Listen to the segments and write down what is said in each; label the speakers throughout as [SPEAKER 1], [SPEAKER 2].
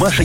[SPEAKER 1] Маша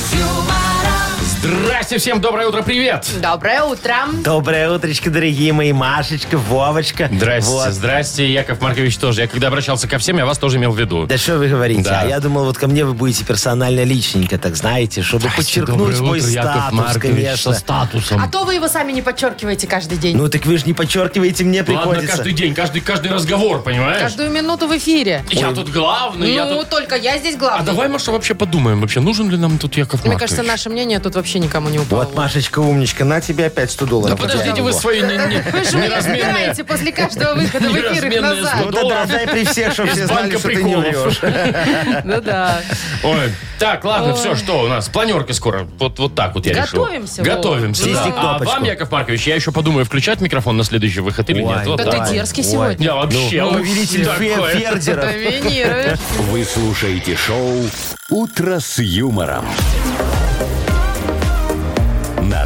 [SPEAKER 2] Здрасте всем, доброе утро, привет!
[SPEAKER 3] Доброе утро.
[SPEAKER 4] Доброе утречко, дорогие мои. Машечка, Вовочка.
[SPEAKER 2] Здрасте,
[SPEAKER 4] Вот.
[SPEAKER 2] здрасте, Яков Маркович тоже. Я когда обращался ко всем, я вас тоже имел в виду.
[SPEAKER 4] Да что вы говорите?
[SPEAKER 2] Да.
[SPEAKER 4] А я думал, вот ко мне вы будете персонально личненько, так знаете, чтобы
[SPEAKER 2] Здрасте,
[SPEAKER 4] подчеркнуть
[SPEAKER 2] доброе
[SPEAKER 4] мой
[SPEAKER 2] утро, Яков
[SPEAKER 4] статус,
[SPEAKER 2] Маркович,
[SPEAKER 4] конечно.
[SPEAKER 2] со статусом.
[SPEAKER 3] А то вы его сами не подчеркиваете каждый день.
[SPEAKER 4] Ну так вы же не подчеркиваете, мне
[SPEAKER 2] Ладно,
[SPEAKER 4] приходится.
[SPEAKER 2] каждый день, каждый, каждый разговор, понимаешь?
[SPEAKER 3] Каждую минуту в эфире.
[SPEAKER 2] Я тут главный, я
[SPEAKER 3] ну,
[SPEAKER 2] тут...
[SPEAKER 3] только я здесь
[SPEAKER 2] А
[SPEAKER 3] главный.
[SPEAKER 2] давай, Маша, вообще подумаем, вообще нужен ли нам тут Яков
[SPEAKER 3] Мне
[SPEAKER 2] Маркович?
[SPEAKER 3] кажется, наше мнение тут вообще никому не упало.
[SPEAKER 4] Вот, Машечка, умничка, на тебе опять 100 долларов.
[SPEAKER 2] Подождите, вы
[SPEAKER 4] Ну, Во.
[SPEAKER 2] свои не- не-
[SPEAKER 3] Вы же
[SPEAKER 2] неразменные...
[SPEAKER 3] убираете после каждого выхода в эфир их
[SPEAKER 2] Неразменные
[SPEAKER 3] назад.
[SPEAKER 4] Ну да, да,
[SPEAKER 2] долларов
[SPEAKER 4] дай при всех, чтобы
[SPEAKER 2] из
[SPEAKER 4] все знали,
[SPEAKER 2] банка
[SPEAKER 4] что ты не
[SPEAKER 2] приколов.
[SPEAKER 4] врешь.
[SPEAKER 3] Ну да.
[SPEAKER 2] Ой, так, ладно, все, что у нас? Планерка скоро. Вот, вот так вот я решил.
[SPEAKER 3] Готовимся, Вов.
[SPEAKER 2] Готовимся, да.
[SPEAKER 4] Снести
[SPEAKER 2] А
[SPEAKER 4] кнопочку.
[SPEAKER 2] вам, Яков Маркович, я еще подумаю, включать микрофон на следующий выход или нет.
[SPEAKER 4] Ой,
[SPEAKER 2] Вот
[SPEAKER 3] Да
[SPEAKER 2] так.
[SPEAKER 3] ты дерзкий сегодня.
[SPEAKER 2] Я вообще... вот
[SPEAKER 4] Повелитель Ну, фе-
[SPEAKER 2] такое.
[SPEAKER 4] фердеров.
[SPEAKER 3] Доминируешь.
[SPEAKER 1] Вы слушаете шоу «Утро с юмором». На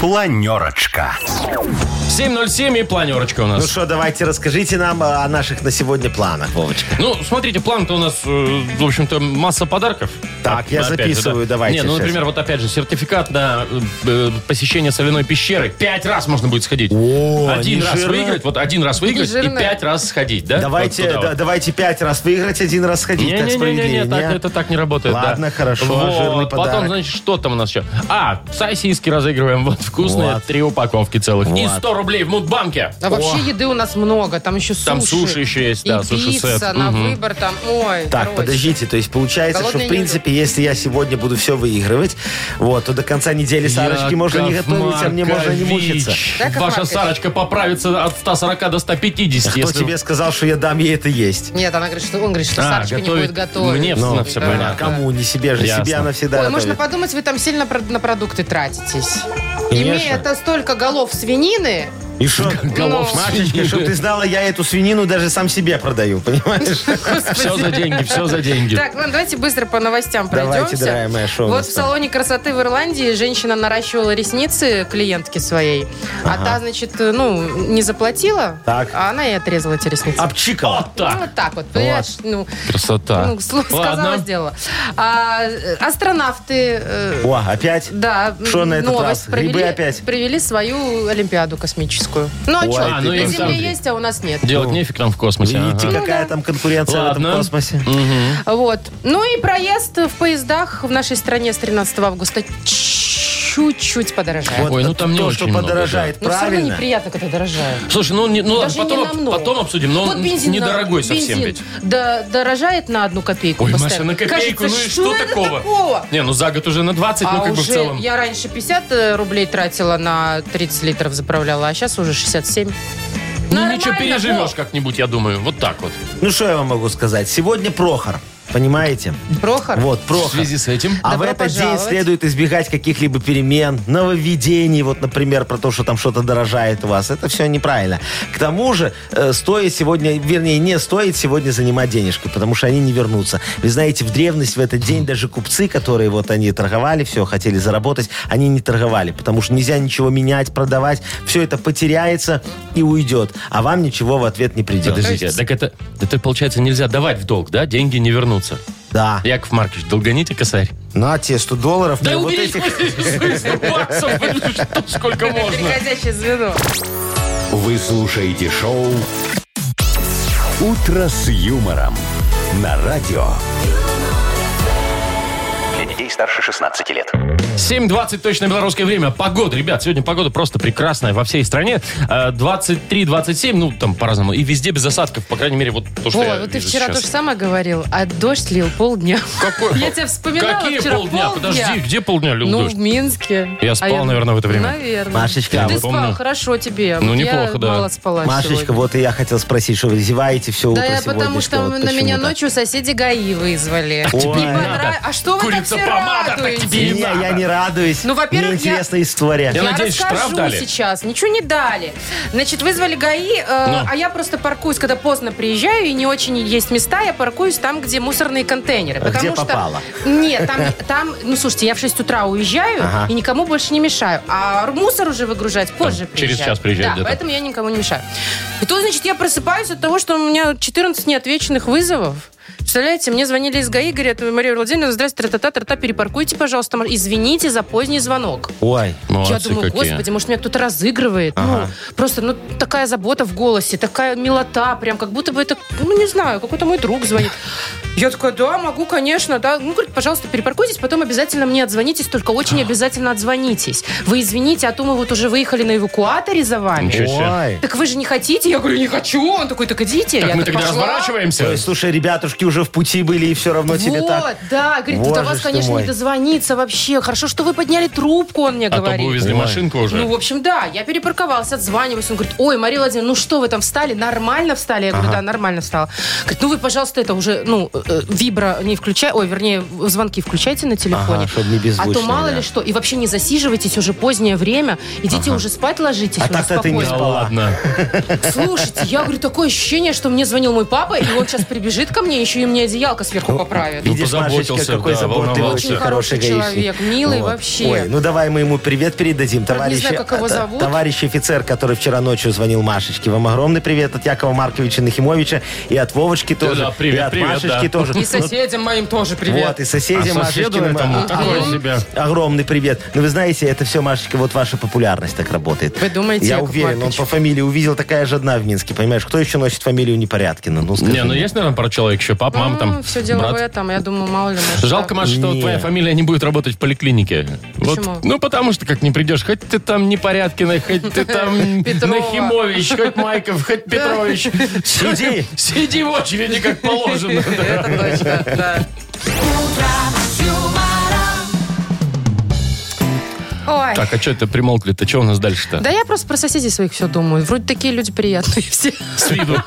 [SPEAKER 1] Планерочка.
[SPEAKER 2] 7.07 и планерочка у
[SPEAKER 4] Ну
[SPEAKER 2] нас.
[SPEAKER 4] что, давайте расскажите нам а, о наших на сегодня планах, Вовочка.
[SPEAKER 2] Ну, смотрите, план-то у нас, э, в общем-то, масса подарков.
[SPEAKER 4] Так,
[SPEAKER 2] Оп-
[SPEAKER 4] я
[SPEAKER 2] ну, опять же,
[SPEAKER 4] записываю,
[SPEAKER 2] да.
[SPEAKER 4] давайте
[SPEAKER 2] Не, ну,
[SPEAKER 4] щас.
[SPEAKER 2] например, вот опять же, сертификат на э, э, посещение соляной пещеры. Пять раз можно будет сходить.
[SPEAKER 4] О,
[SPEAKER 2] один
[SPEAKER 4] не
[SPEAKER 2] раз
[SPEAKER 4] жирно.
[SPEAKER 2] выиграть, вот один раз выиграть и
[SPEAKER 3] жирно.
[SPEAKER 2] пять раз сходить, да?
[SPEAKER 4] Давайте,
[SPEAKER 2] Э, Вот туда
[SPEAKER 4] да-
[SPEAKER 2] вот.
[SPEAKER 4] давайте пять раз выиграть, один раз сходить. так
[SPEAKER 2] Не-не-не,
[SPEAKER 4] справедливее.
[SPEAKER 2] так, это так не работает. да.
[SPEAKER 4] Ладно, хорошо,
[SPEAKER 2] Вот,
[SPEAKER 4] жирный
[SPEAKER 2] Потом,
[SPEAKER 4] подарок.
[SPEAKER 2] значит, что там у нас еще? А, сосиски разыгрываем. Вот вкусные
[SPEAKER 4] Вот.
[SPEAKER 2] три упаковки целых. И
[SPEAKER 4] Вот.
[SPEAKER 2] 100 рублей в мудбанке.
[SPEAKER 3] Да А вообще еды у нас много. Там еще суши.
[SPEAKER 2] Там суши еще есть, да,
[SPEAKER 3] И
[SPEAKER 2] суши-сет.
[SPEAKER 3] пицца на
[SPEAKER 2] Мгм.
[SPEAKER 3] выбор там. Ой,
[SPEAKER 4] Так,
[SPEAKER 3] короче.
[SPEAKER 4] подождите, то есть получается, что
[SPEAKER 3] Голодные
[SPEAKER 4] в
[SPEAKER 3] не
[SPEAKER 4] принципе, если я сегодня буду все выигрывать, вот, то до конца недели Сарочки
[SPEAKER 2] Яков
[SPEAKER 4] можно не готовить, а мне можно не
[SPEAKER 2] Маркович.
[SPEAKER 4] мучиться.
[SPEAKER 3] Яков
[SPEAKER 2] Ваша
[SPEAKER 3] Маркович.
[SPEAKER 2] Сарочка поправится от 140 до 150.
[SPEAKER 4] Кто
[SPEAKER 2] если-
[SPEAKER 4] тебе сказал, что я дам ей это есть?
[SPEAKER 3] Нет, она говорит, что он говорит, что
[SPEAKER 2] А,
[SPEAKER 3] Сарочка не
[SPEAKER 2] готовит
[SPEAKER 3] будет готовить.
[SPEAKER 2] мне, собственно, Ну, всё
[SPEAKER 3] Да.
[SPEAKER 2] понятно.
[SPEAKER 4] А кому? Не себе же.
[SPEAKER 2] Ясно.
[SPEAKER 4] Себе она всегда
[SPEAKER 3] Ой, можно
[SPEAKER 4] готовит.
[SPEAKER 3] подумать, вы там сильно про- на продукты тратитесь. Имея это столько голов свинины,
[SPEAKER 4] И что?
[SPEAKER 2] Голов
[SPEAKER 4] Машечка, чтобы ты знала, я эту свинину даже сам себе продаю, понимаешь?
[SPEAKER 2] Все за деньги, все за деньги.
[SPEAKER 3] Так, ладно, давайте быстро по новостям пройдемся.
[SPEAKER 4] Давайте, дорогая моя, шо у
[SPEAKER 3] Вот
[SPEAKER 4] нас
[SPEAKER 3] в
[SPEAKER 4] там?
[SPEAKER 3] салоне красоты в Ирландии женщина наращивала ресницы клиентке своей, а та, значит, ну, не заплатила,
[SPEAKER 4] Так. А
[SPEAKER 3] а она и отрезала эти ресницы.
[SPEAKER 4] Обчикал.
[SPEAKER 2] Вот
[SPEAKER 3] Ну,
[SPEAKER 2] так.
[SPEAKER 3] вот так вот, понимаешь, ну,
[SPEAKER 2] Красота.
[SPEAKER 4] А.
[SPEAKER 3] ну, сло- сказала,
[SPEAKER 2] Ладно.
[SPEAKER 3] сделала. А, э, астронавты... э,
[SPEAKER 4] О, опять?
[SPEAKER 3] Да,
[SPEAKER 4] Что на этот раз?
[SPEAKER 3] новость
[SPEAKER 4] Грибы опять?
[SPEAKER 3] привели свою Олимпиаду космическую. Ну а
[SPEAKER 4] Ой,
[SPEAKER 3] что?
[SPEAKER 4] а, ну
[SPEAKER 3] на
[SPEAKER 2] и
[SPEAKER 3] Земле
[SPEAKER 2] там-
[SPEAKER 3] есть, а у нас нет.
[SPEAKER 2] Делать нефиг нам в космосе. ага.
[SPEAKER 4] Видите, какая там конкуренция в этом
[SPEAKER 2] Ладно.
[SPEAKER 4] космосе.
[SPEAKER 3] Вот. Ну и проезд в поездах в нашей стране с 13 августа чуть-чуть подорожает.
[SPEAKER 4] Вот
[SPEAKER 2] Ой, ну там не
[SPEAKER 4] то,
[SPEAKER 2] очень
[SPEAKER 4] что
[SPEAKER 2] много,
[SPEAKER 4] подорожает,
[SPEAKER 2] Ну,
[SPEAKER 3] Но все равно
[SPEAKER 4] правильно.
[SPEAKER 3] неприятно, когда дорожает.
[SPEAKER 2] Слушай, ну, не- ну ладно,
[SPEAKER 3] Даже не
[SPEAKER 2] потом, об-
[SPEAKER 3] намного.
[SPEAKER 2] потом обсудим, но
[SPEAKER 3] вот
[SPEAKER 2] он
[SPEAKER 3] бензин на-
[SPEAKER 2] недорогой совсем
[SPEAKER 3] бензин
[SPEAKER 2] ведь.
[SPEAKER 3] до- дорожает на одну копейку.
[SPEAKER 2] Ой, Маша,
[SPEAKER 3] постоянно.
[SPEAKER 2] на копейку,
[SPEAKER 3] Кажется,
[SPEAKER 2] ну и что,
[SPEAKER 3] это
[SPEAKER 2] такого? Не, ну за год уже на 20,
[SPEAKER 3] А
[SPEAKER 2] ну как бы в
[SPEAKER 3] уже
[SPEAKER 2] целом.
[SPEAKER 3] я раньше 50 рублей тратила на 30 литров заправляла, а сейчас уже 67.
[SPEAKER 2] Ну ничего,
[SPEAKER 3] Нормально,
[SPEAKER 2] переживешь
[SPEAKER 3] Вов.
[SPEAKER 2] как-нибудь, я думаю. Вот так вот.
[SPEAKER 4] Ну что я вам могу сказать? Сегодня Прохор, понимаете?
[SPEAKER 3] Прохор?
[SPEAKER 4] Вот,
[SPEAKER 2] В
[SPEAKER 4] Прохор.
[SPEAKER 2] связи с этим.
[SPEAKER 4] А
[SPEAKER 3] Добро
[SPEAKER 4] в этот
[SPEAKER 3] пожаловать.
[SPEAKER 4] день следует избегать каких-либо перемен, нововведений, вот, например, про то, что там что-то дорожает у вас. Это все неправильно. К тому же, э, стоит сегодня, вернее, не стоит сегодня занимать денежки, потому что они не вернутся. Вы знаете, в древность в этот день даже купцы, которые вот они торговали, все, хотели заработать, они не торговали, потому что нельзя ничего менять, продавать. Все это потеряется и уйдет, а вам ничего в ответ не придет.
[SPEAKER 2] Подождите, так это, это получается нельзя давать в долг, да? Деньги не вернутся.
[SPEAKER 4] Да.
[SPEAKER 2] Яков Маркович, долгоните косарь.
[SPEAKER 4] На те 100 долларов. мне вот этих-
[SPEAKER 2] сколько можно.
[SPEAKER 3] Приходящее звено.
[SPEAKER 1] Вы слушаете шоу «Утро с юмором» на радио. Для детей старше 16 лет.
[SPEAKER 2] 7.20 точно белорусское время. Погода, ребят, сегодня погода просто прекрасная во всей стране. Э, 23-27, ну там по-разному. И везде без осадков, по крайней мере, вот то, что я
[SPEAKER 3] О, вот ты
[SPEAKER 2] вижу
[SPEAKER 3] вчера
[SPEAKER 2] сейчас.
[SPEAKER 3] то же самое говорил, а дождь лил полдня.
[SPEAKER 2] Какой
[SPEAKER 3] Я
[SPEAKER 2] пол-
[SPEAKER 3] тебя вспоминала
[SPEAKER 2] Какие
[SPEAKER 3] вчера,
[SPEAKER 2] полдня?
[SPEAKER 3] полдня.
[SPEAKER 2] Подожди, где полдня лил
[SPEAKER 3] Ну,
[SPEAKER 2] дождь?
[SPEAKER 3] в Минске.
[SPEAKER 2] Я
[SPEAKER 3] А
[SPEAKER 2] спал, наверное, в это время.
[SPEAKER 3] Наверное.
[SPEAKER 4] Машечка,
[SPEAKER 3] Ты
[SPEAKER 2] вот помню.
[SPEAKER 3] спал, хорошо тебе.
[SPEAKER 2] Ну,
[SPEAKER 3] Вот
[SPEAKER 2] неплохо,
[SPEAKER 3] я
[SPEAKER 2] да.
[SPEAKER 3] мало спала
[SPEAKER 4] Машечка,
[SPEAKER 3] сегодня.
[SPEAKER 4] вот и я хотел спросить, что вы зеваете все утро
[SPEAKER 3] Да, я
[SPEAKER 4] сегодня,
[SPEAKER 3] потому что
[SPEAKER 4] вот
[SPEAKER 3] на меня
[SPEAKER 4] почему-то.
[SPEAKER 3] ночью соседи ГАИ вызвали.
[SPEAKER 4] Ой.
[SPEAKER 3] Не понрав- А что вы так
[SPEAKER 2] Курица
[SPEAKER 3] все
[SPEAKER 2] Павлова Тамада, так тебе и
[SPEAKER 3] радуетесь.
[SPEAKER 2] надо.
[SPEAKER 4] Не, я не радуюсь.
[SPEAKER 3] Ну, во-первых,
[SPEAKER 4] Мне интересная история.
[SPEAKER 2] Я надеюсь, штраф
[SPEAKER 3] расскажу
[SPEAKER 2] дали?
[SPEAKER 3] сейчас. Ничего не дали. Значит, вызвали ГАИ, э,
[SPEAKER 2] Ну.
[SPEAKER 3] а я просто паркуюсь, когда поздно приезжаю и не очень есть места, я паркуюсь там, где мусорные контейнеры.
[SPEAKER 4] А где
[SPEAKER 3] что...
[SPEAKER 4] попало?
[SPEAKER 3] Нет, там, там, ну слушайте, я в 6 утра уезжаю
[SPEAKER 4] Ага.
[SPEAKER 3] и никому больше не мешаю. А мусор уже выгружать позже
[SPEAKER 2] через
[SPEAKER 3] приезжаю.
[SPEAKER 2] час приезжать
[SPEAKER 3] Да,
[SPEAKER 2] где-то.
[SPEAKER 3] поэтому я никому не мешаю. И тут, значит, я просыпаюсь от того, что у меня 14 неотвеченных вызовов. Представляете, мне звонили из ГАИ, говорят, Мария Владимировна, здравствуйте, та та та перепаркуйте, пожалуйста. Мар- Извините за поздний звонок.
[SPEAKER 4] Ой.
[SPEAKER 3] Я
[SPEAKER 2] Молодцы
[SPEAKER 3] думаю,
[SPEAKER 2] какие.
[SPEAKER 3] господи, может, меня кто-то разыгрывает. Ну, просто, ну, такая забота в голосе, такая милота, прям как будто бы это, ну, не знаю, какой-то мой друг звонит. Я такая, да, могу, конечно, да. Ну, говорит, пожалуйста, перепаркуйтесь, потом обязательно мне отзвонитесь, только очень обязательно отзвонитесь. Вы извините, а то мы вот уже выехали на эвакуаторе за вами.
[SPEAKER 2] Ничего себе.
[SPEAKER 4] Ой.
[SPEAKER 3] Так вы же не хотите? Я говорю, не хочу. Он такой, так идите.
[SPEAKER 2] Так
[SPEAKER 3] Я
[SPEAKER 2] мы
[SPEAKER 3] так
[SPEAKER 2] тогда
[SPEAKER 3] пошла.
[SPEAKER 2] разворачиваемся.
[SPEAKER 4] Ой, слушай, ребятушки уже в пути были, и все равно тебе
[SPEAKER 3] вот,
[SPEAKER 4] так.
[SPEAKER 3] да, говорит,
[SPEAKER 4] Боже
[SPEAKER 3] до вас,
[SPEAKER 4] ж ты
[SPEAKER 3] конечно,
[SPEAKER 4] мой.
[SPEAKER 3] не дозвониться вообще. Хорошо, что вы подняли трубку, он мне
[SPEAKER 2] А то
[SPEAKER 3] говорит.
[SPEAKER 2] бы увезли
[SPEAKER 4] Ой.
[SPEAKER 2] машинку уже.
[SPEAKER 3] Ну, в общем, да, я перепарковалась, отзваниваюсь. Он говорит, ой, Мария Владимировна, ну что вы там встали? Нормально встали? Я говорю, да, нормально встала. Говорит, ну вы, пожалуйста, это уже, ну, э, э, вибро не включай, ой, вернее, в- звонки включайте на телефоне.
[SPEAKER 4] Ага, чтоб не
[SPEAKER 3] а
[SPEAKER 4] беззвучно,
[SPEAKER 3] то мало
[SPEAKER 4] да.
[SPEAKER 3] ли что. И вообще не засиживайтесь, уже позднее время. Идите уже спать ложитесь.
[SPEAKER 4] А
[SPEAKER 3] уже
[SPEAKER 4] так-то ты не
[SPEAKER 2] Да
[SPEAKER 3] спокойно.
[SPEAKER 4] спала.
[SPEAKER 2] ладно.
[SPEAKER 3] Слушайте, я говорю, такое ощущение, что мне звонил мой папа, и он сейчас прибежит ко мне, еще и мне одеялко сверху поправит.
[SPEAKER 2] Ну,
[SPEAKER 4] Видишь,
[SPEAKER 2] позаботился,
[SPEAKER 4] Машечка, какой
[SPEAKER 2] да,
[SPEAKER 4] заботливый,
[SPEAKER 2] волновался.
[SPEAKER 3] Очень хороший человек,
[SPEAKER 4] гаишник.
[SPEAKER 3] милый вообще.
[SPEAKER 4] Ой, ну давай мы ему привет передадим.
[SPEAKER 3] Правда, не
[SPEAKER 4] Товарищ,
[SPEAKER 3] знаю, как его
[SPEAKER 4] э,
[SPEAKER 3] зовут.
[SPEAKER 4] товарищ офицер, который вчера ночью звонил Машечке. Вам огромный привет от Якова Марковича Нахимовича и от Вовочки тоже.
[SPEAKER 2] да, привет,
[SPEAKER 4] и от
[SPEAKER 2] привет,
[SPEAKER 4] Машечки
[SPEAKER 2] да.
[SPEAKER 4] тоже.
[SPEAKER 3] И соседям моим тоже
[SPEAKER 4] Ну,
[SPEAKER 3] привет.
[SPEAKER 4] Вот, и соседям
[SPEAKER 2] А соседу
[SPEAKER 4] Машечкиным,
[SPEAKER 2] этому
[SPEAKER 4] а,
[SPEAKER 2] такое
[SPEAKER 4] а,
[SPEAKER 2] себе.
[SPEAKER 4] Огромный привет. Но вы знаете, это все, Машечка, вот ваша популярность так работает.
[SPEAKER 3] Вы думаете,
[SPEAKER 4] Я
[SPEAKER 3] Яков
[SPEAKER 4] уверен,
[SPEAKER 3] Маркович?
[SPEAKER 4] он по фамилии увидел такая же одна в Минске, понимаешь? Кто еще носит фамилию Непорядкина? Ну, скажи
[SPEAKER 2] Не, ну
[SPEAKER 4] мне.
[SPEAKER 2] есть, наверное, пара человек еще. Пап, мам там,
[SPEAKER 3] Все Ну, дело в
[SPEAKER 2] брат.
[SPEAKER 3] этом. Я думаю, мало ли. может,
[SPEAKER 2] Жалко,
[SPEAKER 3] так.
[SPEAKER 2] Маша, что вот
[SPEAKER 4] Не.
[SPEAKER 2] твоя фамилия не будет работать в поликлинике. Вот,
[SPEAKER 3] Почему?
[SPEAKER 2] ну, потому что как не придешь, хоть ты там Непорядкина, хоть ты там
[SPEAKER 3] Петрова.
[SPEAKER 2] Нахимович, хоть Майков, хоть Петрович.
[SPEAKER 4] Сиди.
[SPEAKER 2] Сиди в очереди, как положено. да.
[SPEAKER 3] Это точно, да. Ой.
[SPEAKER 2] Так, а что это примолкли-то? Что у нас дальше-то?
[SPEAKER 3] Да я просто про соседей своих все думаю. Вроде такие люди приятные все.
[SPEAKER 2] С виду. А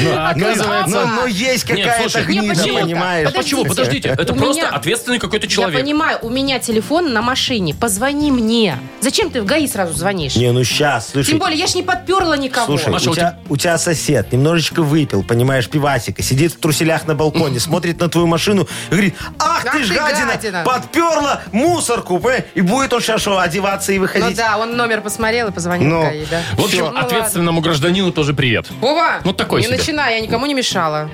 [SPEAKER 4] Ну,
[SPEAKER 2] Оказывается...
[SPEAKER 4] ну, ну, есть
[SPEAKER 2] Нет,
[SPEAKER 4] какая-то
[SPEAKER 2] слушай, А
[SPEAKER 3] не,
[SPEAKER 4] гнида,
[SPEAKER 3] почему-то.
[SPEAKER 4] понимаешь?
[SPEAKER 3] Подожди.
[SPEAKER 2] Почему? Подождите, это
[SPEAKER 3] У
[SPEAKER 2] просто
[SPEAKER 3] меня-
[SPEAKER 2] ответственный какой-то
[SPEAKER 3] Я
[SPEAKER 2] человек.
[SPEAKER 3] понимаю, у меня телефон на машине. Позвони мне. Зачем ты в ГАИ сразу звонишь?
[SPEAKER 4] Не, ну сейчас, слушай.
[SPEAKER 3] Тем более, я ж не подперла никого.
[SPEAKER 4] Слушай,
[SPEAKER 2] Маша,
[SPEAKER 4] у,
[SPEAKER 2] у
[SPEAKER 4] тебя, у тебя сосед немножечко выпил, понимаешь, пивасика, сидит в труселях на балконе, смотрит на твою машину и говорит, ах
[SPEAKER 3] Ах
[SPEAKER 4] ты ж
[SPEAKER 3] ты
[SPEAKER 4] гадина,
[SPEAKER 3] гадина!»
[SPEAKER 4] подперла мусорку, понимаешь? и будет он сейчас что, одеваться и
[SPEAKER 3] Ну
[SPEAKER 4] выходить.
[SPEAKER 3] да, он номер посмотрел и позвонил
[SPEAKER 4] Ну.
[SPEAKER 3] в ГАИ, да.
[SPEAKER 2] В общем,
[SPEAKER 3] Ну ладно.
[SPEAKER 2] ответственному гражданину тоже привет.
[SPEAKER 3] Вова,
[SPEAKER 2] Вот такой
[SPEAKER 3] не
[SPEAKER 2] себе.
[SPEAKER 3] начинай, я никому не мешала.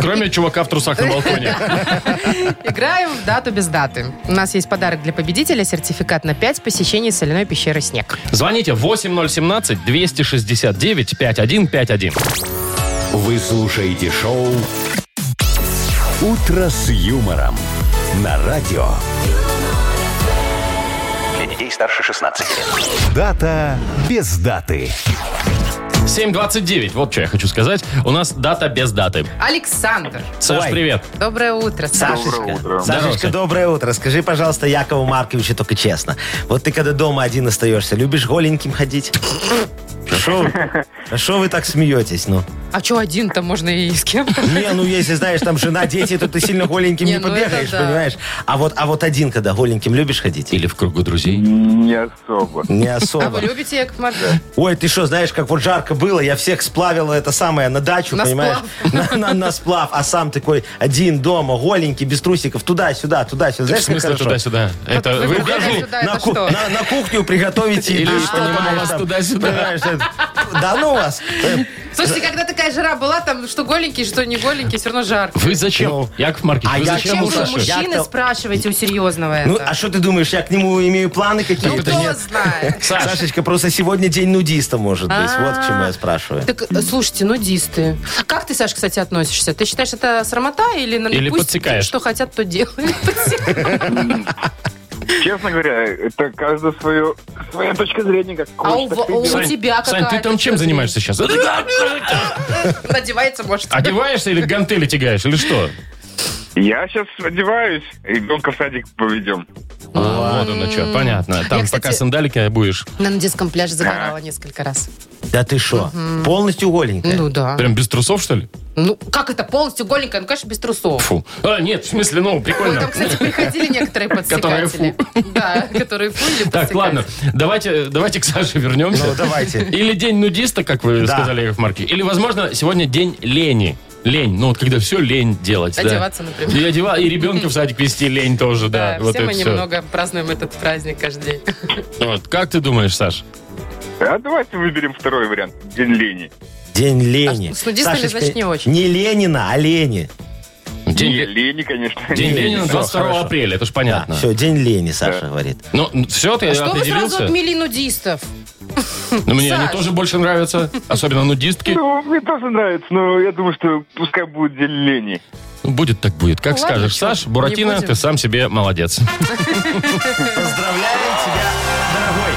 [SPEAKER 2] Кроме чувака в трусах на балконе.
[SPEAKER 3] Играем в дату без даты. У нас есть подарок для победителя, сертификат на 5 посещений соляной пещеры «Снег».
[SPEAKER 2] Звоните 8017-269-5151.
[SPEAKER 1] Вы слушаете шоу «Утро с юмором» на радио.
[SPEAKER 5] Для детей старше 16 лет.
[SPEAKER 1] Дата без даты.
[SPEAKER 2] 729, вот что я хочу сказать. У нас дата без даты.
[SPEAKER 3] Александр,
[SPEAKER 2] Саш,
[SPEAKER 4] Ой.
[SPEAKER 2] привет.
[SPEAKER 3] доброе утро.
[SPEAKER 4] Сашечка,
[SPEAKER 2] Здорово,
[SPEAKER 4] Сашечка,
[SPEAKER 2] Саш.
[SPEAKER 4] доброе утро. Скажи, пожалуйста, Якову Марковичу только честно. Вот ты когда дома один остаешься, любишь голеньким ходить? Что вы- а шо вы так смеетесь, ну?
[SPEAKER 3] А что один-то можно и с кем?
[SPEAKER 4] Не, ну если знаешь, там жена, дети, то ты сильно голеньким
[SPEAKER 3] Не,
[SPEAKER 4] не
[SPEAKER 3] ну это
[SPEAKER 4] побегаешь,
[SPEAKER 3] да.
[SPEAKER 4] понимаешь? А вот, а вот один, когда голеньким любишь ходить?
[SPEAKER 2] Или в кругу друзей.
[SPEAKER 6] Не особо.
[SPEAKER 4] Не
[SPEAKER 3] А вы
[SPEAKER 4] особо.
[SPEAKER 3] любите, Яков Маркович?
[SPEAKER 4] Ой, ты что, знаешь, как вот жарко было, я всех сплавила это самое на дачу,
[SPEAKER 3] На
[SPEAKER 4] понимаешь? На, на- на сплав, а сам такой один дома, голенький, без трусиков, туда-сюда, туда-сюда.
[SPEAKER 2] В
[SPEAKER 4] Знаешь, как
[SPEAKER 2] смысле
[SPEAKER 4] хорошо?
[SPEAKER 2] туда-сюда? Это
[SPEAKER 3] вы
[SPEAKER 2] вы
[SPEAKER 3] куда
[SPEAKER 2] в
[SPEAKER 3] сюда? это
[SPEAKER 4] на, ку-
[SPEAKER 3] что?
[SPEAKER 4] на- на кухню приготовить еду,
[SPEAKER 2] Или что там у вас
[SPEAKER 4] там,
[SPEAKER 2] туда-сюда?
[SPEAKER 4] понимаешь, это- Да ну вас! Э,
[SPEAKER 3] Слушайте, когда такая жара была, там что голенький, что не голенький, все равно жарко.
[SPEAKER 2] Вы зачем?
[SPEAKER 4] Ну.
[SPEAKER 2] Яков Маркович,
[SPEAKER 4] А
[SPEAKER 2] вы
[SPEAKER 4] я
[SPEAKER 2] зачем
[SPEAKER 4] чему
[SPEAKER 2] у
[SPEAKER 3] вы
[SPEAKER 2] Саши?
[SPEAKER 4] слушаю?
[SPEAKER 3] мужчины
[SPEAKER 4] Я-то-
[SPEAKER 3] спрашиваете у серьезного
[SPEAKER 4] Ну,
[SPEAKER 3] это?
[SPEAKER 4] а что ты думаешь, я к нему имею планы
[SPEAKER 3] Ну,
[SPEAKER 4] какие-то?
[SPEAKER 3] кто
[SPEAKER 4] Нет.
[SPEAKER 3] знает?
[SPEAKER 2] Саш.
[SPEAKER 4] Сашечка, просто сегодня день нудиста, может быть. Вот к чему
[SPEAKER 3] А.
[SPEAKER 4] я спрашиваю.
[SPEAKER 3] Так, э, слушайте, нудисты. А Как ты, Саш, кстати, относишься? Ты считаешь, это срамота или, ну,
[SPEAKER 2] Или
[SPEAKER 3] пусть
[SPEAKER 2] подсекаешь?
[SPEAKER 3] что хотят, то делают?
[SPEAKER 6] Честно говоря, это каждый свое, своя точка зрения, как
[SPEAKER 3] А у,
[SPEAKER 6] хочет, так
[SPEAKER 3] ва-
[SPEAKER 6] и
[SPEAKER 3] у
[SPEAKER 6] делает.
[SPEAKER 2] Сань,
[SPEAKER 3] тебя какая
[SPEAKER 2] Сань, ты там чем занимаешься А сейчас?
[SPEAKER 3] Надевается, может.
[SPEAKER 2] Одеваешься или гантели тягаешь, или что?
[SPEAKER 6] Я сейчас одеваюсь, ребенка в садик поведем.
[SPEAKER 2] А, вот оно что, понятно. Там
[SPEAKER 3] кстати-
[SPEAKER 2] пока сандалики будешь,
[SPEAKER 3] Я на детском пляже загорала несколько раз.
[SPEAKER 4] Да ты что? Полностью
[SPEAKER 2] Э.
[SPEAKER 4] голенькая?
[SPEAKER 3] Ну да.
[SPEAKER 2] прям без трусов, что ли?
[SPEAKER 3] Ну, как это полностью голенькая? Ну, конечно, без трусов.
[SPEAKER 2] Фу. А, нет, в смысле, ну,
[SPEAKER 3] Ой,
[SPEAKER 2] прикольно.
[SPEAKER 3] там, кстати, приходили некоторые
[SPEAKER 2] Которые
[SPEAKER 3] подсекатели. Да, которые фу или
[SPEAKER 2] Так,
[SPEAKER 3] подсекатели.
[SPEAKER 2] ладно, давайте, давайте к Саше вернемся.
[SPEAKER 4] Ну, давайте.
[SPEAKER 2] Или день нудиста, как вы
[SPEAKER 4] Да.
[SPEAKER 2] сказали, Яков Марки. Или, возможно, сегодня день лени. Лень, ну вот когда все лень делать. да.
[SPEAKER 3] Одеваться, например.
[SPEAKER 2] И, одева... и ребенка в садик вести лень тоже, да.
[SPEAKER 3] Да,
[SPEAKER 2] вот
[SPEAKER 3] все
[SPEAKER 2] это
[SPEAKER 3] мы
[SPEAKER 2] всё.
[SPEAKER 3] немного празднуем этот праздник каждый день.
[SPEAKER 2] Вот. Как ты думаешь, Саш?
[SPEAKER 6] А давайте выберем второй вариант. День лени.
[SPEAKER 4] День лени.
[SPEAKER 3] А с нудистами,
[SPEAKER 4] Сашечка,
[SPEAKER 3] значит, не очень.
[SPEAKER 4] Не Ленина, а лени.
[SPEAKER 2] День,
[SPEAKER 6] Не, лени, конечно.
[SPEAKER 2] день
[SPEAKER 6] не
[SPEAKER 2] Ленина
[SPEAKER 4] всё,
[SPEAKER 2] 22
[SPEAKER 4] хорошо.
[SPEAKER 2] апреля, это ж понятно.
[SPEAKER 4] все, А, день лени, Саша говорит.
[SPEAKER 2] Ну, все, ты
[SPEAKER 3] А Что вы сразу
[SPEAKER 2] определился.
[SPEAKER 3] отмели нудистов?
[SPEAKER 2] Ну, мне они
[SPEAKER 3] Саш.
[SPEAKER 2] тоже больше нравятся, особенно нудистки.
[SPEAKER 6] Ну, мне тоже нравится, но я думаю, что пускай будет день лени.
[SPEAKER 2] Ну, Будет так будет. Как
[SPEAKER 3] Ладно,
[SPEAKER 2] скажешь,
[SPEAKER 3] чё,
[SPEAKER 2] Саш,
[SPEAKER 3] не
[SPEAKER 2] Буратино,
[SPEAKER 3] будем.
[SPEAKER 2] ты сам себе молодец.
[SPEAKER 4] Поздравляю тебя, дорогой.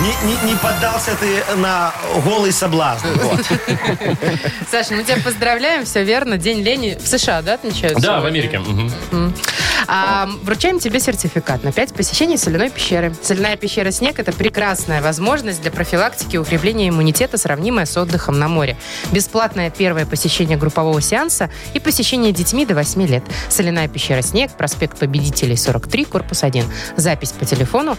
[SPEAKER 4] Не, не- не поддался ты на голый соблазн. Вот.
[SPEAKER 3] Саша, мы тебя поздравляем, все верно. День лени в США, да,
[SPEAKER 2] Да,
[SPEAKER 3] отмечают?
[SPEAKER 2] в
[SPEAKER 3] сегодня?
[SPEAKER 2] Америке. мгм.
[SPEAKER 3] А, вручаем тебе сертификат на 5 посещений соляной пещеры. Соляная пещера «Снег» — это прекрасная возможность для профилактики и укрепления иммунитета, сравнимая с отдыхом на море. Бесплатное первое посещение группового сеанса и посещение детьми до 8 лет. Соляная пещера «Снег», проспект Победителей, 43, корпус 1. Запись по телефону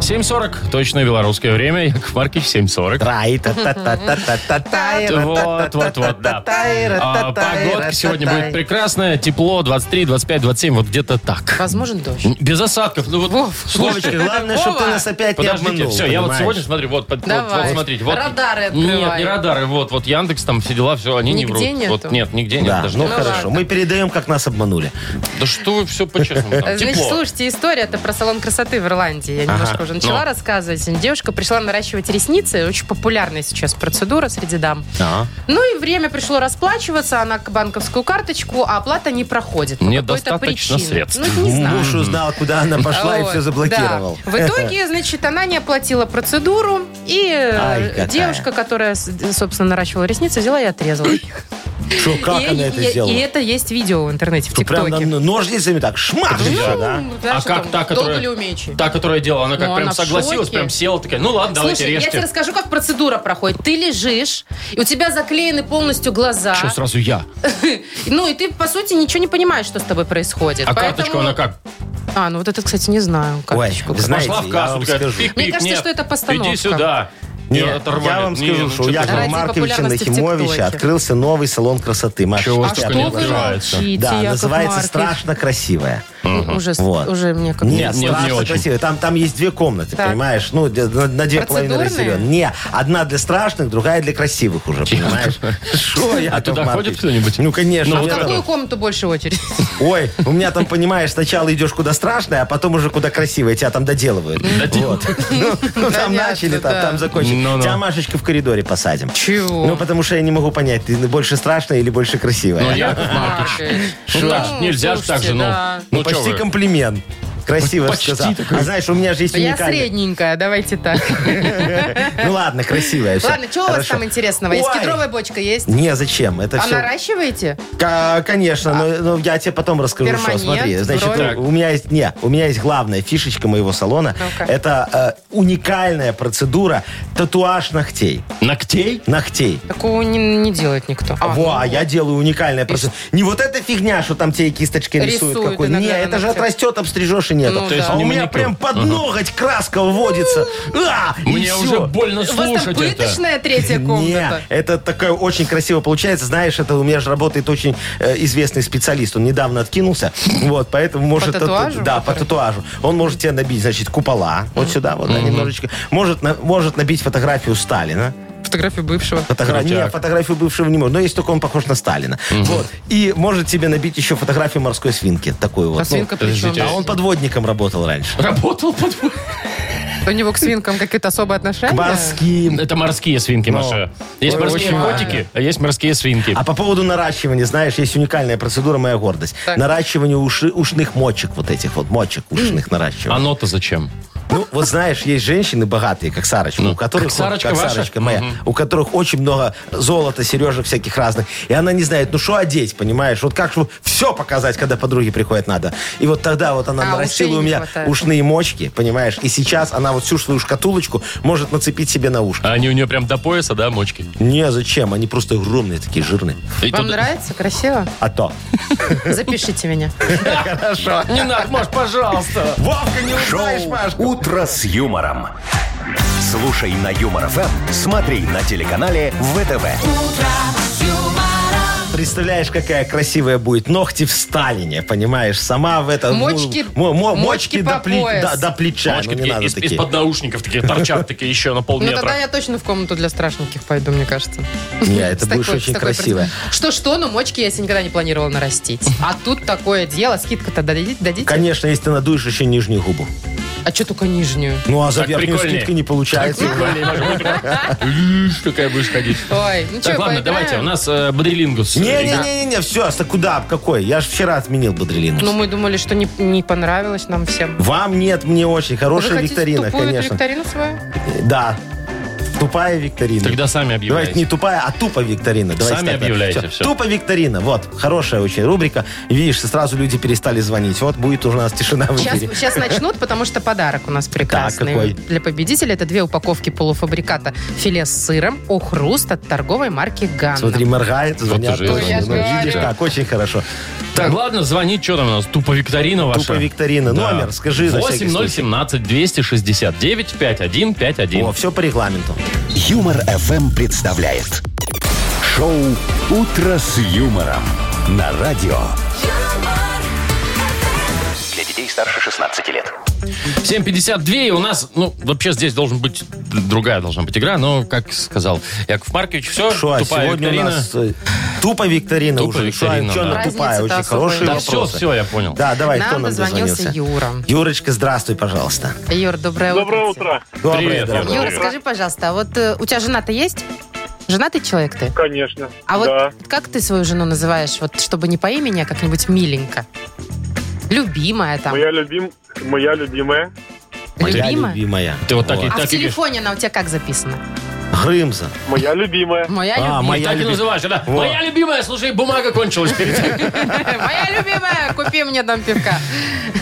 [SPEAKER 2] 7.40, точное белорусское время, Яков Маркич, 7.40. Вот, вот, вот, да. А, Погодка сегодня будет прекрасная, тепло 23, 25, 27, вот где-то так.
[SPEAKER 3] Возможен дождь.
[SPEAKER 2] Без осадков, ну вот,
[SPEAKER 3] Вов,
[SPEAKER 2] слушайте,
[SPEAKER 4] Вовочка, главное, чтобы ты
[SPEAKER 3] Вова,
[SPEAKER 4] нас опять не
[SPEAKER 2] Подождите,
[SPEAKER 4] обманул.
[SPEAKER 2] все, я вот
[SPEAKER 4] понимаешь?
[SPEAKER 2] сегодня смотрю, вот, под- вот,
[SPEAKER 3] Давай.
[SPEAKER 2] вот, смотрите, вот.
[SPEAKER 3] Радары
[SPEAKER 2] Нет,
[SPEAKER 3] открываем.
[SPEAKER 2] не радары, вот, вот Яндекс, там все дела, все, они не
[SPEAKER 3] Нигде
[SPEAKER 2] врут.
[SPEAKER 3] нету.
[SPEAKER 2] Вот, нет, нигде нет,
[SPEAKER 4] Да,
[SPEAKER 2] даже
[SPEAKER 4] ну
[SPEAKER 2] нет.
[SPEAKER 4] хорошо, мы передаем, как нас обманули.
[SPEAKER 2] Да что вы все по-честному, там,
[SPEAKER 3] Значит,
[SPEAKER 2] тепло.
[SPEAKER 3] слушайте, история это про салон красоты в Ирландии. Я немножко уже начала
[SPEAKER 2] ну.
[SPEAKER 3] рассказывать. Девушка пришла наращивать ресницы. Очень популярная сейчас процедура среди дам.
[SPEAKER 4] А?
[SPEAKER 3] Ну и время пришло расплачиваться. Она к банковскую карточку, а оплата не проходит. по
[SPEAKER 2] Нет
[SPEAKER 3] какой-то
[SPEAKER 2] достаточно
[SPEAKER 3] причине.
[SPEAKER 2] средств.
[SPEAKER 3] Ну, не знаю.
[SPEAKER 4] Муж узнал, куда она пошла и
[SPEAKER 3] Вот,
[SPEAKER 4] все заблокировал.
[SPEAKER 3] да. В итоге, значит, она не оплатила процедуру, и э,
[SPEAKER 4] Ай, какая.
[SPEAKER 3] девушка, которая, с- собственно, наращивала ресницы, взяла и отрезала. их.
[SPEAKER 4] Э, Что, как
[SPEAKER 3] и,
[SPEAKER 4] она это
[SPEAKER 3] и-
[SPEAKER 4] сделала?
[SPEAKER 3] и это есть видео в интернете, в
[SPEAKER 4] Что, прям
[SPEAKER 3] ТикТоке.
[SPEAKER 4] нам ножницами так шмак, и всё, да?
[SPEAKER 3] Ну,
[SPEAKER 2] А
[SPEAKER 3] знаешь,
[SPEAKER 2] как
[SPEAKER 3] там,
[SPEAKER 2] та, которая-
[SPEAKER 3] Долго ли умеете?
[SPEAKER 2] Та, которая делала, она как
[SPEAKER 3] Ну,
[SPEAKER 2] прям
[SPEAKER 3] она в
[SPEAKER 2] согласилась,
[SPEAKER 3] шоке.
[SPEAKER 2] прям села такая, ну ладно, давайте
[SPEAKER 3] Слушай, я тебе
[SPEAKER 2] режьте.
[SPEAKER 3] расскажу, как процедура проходит. Ты лежишь, и у тебя заклеены полностью глаза.
[SPEAKER 2] Что сразу я?
[SPEAKER 3] Ну, и ты, по сути, ничего не понимаешь, что с тобой происходит.
[SPEAKER 2] А
[SPEAKER 3] Поэтому-
[SPEAKER 2] карточку она как?
[SPEAKER 3] А, ну вот это, кстати, не знаю.
[SPEAKER 4] Ой,
[SPEAKER 3] Карточку.
[SPEAKER 4] вы знаете,
[SPEAKER 2] Пошла в
[SPEAKER 4] я
[SPEAKER 2] кассу,
[SPEAKER 4] вам
[SPEAKER 2] такая,
[SPEAKER 4] скажу.
[SPEAKER 2] пик-пик,
[SPEAKER 3] Мне кажется,
[SPEAKER 2] нет,
[SPEAKER 3] что это постановка.
[SPEAKER 2] Иди сюда.
[SPEAKER 4] Нет,
[SPEAKER 2] И оторвали.
[SPEAKER 4] я вам
[SPEAKER 2] Не,
[SPEAKER 4] скажу,
[SPEAKER 2] ну
[SPEAKER 4] что у
[SPEAKER 2] чё ты
[SPEAKER 4] Якова
[SPEAKER 3] Ради
[SPEAKER 2] там?
[SPEAKER 4] Марковича
[SPEAKER 3] популярности в ТикТоке.
[SPEAKER 4] Нахимовича открылся новый салон красоты. Маш,
[SPEAKER 2] Чего
[SPEAKER 3] А
[SPEAKER 4] ты
[SPEAKER 2] только
[SPEAKER 3] что
[SPEAKER 2] не
[SPEAKER 3] вы
[SPEAKER 4] открываешь?
[SPEAKER 2] открывается.
[SPEAKER 3] молчите,
[SPEAKER 4] Да,
[SPEAKER 3] Яков
[SPEAKER 4] называется
[SPEAKER 3] Маркович? Ну,
[SPEAKER 4] «Страшно красивая».
[SPEAKER 3] Уже,
[SPEAKER 4] Вот.
[SPEAKER 3] уже мне как
[SPEAKER 4] Нет,
[SPEAKER 2] не
[SPEAKER 4] страшно
[SPEAKER 2] очень.
[SPEAKER 4] красивая. Там, там есть две комнаты,
[SPEAKER 3] Так.
[SPEAKER 4] понимаешь? Ну, де- на, на две половины
[SPEAKER 3] Процедурные?
[SPEAKER 4] разделен. Не, одна для страшных, другая для красивых уже, понимаешь? Шо, Яков
[SPEAKER 2] А туда
[SPEAKER 4] Маркович?
[SPEAKER 2] ходит кто-нибудь?
[SPEAKER 4] Ну, конечно.
[SPEAKER 2] Ну,
[SPEAKER 4] у
[SPEAKER 3] В
[SPEAKER 4] меня там-
[SPEAKER 3] какую комнату больше очередь?
[SPEAKER 4] Ну, Ой, у меня там, понимаешь, сначала идешь куда страшное, а потом уже куда красивое, тебя там доделывают. Вот. Ну, ну, там
[SPEAKER 3] Понятно,
[SPEAKER 4] начали, там,
[SPEAKER 3] да.
[SPEAKER 4] там закончили.
[SPEAKER 2] Ну-ну.
[SPEAKER 4] Тебя, Машечка, в коридоре посадим.
[SPEAKER 3] Чего?
[SPEAKER 4] Ну, потому что я не могу понять, ты больше страшная или больше красивая.
[SPEAKER 2] Ну, Яков Маркович. Ну, так же нельзя же так же, ну.
[SPEAKER 3] слушайте,
[SPEAKER 4] Ну,
[SPEAKER 2] Ну, чё
[SPEAKER 4] почти
[SPEAKER 2] вы.
[SPEAKER 4] комплимент. Красиво
[SPEAKER 2] Почти
[SPEAKER 4] сказал. А знаешь, у меня же есть
[SPEAKER 3] Я
[SPEAKER 4] уникальный-
[SPEAKER 3] средненькая, давайте так.
[SPEAKER 4] Ну ладно, красивая. всё.
[SPEAKER 3] Ладно, что у вас
[SPEAKER 4] Хорошо.
[SPEAKER 3] там интересного? Есть
[SPEAKER 4] Ой.
[SPEAKER 3] кедровая бочка, есть?
[SPEAKER 4] Не, зачем? Это
[SPEAKER 3] А
[SPEAKER 4] все...
[SPEAKER 3] наращиваете?
[SPEAKER 4] Ка- Конечно, но, но я тебе потом расскажу,
[SPEAKER 3] Перманент,
[SPEAKER 4] что смотри. Значит,
[SPEAKER 3] брови.
[SPEAKER 4] у, у меня есть. Не, у меня есть главная фишечка моего салона.
[SPEAKER 3] Ну-ка.
[SPEAKER 4] Это э, уникальная процедура татуаж ногтей.
[SPEAKER 2] Ногтей?
[SPEAKER 4] Ногтей.
[SPEAKER 3] Такого не, не делает никто. А,
[SPEAKER 4] Во,
[SPEAKER 3] ну
[SPEAKER 4] а я делаю уникальная процедура. Не вот эта фигня, что там тебе кисточкой рисуют,
[SPEAKER 3] Рисуют
[SPEAKER 4] какой.
[SPEAKER 3] иногда
[SPEAKER 4] Не,
[SPEAKER 3] на
[SPEAKER 4] это же
[SPEAKER 3] ногтях.
[SPEAKER 4] отрастет, обстрижешь и нету.
[SPEAKER 3] Ну То есть да.
[SPEAKER 4] а
[SPEAKER 2] не
[SPEAKER 4] у меня
[SPEAKER 2] маникюр.
[SPEAKER 4] прям под ноготь краска вводится. А, и
[SPEAKER 2] Мне
[SPEAKER 4] всё.
[SPEAKER 2] уже больно
[SPEAKER 3] У вас там
[SPEAKER 2] слушать это.
[SPEAKER 3] пыточная третья комната?
[SPEAKER 4] Не, это такое очень красиво получается. Знаешь, это у меня же работает очень э, известный специалист. Он недавно откинулся. Вот, поэтому может... тату-
[SPEAKER 3] татуажу,
[SPEAKER 4] Да, по
[SPEAKER 3] который?
[SPEAKER 4] татуажу. Он может тебе набить, значит, купола. Вот сюда вот, да, немножечко. Может, на- может набить фотографию Сталина.
[SPEAKER 3] Фотографию бывшего.
[SPEAKER 4] Фотогра...
[SPEAKER 2] Крутяк.
[SPEAKER 4] Не, фотографию бывшего не может. Но если только он похож на Сталина. Вот. И может тебе набить еще фотографию морской свинки. Такую вот.
[SPEAKER 3] А
[SPEAKER 4] Ну,
[SPEAKER 3] свинка при чем?
[SPEAKER 2] подождите,
[SPEAKER 4] а он подводником работал раньше.
[SPEAKER 2] Работал под...
[SPEAKER 3] У него к свинкам какие-то особые отношения?
[SPEAKER 4] К морским.
[SPEAKER 2] Это морские свинки,
[SPEAKER 4] Но.
[SPEAKER 2] Маша. Есть
[SPEAKER 4] Ой,
[SPEAKER 2] Ну, морские
[SPEAKER 4] очень
[SPEAKER 2] котики, а есть морские свинки.
[SPEAKER 4] А по поводу наращивания, знаешь, есть уникальная процедура «Моя гордость».
[SPEAKER 3] Так. А ну.
[SPEAKER 4] Наращивание уши- ушных мочек, вот этих вот мочек ушных наращивания.
[SPEAKER 2] А Оно-то зачем?
[SPEAKER 4] Ну, вот знаешь, есть женщины богатые, как Сарочка,
[SPEAKER 3] Ну.
[SPEAKER 4] у которых
[SPEAKER 2] как Сарочка
[SPEAKER 4] как
[SPEAKER 2] ваша?
[SPEAKER 4] Сарочка моя, у которых очень много золота, сережек всяких разных, и она не знает, ну что одеть, понимаешь, вот как все показать, когда подруги приходят надо. И вот тогда вот она
[SPEAKER 3] А, ушей
[SPEAKER 4] нарастила
[SPEAKER 3] не
[SPEAKER 4] у меня
[SPEAKER 3] хватает.
[SPEAKER 4] ушные мочки, понимаешь, и сейчас она вот всю свою шкатулочку может нацепить себе на ушко.
[SPEAKER 2] А они у нее прям до пояса, да, мочки?
[SPEAKER 4] Не, зачем? Они просто огромные такие, жирные.
[SPEAKER 2] И
[SPEAKER 3] Вам
[SPEAKER 2] тут-
[SPEAKER 3] нравится? Красиво?
[SPEAKER 4] А то.
[SPEAKER 3] Запишите меня.
[SPEAKER 2] Не надо, Маш, пожалуйста.
[SPEAKER 4] Вовка, не узнаешь,
[SPEAKER 1] Шоу
[SPEAKER 4] Машка.
[SPEAKER 1] «Утро с юмором». Слушай на Юмор ФМ, смотри на телеканале ВТВ.
[SPEAKER 4] Представляешь, какая красивая будет. Ногти в Сталине, понимаешь? Сама в этом... ну,
[SPEAKER 3] Мочки- мочки
[SPEAKER 4] мочки до,
[SPEAKER 3] по пояс.
[SPEAKER 4] да- до плеча.
[SPEAKER 2] Мочки
[SPEAKER 4] ну, не
[SPEAKER 2] такие
[SPEAKER 4] надо
[SPEAKER 2] из-
[SPEAKER 4] такие.
[SPEAKER 2] из-под наушников такие торчат такие еще на
[SPEAKER 3] Ну, тогда
[SPEAKER 2] полметра.
[SPEAKER 3] я точно в комнату для страшненьких пойду, мне кажется.
[SPEAKER 4] Не, это
[SPEAKER 3] С такой-
[SPEAKER 4] будешь
[SPEAKER 3] с
[SPEAKER 4] очень
[SPEAKER 3] такой
[SPEAKER 4] красиво.
[SPEAKER 3] перспективой. Что-что, но Ну, мочки я себе никогда не планировала нарастить. А тут такое дело. Скидка-то дадите? дадите?
[SPEAKER 4] Конечно, если ты надуешь еще нижнюю губу.
[SPEAKER 3] А что только нижнюю?
[SPEAKER 4] Ну, а за
[SPEAKER 2] Так
[SPEAKER 4] верхнюю
[SPEAKER 2] прикольнее.
[SPEAKER 4] скидка не получается.
[SPEAKER 2] Прикольнее, Маша, будет прям, «Лишь, Какая будешь ходить.
[SPEAKER 3] Ой, ну что,
[SPEAKER 2] Так, ладно, давайте, у нас э, бодрилингус.
[SPEAKER 4] Не-не-не-не, все, а куда, какой? Я же вчера отменил бодрелинус.
[SPEAKER 3] Ну, мы думали, что не, не понравилось нам всем.
[SPEAKER 4] Вам нет, мне очень.
[SPEAKER 3] Вы
[SPEAKER 4] Хорошая
[SPEAKER 3] хотите
[SPEAKER 4] викторина,
[SPEAKER 3] тупую
[SPEAKER 4] конечно.
[SPEAKER 3] викторину свою?
[SPEAKER 4] Да. Тупая викторина.
[SPEAKER 2] Тогда сами
[SPEAKER 4] Давайте не
[SPEAKER 2] объявляйте.
[SPEAKER 4] тупая, а тупо викторина. Давайте
[SPEAKER 2] Сами
[SPEAKER 4] так, да.
[SPEAKER 2] объявляйте, всё.
[SPEAKER 4] Тупо викторина. Вот, хорошая очень рубрика. Видишь, сразу люди перестали звонить. Вот будет уже у нас тишина в
[SPEAKER 3] Сейчас,
[SPEAKER 4] эфире.
[SPEAKER 3] сейчас начнут, потому что подарок у нас прекрасный.
[SPEAKER 4] какой?
[SPEAKER 3] Для победителя это две упаковки полуфабриката филе с сыром «Охруст» от торговой марки «Ганна».
[SPEAKER 4] Смотри, моргает, звонят.
[SPEAKER 2] ты же,
[SPEAKER 4] тоже.
[SPEAKER 3] я же
[SPEAKER 4] Ну,
[SPEAKER 3] говорю.
[SPEAKER 4] видишь, как, очень хорошо.
[SPEAKER 2] Так, ладно, звони, что там у нас? Тупо викторина ваша.
[SPEAKER 4] Тупо викторина.
[SPEAKER 2] Да.
[SPEAKER 4] Номер, скажи на всякий случай.
[SPEAKER 2] 8017 269 5151.
[SPEAKER 4] О, все по регламенту.
[SPEAKER 1] Юмор ФМ представляет. Шоу «Утро с юмором» на радио.
[SPEAKER 5] Для детей старше 16 лет.
[SPEAKER 2] 7.52, и у нас, ну, вообще здесь должен быть, другая должна быть игра, но, как сказал Яков Маркович, все,
[SPEAKER 4] Шо, а
[SPEAKER 2] тупая
[SPEAKER 4] сегодня
[SPEAKER 2] викторина.
[SPEAKER 4] у нас э, тупо викторина
[SPEAKER 2] Тупо
[SPEAKER 4] уже. Шо, а
[SPEAKER 2] викторина,
[SPEAKER 4] чё она
[SPEAKER 2] да.
[SPEAKER 4] тупая?
[SPEAKER 3] Разницы-то
[SPEAKER 4] Очень
[SPEAKER 3] особой
[SPEAKER 4] хорошие
[SPEAKER 3] нет.
[SPEAKER 2] Да все,
[SPEAKER 4] вопросы.
[SPEAKER 2] все, я понял.
[SPEAKER 4] Да, давай, а кто
[SPEAKER 3] Нам
[SPEAKER 4] нам
[SPEAKER 3] дозвонился
[SPEAKER 4] дозвонился?
[SPEAKER 3] Юра.
[SPEAKER 4] Юрочка, здравствуй, пожалуйста.
[SPEAKER 3] Юр, доброе утро.
[SPEAKER 7] Доброе
[SPEAKER 3] тебе.
[SPEAKER 7] утро.
[SPEAKER 4] Доброе,
[SPEAKER 2] Привет,
[SPEAKER 4] дорогой.
[SPEAKER 3] Юра, скажи, пожалуйста, а вот э, у тебя жена-то есть? Женатый человек ты?
[SPEAKER 7] Конечно.
[SPEAKER 3] А
[SPEAKER 7] да.
[SPEAKER 3] вот как ты свою жену называешь? Вот чтобы не по имени, а как-нибудь миленько. Любимая там.
[SPEAKER 7] Моя, любим... Моя любимая.
[SPEAKER 4] Моя
[SPEAKER 3] Любимая?
[SPEAKER 4] любимая.
[SPEAKER 2] Ты вот так и
[SPEAKER 4] Во.
[SPEAKER 3] А
[SPEAKER 2] так
[SPEAKER 3] в
[SPEAKER 2] и говоришь.
[SPEAKER 3] телефоне она у тебя как записана?
[SPEAKER 4] Грымза.
[SPEAKER 7] Моя любимая.
[SPEAKER 3] Моя
[SPEAKER 4] А,
[SPEAKER 3] любимая.
[SPEAKER 4] моя
[SPEAKER 2] так и
[SPEAKER 4] люби-
[SPEAKER 2] называешь, да?
[SPEAKER 4] Во.
[SPEAKER 2] Моя любимая, слушай, бумага кончилась.
[SPEAKER 3] Моя любимая, купи мне там пивка.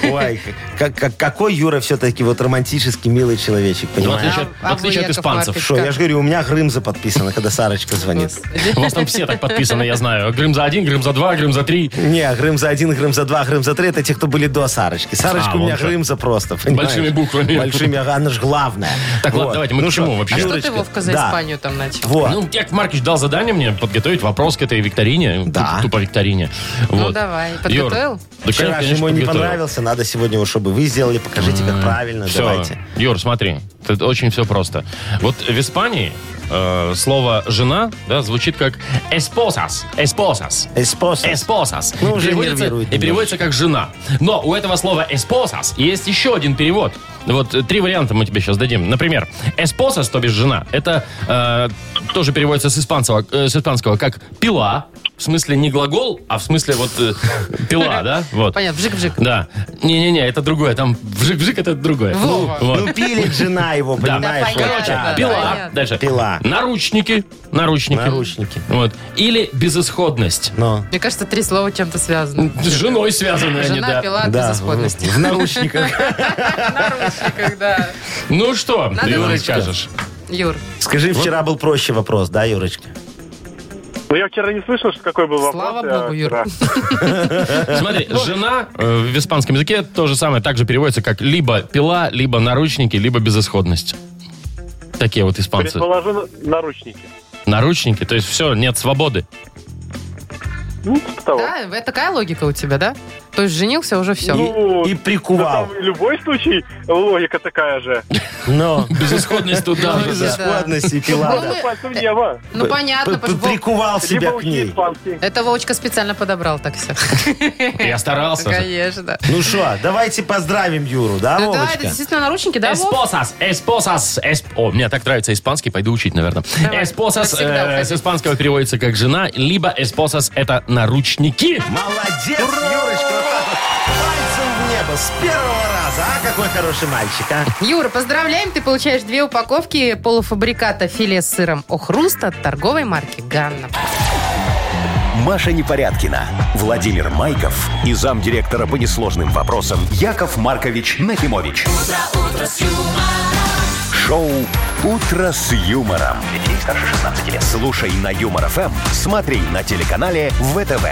[SPEAKER 4] Ой, как, как- какой Юра все-таки вот романтический, милый человечек,
[SPEAKER 2] В
[SPEAKER 4] понимаешь?
[SPEAKER 2] отличие от- в
[SPEAKER 3] А вы,
[SPEAKER 2] отличие от
[SPEAKER 3] Яков
[SPEAKER 2] испанцев.
[SPEAKER 3] Маркович,
[SPEAKER 4] Что, я же говорю, у меня Грымза подписана, когда Сарочка звонит.
[SPEAKER 2] У вас там все так подписаны, я знаю. Грым за один, грым за два, грым за три.
[SPEAKER 4] Не, Грымза один, Грымза два, Грымза три, это те, кто были до Сарочки. Сарочка
[SPEAKER 2] А,
[SPEAKER 4] у меня
[SPEAKER 2] вот как.
[SPEAKER 4] Грымза просто, понимаешь?
[SPEAKER 2] Большими буквами.
[SPEAKER 4] Большими, а она же главная. Ну
[SPEAKER 2] Так, ладно, давайте, мы к чему
[SPEAKER 4] что,
[SPEAKER 2] вообще?
[SPEAKER 3] А что ты,
[SPEAKER 4] Юрочка,
[SPEAKER 3] Вовка, за
[SPEAKER 4] да,
[SPEAKER 3] Испанию там начал?
[SPEAKER 4] Вот.
[SPEAKER 2] Ну, Яков Маркович дал задание мне подготовить вопрос к этой викторине.
[SPEAKER 4] Да.
[SPEAKER 2] туп- Тупо викторине.
[SPEAKER 3] Ну
[SPEAKER 2] Вот.
[SPEAKER 3] давай,
[SPEAKER 2] Юр,
[SPEAKER 3] подготовил?
[SPEAKER 2] да,
[SPEAKER 4] Вчера
[SPEAKER 2] конечно,
[SPEAKER 4] ему не
[SPEAKER 2] подготовил.
[SPEAKER 4] понравился, надо сегодня, вот, чтобы вы сделали, покажите, как правильно,
[SPEAKER 2] Всё.
[SPEAKER 4] давайте.
[SPEAKER 2] Юр, смотри, это очень все просто. Вот в Испании э, слово «жена» да, звучит как «esposas», «esposas».
[SPEAKER 4] Эспоса.
[SPEAKER 2] Эспосас.
[SPEAKER 4] Ну, уже
[SPEAKER 2] переводится,
[SPEAKER 4] нервирует
[SPEAKER 2] и переводится как жена. Но у этого слова эспосас есть еще один перевод. Вот э, три варианта мы тебе сейчас дадим. Например, эспосас, то бишь жена, это э, тоже переводится с испанского, э, с испанского как пила. В смысле не глагол, а в смысле вот э, пила, да? Вот.
[SPEAKER 3] Понятно, вжик-вжик.
[SPEAKER 2] Да. Не-не-не, это другое. Там вжик-вжик это другое.
[SPEAKER 3] Вова.
[SPEAKER 2] Вот.
[SPEAKER 4] Ну, пилит жена его,
[SPEAKER 2] Да.
[SPEAKER 4] понимаешь? вот,
[SPEAKER 3] понятно,
[SPEAKER 4] да.
[SPEAKER 2] Пила. а?
[SPEAKER 3] понятно.
[SPEAKER 2] Дальше.
[SPEAKER 4] Пила.
[SPEAKER 2] Наручники. Наручники.
[SPEAKER 4] Наручники.
[SPEAKER 2] Вот. Или безысходность.
[SPEAKER 4] Но.
[SPEAKER 3] Мне кажется, три слова чем-то связаны.
[SPEAKER 2] С женой связаны они,
[SPEAKER 3] Жена
[SPEAKER 2] э, да.
[SPEAKER 3] пила от
[SPEAKER 4] Да,
[SPEAKER 3] безысходности.
[SPEAKER 4] В наручниках.
[SPEAKER 3] В наручниках, да.
[SPEAKER 2] Ну что,
[SPEAKER 3] Надо
[SPEAKER 2] ты
[SPEAKER 3] было.
[SPEAKER 2] расскажешь.
[SPEAKER 3] Юр,
[SPEAKER 4] Скажи, вчера был проще вопрос, да, Юрочка?
[SPEAKER 7] Ну, я вчера не слышал, что какой был вопрос. а,
[SPEAKER 3] слава богу,
[SPEAKER 7] я
[SPEAKER 3] Юр.
[SPEAKER 7] вчера-
[SPEAKER 2] Смотри,
[SPEAKER 3] Ну.
[SPEAKER 2] жена э, в испанском языке то же самое, также переводится как либо пила, либо наручники, либо безысходность. Такие вот испанцы.
[SPEAKER 7] Предположу на- наручники.
[SPEAKER 2] Наручники, то есть все, нет свободы.
[SPEAKER 7] Ну, типа того.
[SPEAKER 3] Да, э, такая логика у тебя, да? То есть женился уже все.
[SPEAKER 7] Ну,
[SPEAKER 4] И
[SPEAKER 7] да
[SPEAKER 4] прикувал.
[SPEAKER 7] там любой случай логика такая же.
[SPEAKER 2] Ну,
[SPEAKER 4] Но
[SPEAKER 2] Безысходность туда.
[SPEAKER 3] Ну,
[SPEAKER 2] же.
[SPEAKER 3] да.
[SPEAKER 4] безысходность и пила.
[SPEAKER 3] Ну,
[SPEAKER 4] да.
[SPEAKER 3] мы-
[SPEAKER 7] Типа, Пальцем в небо.
[SPEAKER 3] Ну, понятно,
[SPEAKER 4] П- п-
[SPEAKER 3] потому что Вов-
[SPEAKER 4] Прикувал себя
[SPEAKER 7] Либо
[SPEAKER 4] к
[SPEAKER 7] учи
[SPEAKER 4] ней.
[SPEAKER 7] испанский.
[SPEAKER 3] это Вовочка специально подобрал так все.
[SPEAKER 2] Я старался.
[SPEAKER 3] Конечно.
[SPEAKER 4] Ну что, давайте поздравим Юру,
[SPEAKER 2] А
[SPEAKER 4] да,
[SPEAKER 3] Ну да, это
[SPEAKER 4] Вовочка?
[SPEAKER 3] действительно наручники, да, Вов?
[SPEAKER 2] Эспосас, эспосас, эсп- О, мне так нравится испанский, пойду учить, наверное.
[SPEAKER 3] Давай.
[SPEAKER 2] Эспосас
[SPEAKER 3] Навсегда
[SPEAKER 2] э,
[SPEAKER 3] уходи.
[SPEAKER 2] с испанского переводится как жена, либо эспосас это наручники.
[SPEAKER 4] Молодец, Юрочка. вот так вот. Пальцем в небо. небо с первого раза. А какой хороший мальчик, а?
[SPEAKER 3] Юра, поздравляем, ты получаешь две упаковки полуфабриката филе с сыром «Охруст» от торговой марки «Ганна».
[SPEAKER 1] Маша Непорядкина, Владимир Майков и замдиректора по несложным вопросам Яков Маркович Нахимович. Шоу Утро с юмором. Детей старше 16 лет. Слушай на юмор ФМ, смотри на телеканале ВТВ.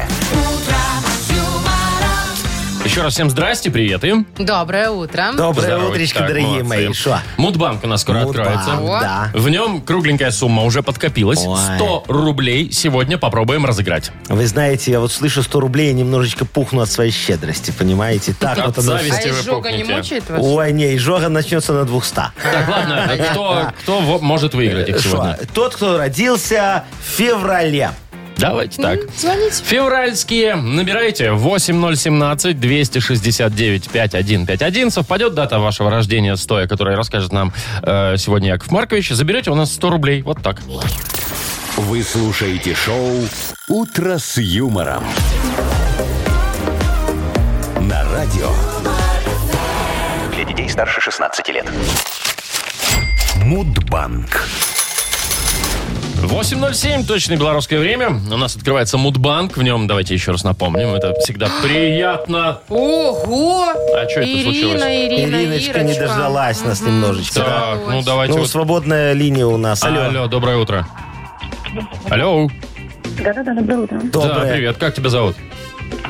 [SPEAKER 2] Еще раз всем здрасте, привет им.
[SPEAKER 3] Доброе утро.
[SPEAKER 4] Доброе
[SPEAKER 2] Здорово,
[SPEAKER 4] утречко,
[SPEAKER 2] так,
[SPEAKER 4] дорогие
[SPEAKER 2] молодцы.
[SPEAKER 4] мои. Шо?
[SPEAKER 2] Мудбанк у нас скоро
[SPEAKER 4] Мудбанк,
[SPEAKER 2] откроется.
[SPEAKER 4] да.
[SPEAKER 2] В нем кругленькая сумма уже подкопилась.
[SPEAKER 4] Ой.
[SPEAKER 2] 100 рублей сегодня попробуем разыграть.
[SPEAKER 4] Вы знаете, я вот слышу 100 рублей и немножечко пухну от своей щедрости, понимаете? Так
[SPEAKER 2] От
[SPEAKER 4] вот оно
[SPEAKER 2] зависти.
[SPEAKER 3] А
[SPEAKER 4] всё.
[SPEAKER 2] Если вы
[SPEAKER 3] изжога не
[SPEAKER 2] пукнете.
[SPEAKER 3] мучает вас?
[SPEAKER 4] Ой, не, изжога начнется на 200.
[SPEAKER 2] Так, ладно, кто, кто во- может выиграть их
[SPEAKER 4] Шо?
[SPEAKER 2] сегодня?
[SPEAKER 4] Тот, кто родился в феврале.
[SPEAKER 2] Давайте так.
[SPEAKER 3] Звоните.
[SPEAKER 2] Февральские. Набирайте 8017-269-5151. Совпадет дата вашего рождения стоя, которая расскажет нам э, сегодня Яков Маркович. Заберете у нас 100 рублей. Вот так.
[SPEAKER 1] Вы слушаете шоу Утро с юмором. На радио
[SPEAKER 5] Для детей старше 16 лет.
[SPEAKER 1] Мудбанк.
[SPEAKER 2] 8.07, точное белорусское время. У нас открывается Мудбанк. В нем, давайте еще раз напомним, это всегда приятно.
[SPEAKER 3] Ого!
[SPEAKER 2] А чё это случилось?
[SPEAKER 3] Ирина, Ирина,
[SPEAKER 4] Ириночка не
[SPEAKER 3] Ирочка.
[SPEAKER 4] дождалась нас немножечко. да?
[SPEAKER 2] Так, ну давайте
[SPEAKER 4] Ну,
[SPEAKER 2] вот.
[SPEAKER 4] свободная линия у нас. Алло.
[SPEAKER 2] Алло, доброе утро. Алло.
[SPEAKER 8] Да-да-да, доброе утро.
[SPEAKER 4] Доброе.
[SPEAKER 2] Да, привет. Как тебя зовут?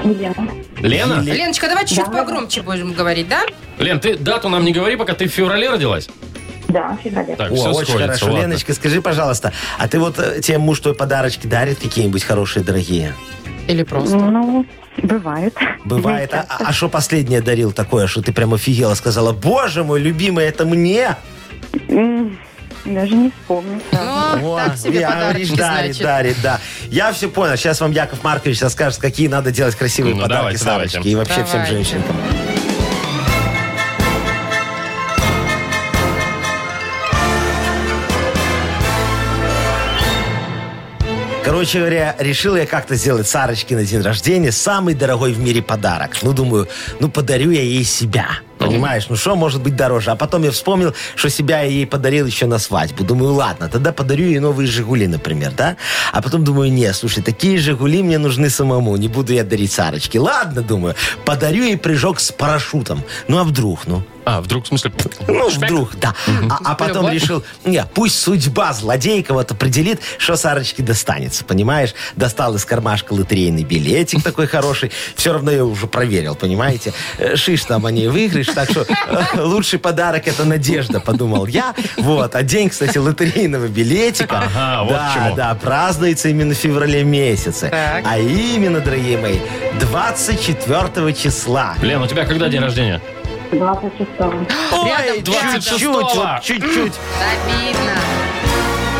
[SPEAKER 8] Елена.
[SPEAKER 2] Лена? Лен,
[SPEAKER 3] Леночка, давай чуть-чуть погромче будем говорить, да?
[SPEAKER 2] ты дату нам не говори, пока ты в феврале родилась.
[SPEAKER 8] Да, в феврале.
[SPEAKER 2] Так,
[SPEAKER 4] О,
[SPEAKER 2] все
[SPEAKER 4] очень
[SPEAKER 2] сходится.
[SPEAKER 4] хорошо.
[SPEAKER 2] ладно.
[SPEAKER 4] Леночка, скажи, пожалуйста, а ты вот э, тебе муж твой подарочки дарит какие-нибудь хорошие, дорогие?
[SPEAKER 3] Или просто?
[SPEAKER 8] Ну, бывает.
[SPEAKER 4] Бывает. А- А что последнее дарил такое, что ты прям офигела, сказала, боже мой, любимый, это мне?
[SPEAKER 8] М, Даже не вспомню.
[SPEAKER 3] Ну,
[SPEAKER 4] О,
[SPEAKER 3] так себе
[SPEAKER 4] я,
[SPEAKER 3] подарочки,
[SPEAKER 4] говоришь, дарит,
[SPEAKER 3] значит.
[SPEAKER 4] дарит, да. Я все понял. Сейчас вам Яков Маркович расскажет, какие надо делать красивые
[SPEAKER 2] Ну,
[SPEAKER 4] подарки
[SPEAKER 2] давайте, давайте.
[SPEAKER 4] Сарочке и вообще всем
[SPEAKER 3] Давайте.
[SPEAKER 4] женщинам. Короче говоря, решил я как-то сделать Сарочке на день рождения самый дорогой в мире подарок. Ну, думаю, ну подарю я ей себя. Понимаешь, ну что может быть дороже? А потом я вспомнил, что себя я ей подарил еще на свадьбу. Думаю, ладно, тогда подарю ей новые «Жигули», например, да? А потом думаю, не, слушай, такие «Жигули» мне нужны самому, не буду я дарить Сарочке. Ладно, думаю, подарю ей прыжок с парашютом. Ну, а вдруг, ну?
[SPEAKER 2] А, вдруг, в смысле...
[SPEAKER 4] Ну, вдруг, да. А, а потом
[SPEAKER 3] Любовь.
[SPEAKER 4] решил, не, пусть судьба злодейка вот определит, что Сарочке достанется, понимаешь? Достал из кармашка лотерейный билетик такой хороший. Все равно я уже проверил, понимаете? Э, Шиш там о ней выиграешь, так что э, лучший подарок это надежда, подумал я. Вот, а день, кстати, лотерейного билетика.
[SPEAKER 2] Ага, вот
[SPEAKER 4] да,
[SPEAKER 2] чему.
[SPEAKER 4] да, празднуется именно в феврале месяце.
[SPEAKER 3] Так.
[SPEAKER 4] А именно, дорогие мои, 24 числа.
[SPEAKER 2] Лен, у тебя когда день рождения?
[SPEAKER 8] 26-го.
[SPEAKER 3] Рядом
[SPEAKER 4] Ой,
[SPEAKER 2] 26-го.
[SPEAKER 4] чуть-чуть, вот чуть-чуть.
[SPEAKER 3] Обидно.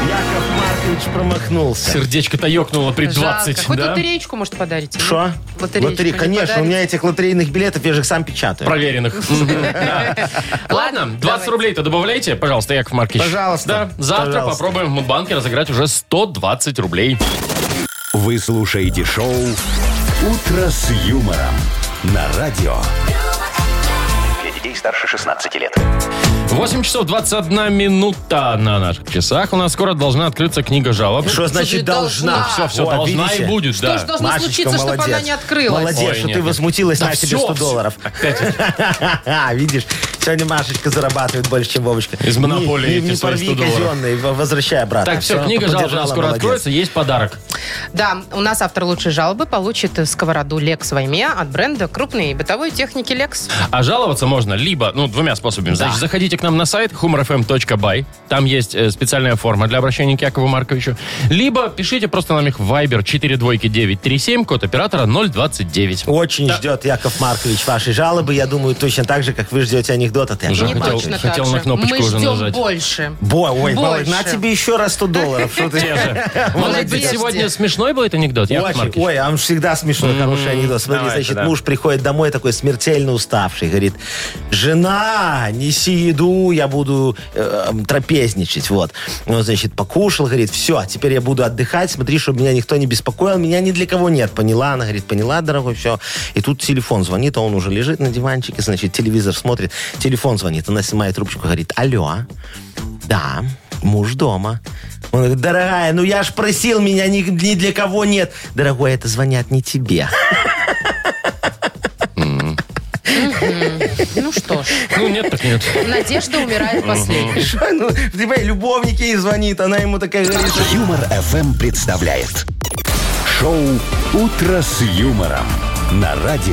[SPEAKER 4] Яков Маркович промахнулся.
[SPEAKER 2] Сердечко-то ёкнуло при
[SPEAKER 3] Жалко.
[SPEAKER 2] 20,
[SPEAKER 3] Хоть
[SPEAKER 2] да?
[SPEAKER 3] лотереечку, может, подарите?
[SPEAKER 4] Что?
[SPEAKER 3] Лотереечку не
[SPEAKER 4] Лотери- Конечно, у
[SPEAKER 3] подарите?
[SPEAKER 4] меня этих лотерейных билетов, я же их сам печатаю.
[SPEAKER 2] Проверенных. Мгм, да. Ладно, 20
[SPEAKER 3] давайте.
[SPEAKER 2] рублей-то добавляйте, пожалуйста, Яков Маркич.
[SPEAKER 4] Пожалуйста.
[SPEAKER 2] Да, завтра
[SPEAKER 4] Пожалуйста.
[SPEAKER 2] попробуем в Мудбанке разыграть уже 120 рублей.
[SPEAKER 1] Вы слушаете шоу Утро с юмором. На радио
[SPEAKER 5] Для детей старше 16 лет.
[SPEAKER 2] 8 часов 21 минута на наших часах. У нас скоро должна открыться книга жалоб.
[SPEAKER 4] Что значит должна?
[SPEAKER 3] должна?
[SPEAKER 2] Все, все,
[SPEAKER 4] О,
[SPEAKER 2] должна
[SPEAKER 4] видите?
[SPEAKER 2] и будет,
[SPEAKER 3] Что
[SPEAKER 2] да.
[SPEAKER 3] ж должно
[SPEAKER 4] Машечка,
[SPEAKER 3] случиться, чтобы она
[SPEAKER 4] молодец.
[SPEAKER 3] не открылась?
[SPEAKER 4] Молодец,
[SPEAKER 2] Ой,
[SPEAKER 4] что
[SPEAKER 2] нет,
[SPEAKER 4] ты
[SPEAKER 2] нет.
[SPEAKER 4] возмутилась,
[SPEAKER 2] Да
[SPEAKER 4] на тебе
[SPEAKER 2] всё,
[SPEAKER 4] 100 долларов.
[SPEAKER 2] Опять
[SPEAKER 4] Видишь, сегодня Машечка зарабатывает больше, чем Вовочка.
[SPEAKER 2] Из монополии
[SPEAKER 4] Не-
[SPEAKER 2] эти
[SPEAKER 4] Не, не
[SPEAKER 2] свои
[SPEAKER 4] порви
[SPEAKER 2] 100 долларов.
[SPEAKER 4] казенные, в- возвращай обратно.
[SPEAKER 2] Так, все,
[SPEAKER 4] Всё,
[SPEAKER 2] книга жалоб у
[SPEAKER 4] поддержала,
[SPEAKER 2] нас скоро
[SPEAKER 4] молодец.
[SPEAKER 2] откроется, есть подарок.
[SPEAKER 3] Да, у нас автор лучшей жалобы получит э, сковороду Lex Ваймя от бренда крупной бытовой техники Lex.
[SPEAKER 2] А жаловаться можно либо, ну, двумя способами. Значит, заходите к нам на сайт humorfm.by. Там есть э, специальная форма для обращения к Якову Марковичу. Либо пишите просто нам их в Viber 42937, код оператора 029.
[SPEAKER 4] Очень ждет Яков Маркович ваши жалобы. Я думаю, точно так же, как вы ждете анекдот от
[SPEAKER 2] Уже
[SPEAKER 3] Не
[SPEAKER 4] Якова
[SPEAKER 2] хотел-
[SPEAKER 4] Марковича.
[SPEAKER 3] точно так
[SPEAKER 2] хотел
[SPEAKER 3] же.
[SPEAKER 2] на кнопочку
[SPEAKER 3] Мы
[SPEAKER 2] уже
[SPEAKER 3] ждем
[SPEAKER 2] нажать.
[SPEAKER 3] больше.
[SPEAKER 4] Бо, ой,
[SPEAKER 3] Больше.
[SPEAKER 4] на тебе еще раз 100 долларов. Что ты?
[SPEAKER 2] Те же. Может быть,
[SPEAKER 3] Молодец.
[SPEAKER 2] сегодня смешной будет анекдот, Яков
[SPEAKER 4] Очень.
[SPEAKER 2] Маркович?
[SPEAKER 4] Ой, а он всегда смешной, хороший анекдот. Смотри,
[SPEAKER 2] Давайте,
[SPEAKER 4] значит,
[SPEAKER 2] да.
[SPEAKER 4] муж приходит домой такой смертельно уставший, говорит, жена, неси еду хочу, я буду э, эм, трапезничать, вот. Он, значит, покушал, говорит, все, теперь я буду отдыхать, смотри, чтобы меня никто не беспокоил, меня ни для кого нет, поняла? Она говорит, поняла, дорогой, все. И тут телефон звонит, а он уже лежит на диванчике, значит, телевизор смотрит, телефон звонит, она снимает трубочку, говорит, алло, а?» да, муж дома. Он говорит, дорогая, ну я ж просил, меня ни, ни для кого нет. Дорогой, это звонят не тебе.
[SPEAKER 3] Ну что ж,
[SPEAKER 2] Ну, нет, так нет.
[SPEAKER 3] надежда умирает последней.
[SPEAKER 4] Шо, Ну, тебе любовники ей звонит, она ему такая говорит, что
[SPEAKER 1] Юмор FM представляет шоу Утро с юмором на радио.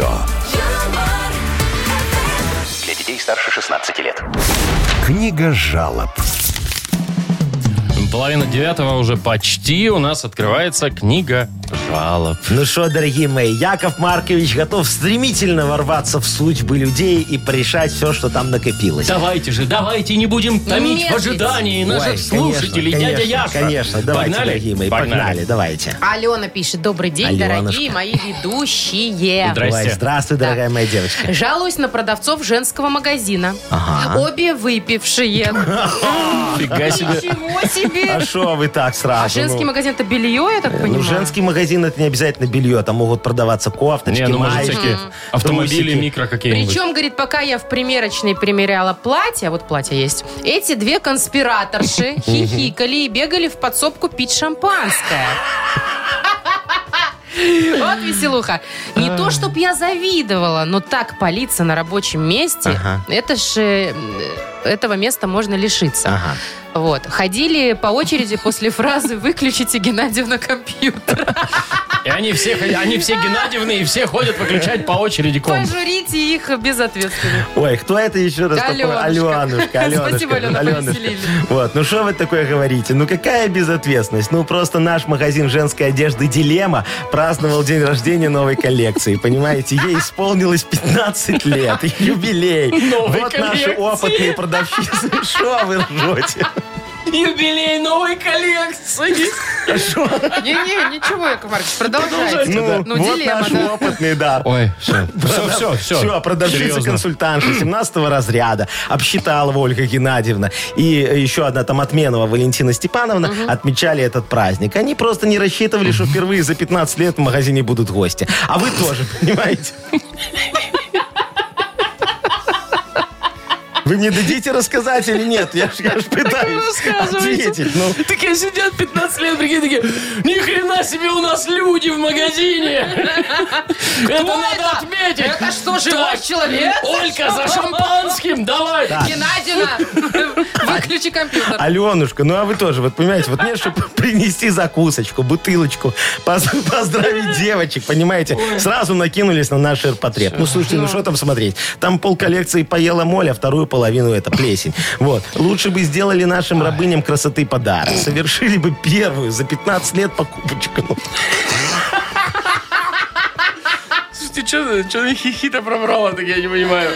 [SPEAKER 9] юмор,
[SPEAKER 5] Для детей старше 16 лет.
[SPEAKER 1] Книга жалоб.
[SPEAKER 2] Половина девятого уже почти у нас открывается книга жалоб.
[SPEAKER 4] Ну что, дорогие мои, Яков Маркович готов стремительно ворваться в судьбы людей и порешать все, что там накопилось.
[SPEAKER 2] Давайте же, давайте не будем томить в
[SPEAKER 3] Медлить.
[SPEAKER 2] ожидании
[SPEAKER 4] Ой,
[SPEAKER 2] наших
[SPEAKER 4] конечно,
[SPEAKER 2] слушателей,
[SPEAKER 4] конечно,
[SPEAKER 2] дядя Яша.
[SPEAKER 4] Конечно, давайте,
[SPEAKER 2] Погнали?
[SPEAKER 4] дорогие мои, погнали, давайте.
[SPEAKER 3] Алена пишет, добрый день, дорогие
[SPEAKER 4] Аленушка.
[SPEAKER 3] мои ведущие.
[SPEAKER 2] Здрасте.
[SPEAKER 4] Давай, здравствуй,
[SPEAKER 3] Да.
[SPEAKER 4] дорогая моя девочка.
[SPEAKER 3] Жалуюсь на продавцов женского магазина.
[SPEAKER 4] Ага.
[SPEAKER 3] Обе выпившие.
[SPEAKER 2] Фига себе.
[SPEAKER 3] Ничего себе!
[SPEAKER 4] А шо вы так сразу?
[SPEAKER 3] А женский
[SPEAKER 4] ну?
[SPEAKER 3] магазин это белье, я так
[SPEAKER 4] Ну,
[SPEAKER 3] понимаю?
[SPEAKER 4] женский магазин это не обязательно белье, там могут продаваться кофточки,
[SPEAKER 2] Не, ну может
[SPEAKER 4] маечки,
[SPEAKER 2] всякие автомобили,
[SPEAKER 4] трусики.
[SPEAKER 2] микро какие-нибудь.
[SPEAKER 3] Причем, говорит, пока я в примерочной примеряла платье, вот платье есть, эти две конспираторши хихикали и бегали в подсобку пить шампанское. Вот веселуха. Не то, чтоб я завидовала, но так палиться на рабочем месте,
[SPEAKER 4] Ага.
[SPEAKER 3] это ж э, этого места можно лишиться.
[SPEAKER 4] Ага.
[SPEAKER 3] Вот. Ходили по очереди после фразы «выключите Геннадьевна компьютер».
[SPEAKER 2] И они все, они все Геннадьевны и все ходят выключать по очереди комп.
[SPEAKER 3] Пожурите их безответственно.
[SPEAKER 4] Ой, кто это еще раз такой?
[SPEAKER 3] Аленушка.
[SPEAKER 4] Аленушка, Аленушка.
[SPEAKER 3] Спасибо, Алена,
[SPEAKER 4] Аленушка.
[SPEAKER 3] повеселили.
[SPEAKER 4] Вот, ну что вы такое говорите? Ну какая безответственность? Ну просто наш магазин женской одежды «Дилемма» праздновал день рождения новой коллекции. Понимаете, ей исполнилось 15 лет. Юбилей.
[SPEAKER 2] Новой
[SPEAKER 4] Вот наши
[SPEAKER 2] коллекции.
[SPEAKER 4] опытные продавщицы. Что вы ржете?
[SPEAKER 2] Юбилей новой коллекции.
[SPEAKER 3] Не-не, ничего, Яков Маркович, продолжайте.
[SPEAKER 4] Ну,
[SPEAKER 3] Ну,
[SPEAKER 4] вот
[SPEAKER 3] дилемма,
[SPEAKER 4] наши
[SPEAKER 3] да.
[SPEAKER 4] опытные, да.
[SPEAKER 2] Ой, все. Все, все, все.
[SPEAKER 4] а
[SPEAKER 2] Серьезно.
[SPEAKER 4] продавщица-консультантша 17 разряда. Обсчиталова Ольга Геннадьевна. И еще одна там Отменова Валентина Степановна отмечали этот праздник. Они просто не рассчитывали, что впервые за 15 лет в магазине будут гости. А вы тоже, понимаете? Вы мне дадите рассказать или нет? Я же, я ж пытаюсь
[SPEAKER 2] рассказываете?
[SPEAKER 4] ответить. Ну,
[SPEAKER 2] Такие сидят 15 лет, прикинь, такие, ни хрена себе у нас люди в магазине. Это надо отметить.
[SPEAKER 3] Это что, живой
[SPEAKER 2] Так,
[SPEAKER 3] человек?
[SPEAKER 2] Ольга, за шампанским, давай.
[SPEAKER 3] Геннадьевна, выключи компьютер.
[SPEAKER 4] Аленушка, ну а вы тоже, вот понимаете, вот мне, чтобы принести закусочку, бутылочку, поз- поздравить девочек, понимаете, сразу накинулись на наш ширпотреб. Ну, слушайте, ну что там смотреть? Там пол коллекции поела моль, а вторую половину это плесень. Вот. Лучше бы сделали нашим рабыням красоты подарок. Совершили бы первую за 15 лет покупочку. Ну,
[SPEAKER 2] Ты что на хихи-то пробрала, так я не понимаю.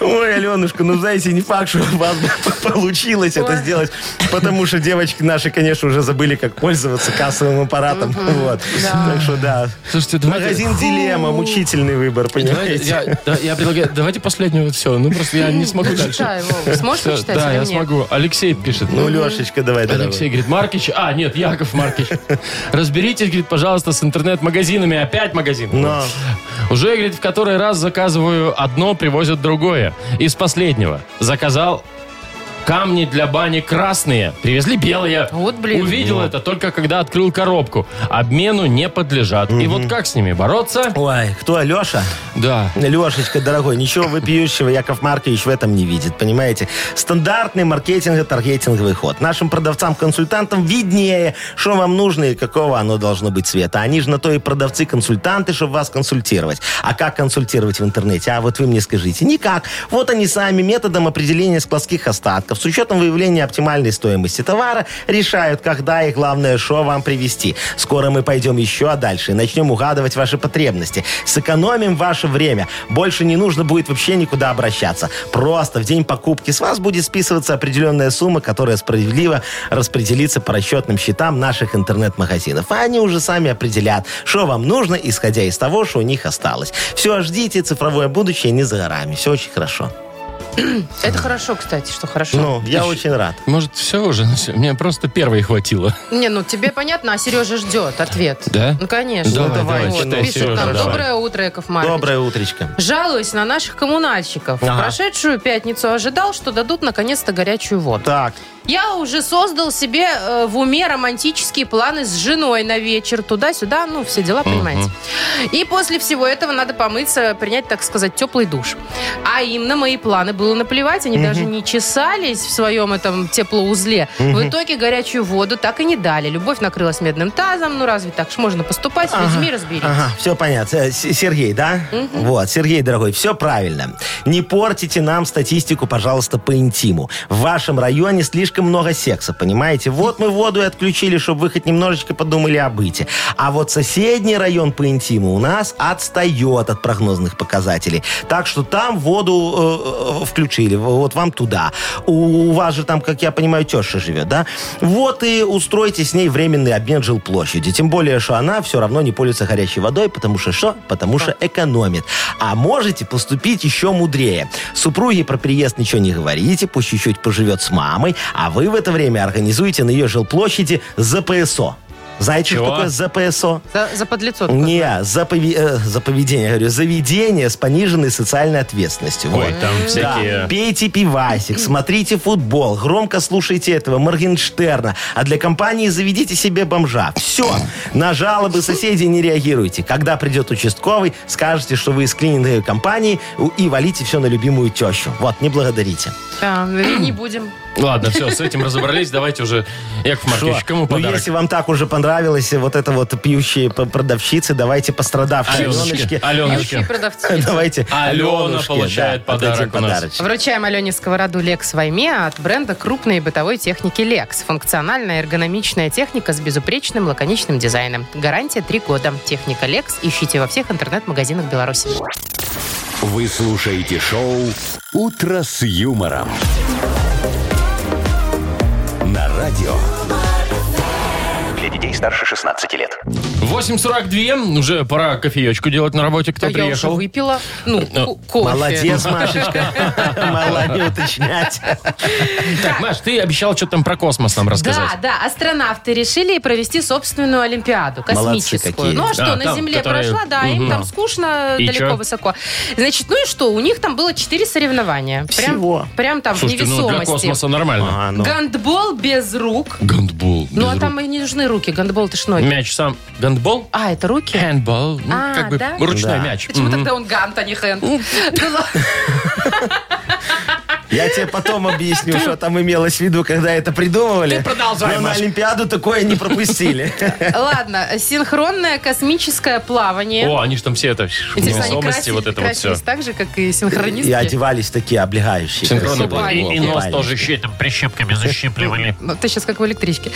[SPEAKER 4] Ой, Аленушка, ну знаете, не факт, что у вас бы получилось это сделать, потому что девочки наши, конечно, уже забыли, как пользоваться кассовым аппаратом. Вот. Так что да.
[SPEAKER 2] Слушайте, давайте-
[SPEAKER 4] Магазин дилемма, мучительный выбор, понимаете?
[SPEAKER 2] я, да, я предлагаю, давайте последнее вот все. Ну, просто я не смогу
[SPEAKER 3] Читай, Вова. Сможешь
[SPEAKER 2] Всё,
[SPEAKER 3] прочитать
[SPEAKER 2] Да,
[SPEAKER 3] или
[SPEAKER 2] я
[SPEAKER 3] нет?
[SPEAKER 2] смогу. Алексей пишет.
[SPEAKER 4] Ну, Лешечка, давай,
[SPEAKER 2] Алексей
[SPEAKER 4] дорогой.
[SPEAKER 2] говорит, Маркич, а, нет, Яков Маркич. Разберитесь, говорит, пожалуйста, с интернет-магазинами. Опять магазин.
[SPEAKER 4] Но.
[SPEAKER 2] Уже, говорит, в который раз заказываю одно, привозят другое. Из последнего. Заказал камни для бани красные. Привезли белые.
[SPEAKER 3] Вот блин.
[SPEAKER 2] Увидел это только когда открыл коробку. Обмену не подлежат. И вот как с ними бороться?
[SPEAKER 4] Ой, кто, Алеша?
[SPEAKER 2] Да.
[SPEAKER 4] Лешечка, дорогой, ничего вопиющего Яков Маркович в этом не видит, понимаете? Стандартный маркетинго-таргетинговый ход. Нашим продавцам-консультантам виднее, что вам нужно и какого оно должно быть цвета. Они же на то и продавцы-консультанты, чтобы вас консультировать. А как консультировать в интернете? А вот вы мне скажите. Никак. Вот они сами методом определения складских остатков с учетом выявления оптимальной стоимости товара решают, когда и главное, что вам привезти. Скоро мы пойдем еще дальше и начнем угадывать ваши потребности. Сэкономим ваше время. Больше не нужно будет вообще никуда обращаться. Просто в день покупки с вас будет списываться определенная сумма, которая справедливо распределится по расчетным счетам наших интернет-магазинов. А они уже сами определят, что вам нужно, исходя из того, что у них осталось. Все, ждите, цифровое будущее не за горами. Все очень хорошо.
[SPEAKER 3] Это хорошо, кстати, что хорошо.
[SPEAKER 4] Ну, я очень рад.
[SPEAKER 2] Может, все уже? Всё, Мне просто первой хватило.
[SPEAKER 3] Не, ну тебе понятно, а Сережа ждет ответ.
[SPEAKER 2] Да?
[SPEAKER 3] Ну, конечно.
[SPEAKER 2] Давай,
[SPEAKER 3] Вот,
[SPEAKER 2] давай,
[SPEAKER 3] вот,
[SPEAKER 2] читай,
[SPEAKER 3] пишет
[SPEAKER 2] Сережа,
[SPEAKER 3] нам,
[SPEAKER 2] давай.
[SPEAKER 3] Доброе утро, Яков Маркович.
[SPEAKER 4] Доброе утречко.
[SPEAKER 3] Жалуюсь на наших коммунальщиков.
[SPEAKER 4] Ага.
[SPEAKER 3] В Прошедшую пятницу ожидал, что дадут наконец-то горячую воду.
[SPEAKER 4] Так,
[SPEAKER 3] Я уже создал себе э, в уме романтические планы с женой на вечер, туда-сюда, ну, все дела, понимаете. И после всего этого надо помыться, принять, так сказать, теплый душ. А им на мои планы было наплевать, они даже не чесались в своем этом теплоузле. В итоге горячую воду так и не дали. Любовь накрылась медным тазом, ну, разве так ж можно поступать? С людьми разберись.
[SPEAKER 4] Ага, все понятно. Э, С- Сергей, да? Вот, Сергей, дорогой, все правильно. Не портите нам статистику, пожалуйста, по интиму. В вашем районе слишком много секса, понимаете? Вот мы воду и отключили, чтобы вы хоть немножечко подумали о быте. А вот соседний район по интиму у нас отстает от прогнозных показателей. Так что там воду э, э, включили, вот вам туда. У, у вас же там, как я понимаю, теща живет, да? Вот и устройте с ней временный обмен жилплощади. Тем более, что она все равно не пользуется горячей водой, потому что что? Потому что экономит. А можете поступить еще мудрее. Супруге про переезд ничего не говорите, пусть чуть-чуть поживет с мамой, а вы в это время организуете на ее жилплощади ЗПСО. Знаете,
[SPEAKER 2] Чего?
[SPEAKER 4] что такое ЗПСО?
[SPEAKER 3] За, за подлецо.
[SPEAKER 4] Не, за, пови- э, за поведение, я говорю, заведение с пониженной социальной ответственностью. Вот.
[SPEAKER 2] Ой, там
[SPEAKER 4] Да,
[SPEAKER 2] всякие...
[SPEAKER 4] пейте пивасик, смотрите футбол, громко слушайте этого Моргенштерна, а для компании заведите себе бомжа. Все. На жалобы соседей не реагируйте. Когда придет участковый, скажете, что вы из клининговой компании у- и валите все на любимую тещу. Вот, не благодарите.
[SPEAKER 3] Да, Э, не будем.
[SPEAKER 2] Ладно, все, с этим разобрались. Давайте уже, Яков Маркович,
[SPEAKER 4] Что?
[SPEAKER 2] кому
[SPEAKER 4] ну,
[SPEAKER 2] подарок?
[SPEAKER 4] если вам так уже понравилось э, вот это вот пьющие п- продавщицы, давайте пострадавшие.
[SPEAKER 2] Аленочки. Аленочки.
[SPEAKER 3] Пьющие продавцы.
[SPEAKER 4] Давайте.
[SPEAKER 2] Алена
[SPEAKER 4] Аленушке,
[SPEAKER 2] получает
[SPEAKER 4] да,
[SPEAKER 2] подарок
[SPEAKER 4] отдадим
[SPEAKER 2] у нас.
[SPEAKER 4] подарочек.
[SPEAKER 3] Вручаем Алене Сковороду «Лекс Вайме» от бренда крупной бытовой техники «Лекс». Функциональная эргономичная техника с безупречным лаконичным дизайном. Гарантия три года. Техника «Лекс» ищите во всех интернет-магазинах Беларуси.
[SPEAKER 1] Вы слушаете шоу «Утро с юмором». На радио.
[SPEAKER 5] Для детей старше 16 лет.
[SPEAKER 2] 8.42, уже пора кофеечку делать на работе, кто
[SPEAKER 3] Да я уже
[SPEAKER 2] приехал.
[SPEAKER 3] выпила. Ну, ко- кофе.
[SPEAKER 4] Э, Молодец, Машечка. Мало не уточнять.
[SPEAKER 2] Так, Маш, ты обещал что-то там про космос нам рассказать.
[SPEAKER 3] Да, да, астронавты решили провести собственную Олимпиаду
[SPEAKER 4] Молодцы
[SPEAKER 3] космическую.
[SPEAKER 4] какие.
[SPEAKER 3] Ну а что,
[SPEAKER 2] А,
[SPEAKER 3] на
[SPEAKER 2] там,
[SPEAKER 3] Земле
[SPEAKER 2] которые-
[SPEAKER 3] прошла, да, им
[SPEAKER 2] Мгм.
[SPEAKER 3] там скучно,
[SPEAKER 2] И
[SPEAKER 3] далеко,
[SPEAKER 2] чё?
[SPEAKER 3] высоко. Значит, ну и что, у них там было четыре соревнования. Прям,
[SPEAKER 4] Всего?
[SPEAKER 3] Прям там
[SPEAKER 2] Слушайте,
[SPEAKER 3] в
[SPEAKER 2] ну для
[SPEAKER 3] невесомости.
[SPEAKER 2] космоса нормально.
[SPEAKER 4] А, ну.
[SPEAKER 3] Гандбол без рук.
[SPEAKER 2] Гандбол. без
[SPEAKER 3] Ну, а
[SPEAKER 2] рук.
[SPEAKER 3] там и не нужны руки. Гандбол, ты ж ноги.
[SPEAKER 2] Мяч сам. Гандбол?
[SPEAKER 3] А, это руки?
[SPEAKER 2] Хэндбол. Ну,
[SPEAKER 3] А,
[SPEAKER 2] как бы
[SPEAKER 3] да?
[SPEAKER 2] ручной
[SPEAKER 4] Да.
[SPEAKER 2] мяч.
[SPEAKER 3] Почему
[SPEAKER 2] Мгм.
[SPEAKER 3] тогда он гант, а не хэнд?
[SPEAKER 4] Я тебе потом объясню, что там имелось в виду, когда это придумывали.
[SPEAKER 2] Ты продолжай,
[SPEAKER 4] Но на
[SPEAKER 2] Маш.
[SPEAKER 4] Олимпиаду такое не пропустили.
[SPEAKER 3] Ладно, синхронное космическое плавание.
[SPEAKER 2] О, они же там все это,
[SPEAKER 3] Интересно, они
[SPEAKER 2] невесомости,
[SPEAKER 3] красили-
[SPEAKER 2] вот это вот все.
[SPEAKER 3] красились так же, как и
[SPEAKER 4] И
[SPEAKER 3] синхронистки?
[SPEAKER 4] одевались такие облегающие.
[SPEAKER 2] Синхронно
[SPEAKER 4] красивые.
[SPEAKER 2] было. И, и нос
[SPEAKER 4] Купальники.
[SPEAKER 2] тоже еще там прищепками защипливали.
[SPEAKER 3] Ну, ты сейчас как в электричке.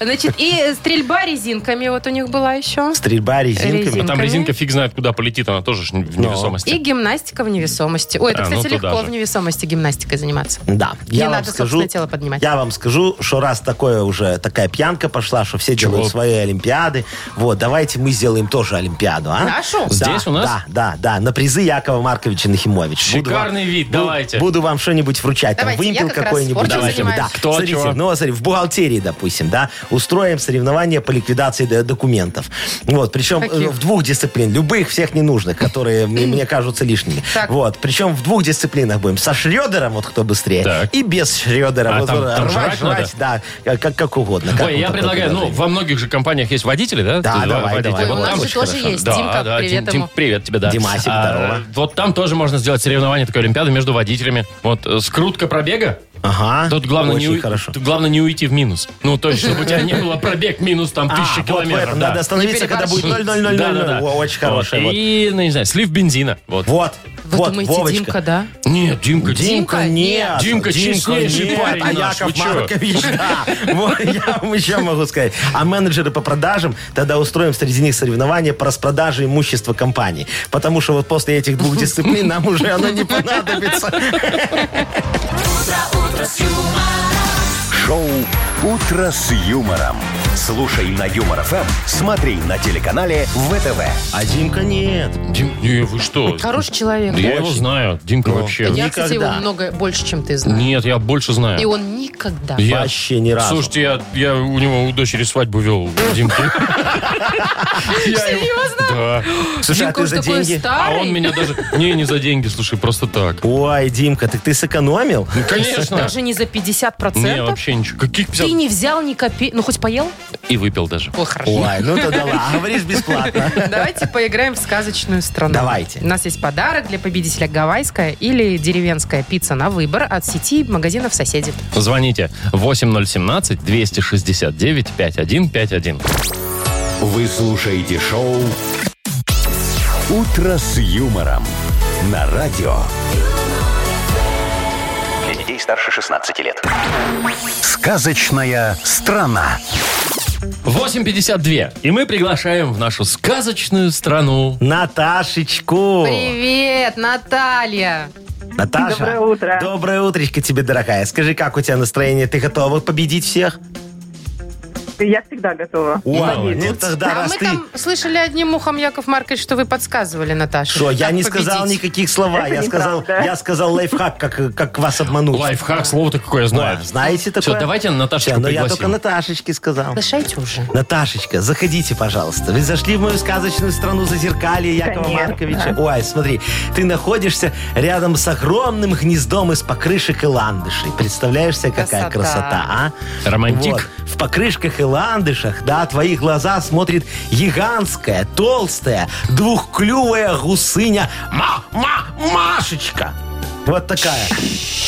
[SPEAKER 3] Значит, и стрельба резинками вот у них была еще.
[SPEAKER 4] Стрельба резинками.
[SPEAKER 2] А там
[SPEAKER 3] Резинками.
[SPEAKER 2] резинка фиг знает, куда полетит, она тоже ж в
[SPEAKER 4] Ну.
[SPEAKER 2] невесомости.
[SPEAKER 3] И гимнастика в невесомости. Ой, это,
[SPEAKER 2] А, ну,
[SPEAKER 3] кстати,
[SPEAKER 2] туда
[SPEAKER 3] легко
[SPEAKER 2] же.
[SPEAKER 3] в невесомости гимнастикой заниматься.
[SPEAKER 4] Да, я вам
[SPEAKER 3] надо
[SPEAKER 4] скажу,
[SPEAKER 3] собственное тело поднимать.
[SPEAKER 4] я вам скажу, что раз такое уже такая пьянка пошла, что все делают свои олимпиады, вот давайте мы сделаем тоже олимпиаду, а?
[SPEAKER 3] Нашу?
[SPEAKER 4] Да,
[SPEAKER 2] Здесь у нас?
[SPEAKER 4] Да, да, да, на призы Якова Марковича Нахимовича. Буду вам-
[SPEAKER 2] Шикарный вид,
[SPEAKER 4] бу-
[SPEAKER 2] давайте.
[SPEAKER 4] Буду вам что-нибудь вручать, там
[SPEAKER 3] Давайте, я
[SPEAKER 4] вымпел
[SPEAKER 3] как раз
[SPEAKER 4] какой-нибудь.
[SPEAKER 3] спортом
[SPEAKER 4] допустим,
[SPEAKER 3] занимаюсь.
[SPEAKER 4] да.
[SPEAKER 2] Кто,
[SPEAKER 4] Смотрите,
[SPEAKER 2] чего?
[SPEAKER 4] ну, смотри, в бухгалтерии, допустим, да, устроим соревнования по ликвидации д- документов. Вот, причем э,
[SPEAKER 3] Каких?
[SPEAKER 4] в двух дисциплин, любых всех ненужных, которые мне мне кажутся лишними.
[SPEAKER 3] Так.
[SPEAKER 4] Вот, причем в двух дисциплинах будем. Со Шредером, вот кто быстрее,
[SPEAKER 2] Так.
[SPEAKER 4] и без Шредера.
[SPEAKER 2] А
[SPEAKER 4] Вот
[SPEAKER 2] там-
[SPEAKER 4] рвать,
[SPEAKER 2] там жрать
[SPEAKER 4] жрать, да, э, как, как угодно. Как
[SPEAKER 2] Ой,
[SPEAKER 4] он
[SPEAKER 2] я
[SPEAKER 4] там
[SPEAKER 2] предлагаю,
[SPEAKER 4] только
[SPEAKER 2] ну,
[SPEAKER 4] назовет.
[SPEAKER 2] во многих же компаниях есть водители, да?
[SPEAKER 4] Да,
[SPEAKER 2] Ты-
[SPEAKER 4] давай,
[SPEAKER 2] водитель.
[SPEAKER 4] давай.
[SPEAKER 2] Вот
[SPEAKER 3] Ой, у
[SPEAKER 2] там
[SPEAKER 3] нас же
[SPEAKER 2] очень
[SPEAKER 3] тоже
[SPEAKER 2] хорошо.
[SPEAKER 3] есть.
[SPEAKER 2] Да,
[SPEAKER 3] Димка,
[SPEAKER 2] да,
[SPEAKER 3] привет
[SPEAKER 2] Дим,
[SPEAKER 3] ему.
[SPEAKER 2] привет тебе, да.
[SPEAKER 4] Димасик,
[SPEAKER 2] А,
[SPEAKER 4] здорово.
[SPEAKER 2] Вот там тоже можно сделать соревнование, такое олимпиада между водителями. Вот э, скрутка пробега.
[SPEAKER 4] Ага,
[SPEAKER 2] Тут главное, не,
[SPEAKER 4] А, очень
[SPEAKER 2] уй-
[SPEAKER 4] хорошо.
[SPEAKER 2] тут главное не уйти в минус. Ну, то есть, чтобы у тебя не было пробег минус там
[SPEAKER 4] А,
[SPEAKER 2] тысячи
[SPEAKER 4] вот в
[SPEAKER 2] километров.
[SPEAKER 4] этом
[SPEAKER 2] да.
[SPEAKER 4] Надо остановиться,
[SPEAKER 3] Не
[SPEAKER 4] когда будет 0 0 0
[SPEAKER 2] Да-да-да.
[SPEAKER 4] 0 Очень хорошая.
[SPEAKER 2] Вот.
[SPEAKER 4] вот.
[SPEAKER 2] И, ну, не знаю, слив бензина. Вот.
[SPEAKER 4] Вот,
[SPEAKER 3] Вы
[SPEAKER 4] вот,
[SPEAKER 3] думаете,
[SPEAKER 4] Вовочка.
[SPEAKER 3] Димка, да?
[SPEAKER 2] Нет, Димка,
[SPEAKER 3] Димка, нет.
[SPEAKER 2] Димка честнейший
[SPEAKER 4] нет,
[SPEAKER 2] парень
[SPEAKER 4] а
[SPEAKER 2] наш, вы
[SPEAKER 4] Яков
[SPEAKER 2] чё?
[SPEAKER 4] Маркович, да. Вот я вам еще могу сказать. А менеджеры по продажам, тогда устроим среди них соревнования по распродаже имущества компании. Потому что вот после этих двух дисциплин нам уже оно не понадобится.
[SPEAKER 1] Шоу «Утро с юмором» Слушай на Юмор ФМ, смотри на телеканале ВТВ.
[SPEAKER 4] А Димка нет.
[SPEAKER 2] Дим, не, вы что?
[SPEAKER 3] Хороший
[SPEAKER 2] Да
[SPEAKER 3] человек.
[SPEAKER 2] я его знаю. Димка
[SPEAKER 4] Ну,
[SPEAKER 2] вообще.
[SPEAKER 4] я-
[SPEAKER 3] Я, кстати, его
[SPEAKER 4] Никогда.
[SPEAKER 3] много больше, чем ты знаешь.
[SPEAKER 2] Нет, я больше знаю.
[SPEAKER 3] И он никогда.
[SPEAKER 2] Я-
[SPEAKER 4] Вообще ни разу.
[SPEAKER 2] Слушайте, я, я у него у дочери свадьбу вел, Димки. Серьезно? Да.
[SPEAKER 4] Слушай, а
[SPEAKER 3] Димка
[SPEAKER 4] ты
[SPEAKER 3] уж
[SPEAKER 4] за
[SPEAKER 3] такой
[SPEAKER 4] деньги?
[SPEAKER 2] А
[SPEAKER 3] старый.
[SPEAKER 2] он меня даже... Не, не за деньги, слушай, просто так.
[SPEAKER 4] Ой, Димка, так ты сэкономил?
[SPEAKER 2] Ну, конечно.
[SPEAKER 3] Даже не за 50%.
[SPEAKER 2] Не, вообще ничего. Каких
[SPEAKER 3] Ты
[SPEAKER 2] 50?
[SPEAKER 3] не взял ни копейки. Ну, хоть поел?
[SPEAKER 2] И выпил даже.
[SPEAKER 3] Ой, хорошо.
[SPEAKER 4] Ой, ну тогда ладно. А Говоришь бесплатно.
[SPEAKER 3] Давайте поиграем в сказочную страну.
[SPEAKER 4] Давайте.
[SPEAKER 3] У нас есть подарок для победителя гавайская или деревенская пицца на выбор от сети магазинов соседей.
[SPEAKER 2] Звоните 8017-269-5151.
[SPEAKER 1] Вы слушаете шоу «Утро с юмором» на радио.
[SPEAKER 5] Для детей старше 16 лет.
[SPEAKER 1] Сказочная страна.
[SPEAKER 2] 8.52. И мы приглашаем в нашу сказочную страну.
[SPEAKER 4] Наташечку.
[SPEAKER 3] Привет, Наталья!
[SPEAKER 4] Наташа.
[SPEAKER 8] Доброе утро.
[SPEAKER 4] Доброе утречко тебе, дорогая. Скажи, как у тебя настроение? Ты готова победить всех?
[SPEAKER 8] Я всегда готова.
[SPEAKER 4] Ой, ну тогда
[SPEAKER 3] а
[SPEAKER 4] раз
[SPEAKER 3] мы
[SPEAKER 4] ты...
[SPEAKER 3] там слышали одним ухом, Яков Маркович, что вы подсказывали Наташе.
[SPEAKER 4] Что, я
[SPEAKER 3] как
[SPEAKER 4] не сказал
[SPEAKER 3] победить.
[SPEAKER 4] никаких слова.
[SPEAKER 8] Это
[SPEAKER 4] Я сказал,
[SPEAKER 8] неправда.
[SPEAKER 4] я сказал лайфхак, как, как вас обмануть.
[SPEAKER 2] Лайфхак, слово-то какое
[SPEAKER 4] О,
[SPEAKER 2] знаю.
[SPEAKER 4] Знаете такое?
[SPEAKER 2] Все, давайте Наташечку
[SPEAKER 4] Всё, но я только
[SPEAKER 2] пригласим.
[SPEAKER 4] Наташечке сказал.
[SPEAKER 3] Дышайте уже.
[SPEAKER 4] Наташечка, заходите, пожалуйста. Вы зашли в мою сказочную страну зазеркалье Якова
[SPEAKER 8] Конечно.
[SPEAKER 4] Марковича. Ой, смотри, ты находишься рядом с огромным гнездом из покрышек и ландышей. Представляешь себе, какая
[SPEAKER 3] Красота.
[SPEAKER 4] красота, а?
[SPEAKER 2] Романтик.
[SPEAKER 4] Вот. В покрышках и ландышах, да, твои глаза смотрит гигантская, толстая, двухклювая гусыня Ма-ма-машечка. Вот такая.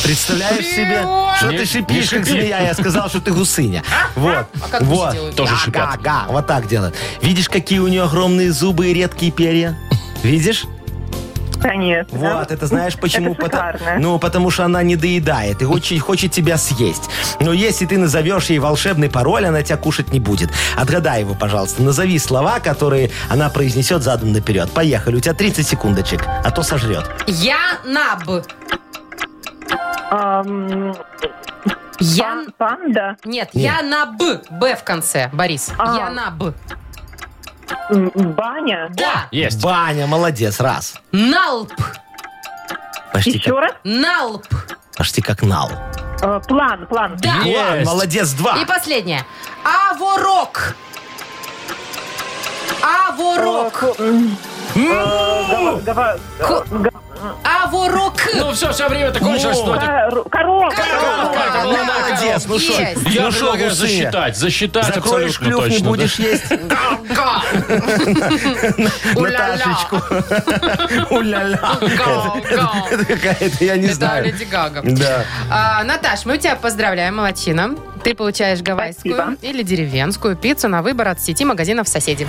[SPEAKER 4] Представляешь себе, что
[SPEAKER 2] Не-
[SPEAKER 4] ты шипишь,
[SPEAKER 2] не
[SPEAKER 4] как
[SPEAKER 2] шипи.
[SPEAKER 4] змея. Я сказал, что ты гусыня. Вот.
[SPEAKER 3] А как
[SPEAKER 4] вот.
[SPEAKER 3] гуси делают?
[SPEAKER 2] Тоже
[SPEAKER 4] Га,
[SPEAKER 2] шипят.
[SPEAKER 4] га, га. Вот так делают. Видишь, какие у нее огромные зубы и редкие перья? Видишь?
[SPEAKER 8] Конечно.
[SPEAKER 4] Вот, это знаешь почему?
[SPEAKER 8] Это
[SPEAKER 4] Пота-
[SPEAKER 8] шикарно.
[SPEAKER 4] Ну, потому что она не доедает и очень хочет тебя съесть. Но если ты назовешь ей волшебный пароль, она тебя кушать не будет. Отгадай его, пожалуйста. Назови слова, которые она произнесет задом наперед. Поехали, у тебя 30 секундочек, а то сожрет.
[SPEAKER 3] Я наб.
[SPEAKER 8] Ам,
[SPEAKER 3] Я...
[SPEAKER 8] пан- Панда.
[SPEAKER 3] Нет,
[SPEAKER 4] Нет.
[SPEAKER 3] я на Б. Б в конце, Борис.
[SPEAKER 8] А.
[SPEAKER 3] Я на Б.
[SPEAKER 8] м, Баня.
[SPEAKER 3] Да.
[SPEAKER 2] Есть.
[SPEAKER 4] Баня, молодец, раз.
[SPEAKER 3] Налп.
[SPEAKER 4] Почти
[SPEAKER 8] Еще
[SPEAKER 4] как,
[SPEAKER 8] раз.
[SPEAKER 3] Налп.
[SPEAKER 4] почти как нал.
[SPEAKER 8] Э, План, план.
[SPEAKER 3] Да.
[SPEAKER 4] План,
[SPEAKER 2] Есть.
[SPEAKER 4] молодец, два.
[SPEAKER 3] И последнее. Аворок. Аворок.
[SPEAKER 8] Гава- гава-
[SPEAKER 3] Ку- Аворок.
[SPEAKER 2] Ну все, все время-то кончилось, что это?
[SPEAKER 8] кор- Коробка.
[SPEAKER 2] Коробка,
[SPEAKER 3] да,
[SPEAKER 4] Ну, молодец, ну что,
[SPEAKER 3] есть.
[SPEAKER 2] Я
[SPEAKER 4] ну что,
[SPEAKER 2] предлагаю
[SPEAKER 4] гусыня,
[SPEAKER 2] засчитать, засчитать
[SPEAKER 4] закроешь
[SPEAKER 2] абсолютно
[SPEAKER 4] клюв, не
[SPEAKER 2] точно. да.
[SPEAKER 4] будешь есть
[SPEAKER 3] Ну, Га. Уля-ля.
[SPEAKER 4] Наташечку. Уля-ля.
[SPEAKER 3] Гау, гау.
[SPEAKER 4] Это какая-то, я не
[SPEAKER 3] Да,
[SPEAKER 4] знаю.
[SPEAKER 3] Леди Гага.
[SPEAKER 4] Да.
[SPEAKER 3] А, Наташ, мы тебя поздравляем, молодчина. Ты получаешь гавайскую
[SPEAKER 8] Спасибо.
[SPEAKER 3] или деревенскую пиццу на выбор от сети магазинов «Соседи».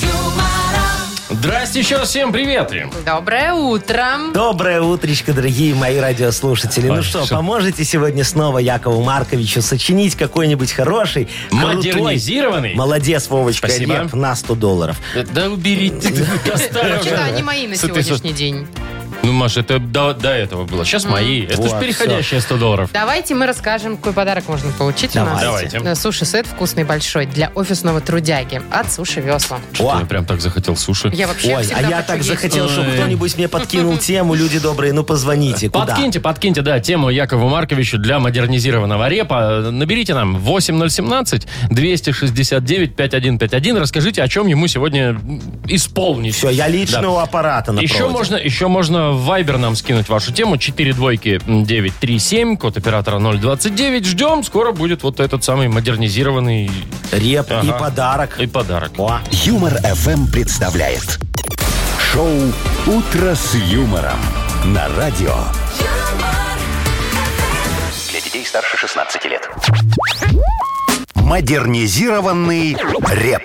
[SPEAKER 2] Здрасте еще раз всем привет. Рим.
[SPEAKER 3] Доброе утро.
[SPEAKER 4] Доброе утречко, дорогие мои радиослушатели.
[SPEAKER 2] Ой,
[SPEAKER 4] Ну что,
[SPEAKER 2] всё.
[SPEAKER 4] поможете сегодня снова Якову Марковичу сочинить какой-нибудь хороший, крутой-
[SPEAKER 2] Модернизированный?
[SPEAKER 4] Молодец, Вовочка,
[SPEAKER 2] Спасибо.
[SPEAKER 4] реп на 100 долларов.
[SPEAKER 2] Да уберите. доставь уже.
[SPEAKER 3] Что-то они мои на
[SPEAKER 2] С этой
[SPEAKER 3] сегодняшний день.
[SPEAKER 2] Ну, Маша, это до, до этого было. Сейчас мои. Это
[SPEAKER 4] Вот,
[SPEAKER 2] же переходящие 100 долларов.
[SPEAKER 3] Давайте мы расскажем, какой подарок можно получить у нас.
[SPEAKER 2] Давайте.
[SPEAKER 3] Да, Суши-сет вкусный большой для офисного трудяги от Суши Весла.
[SPEAKER 2] Что-то
[SPEAKER 4] О.
[SPEAKER 2] я прям так захотел суши.
[SPEAKER 3] Я вообще
[SPEAKER 4] Ой,
[SPEAKER 3] всегда
[SPEAKER 4] а я
[SPEAKER 3] хочу
[SPEAKER 4] так
[SPEAKER 3] есть.
[SPEAKER 4] захотел, чтобы
[SPEAKER 2] Ой.
[SPEAKER 4] кто-нибудь мне подкинул тему, люди добрые, ну позвоните. Куда?
[SPEAKER 2] Подкиньте, подкиньте, да, тему Якову Марковичу для модернизированного репа. Наберите нам 8017-269-5151. Расскажите, о чем ему сегодня исполнить.
[SPEAKER 4] Все, я лично
[SPEAKER 2] Да.
[SPEAKER 4] у аппарата на
[SPEAKER 2] Еще
[SPEAKER 4] проводе.
[SPEAKER 2] можно, еще можно в Viber нам скинуть вашу тему. 4 двойки 937, код оператора 029. Ждем, скоро будет вот этот самый модернизированный
[SPEAKER 4] Реп и
[SPEAKER 2] Ага.
[SPEAKER 4] подарок.
[SPEAKER 2] и подарок.
[SPEAKER 4] О,
[SPEAKER 1] Юмор ФМ представляет. Шоу «Утро с юмором» на радио.
[SPEAKER 5] Для детей старше 16 лет.
[SPEAKER 1] Модернизированный реп.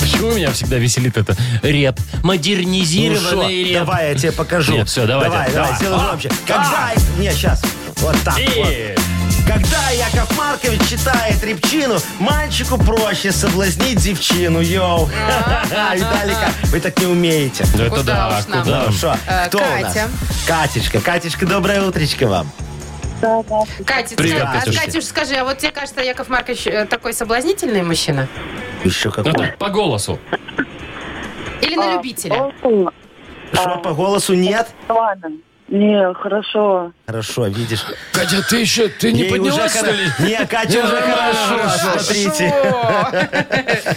[SPEAKER 2] Почему меня всегда веселит это реп?
[SPEAKER 4] Ну что,
[SPEAKER 2] Модернизированный реп.
[SPEAKER 4] давай я тебе покажу.
[SPEAKER 2] Нет, всё, давайте,
[SPEAKER 4] Давай, давай,
[SPEAKER 2] давай.
[SPEAKER 4] сделай
[SPEAKER 2] А,
[SPEAKER 4] громче.
[SPEAKER 2] а.
[SPEAKER 4] Как зай... Не, сейчас. Вот так
[SPEAKER 2] И-
[SPEAKER 4] вот. Когда Яков Маркович читает репчину, мальчику проще соблазнить девчину, йоу. Виталика, вы так не умеете.
[SPEAKER 2] Это
[SPEAKER 3] Куда
[SPEAKER 2] А. да,
[SPEAKER 3] уж нам.
[SPEAKER 2] куда уж.
[SPEAKER 4] Хорошо.
[SPEAKER 3] Э,
[SPEAKER 4] Кто у нас?
[SPEAKER 3] Катя.
[SPEAKER 4] Катечка. Катечка, доброе утречко вам.
[SPEAKER 3] Катя,
[SPEAKER 2] Привет,
[SPEAKER 3] ты- а,
[SPEAKER 2] Катюш.
[SPEAKER 3] Катюш, скажи, а вот тебе кажется, Яков Маркович э, такой соблазнительный мужчина?
[SPEAKER 4] Еще
[SPEAKER 2] Ну,
[SPEAKER 4] какой.
[SPEAKER 2] так, по голосу.
[SPEAKER 3] Или
[SPEAKER 4] А,
[SPEAKER 3] на любителя?
[SPEAKER 4] Что, по голосу нет?
[SPEAKER 8] Ладно. Не, хорошо.
[SPEAKER 4] Хорошо, видишь.
[SPEAKER 2] Катя, ты еще, ты
[SPEAKER 4] Ей уже хоро- Не, Катя уже хорошо, смотрите.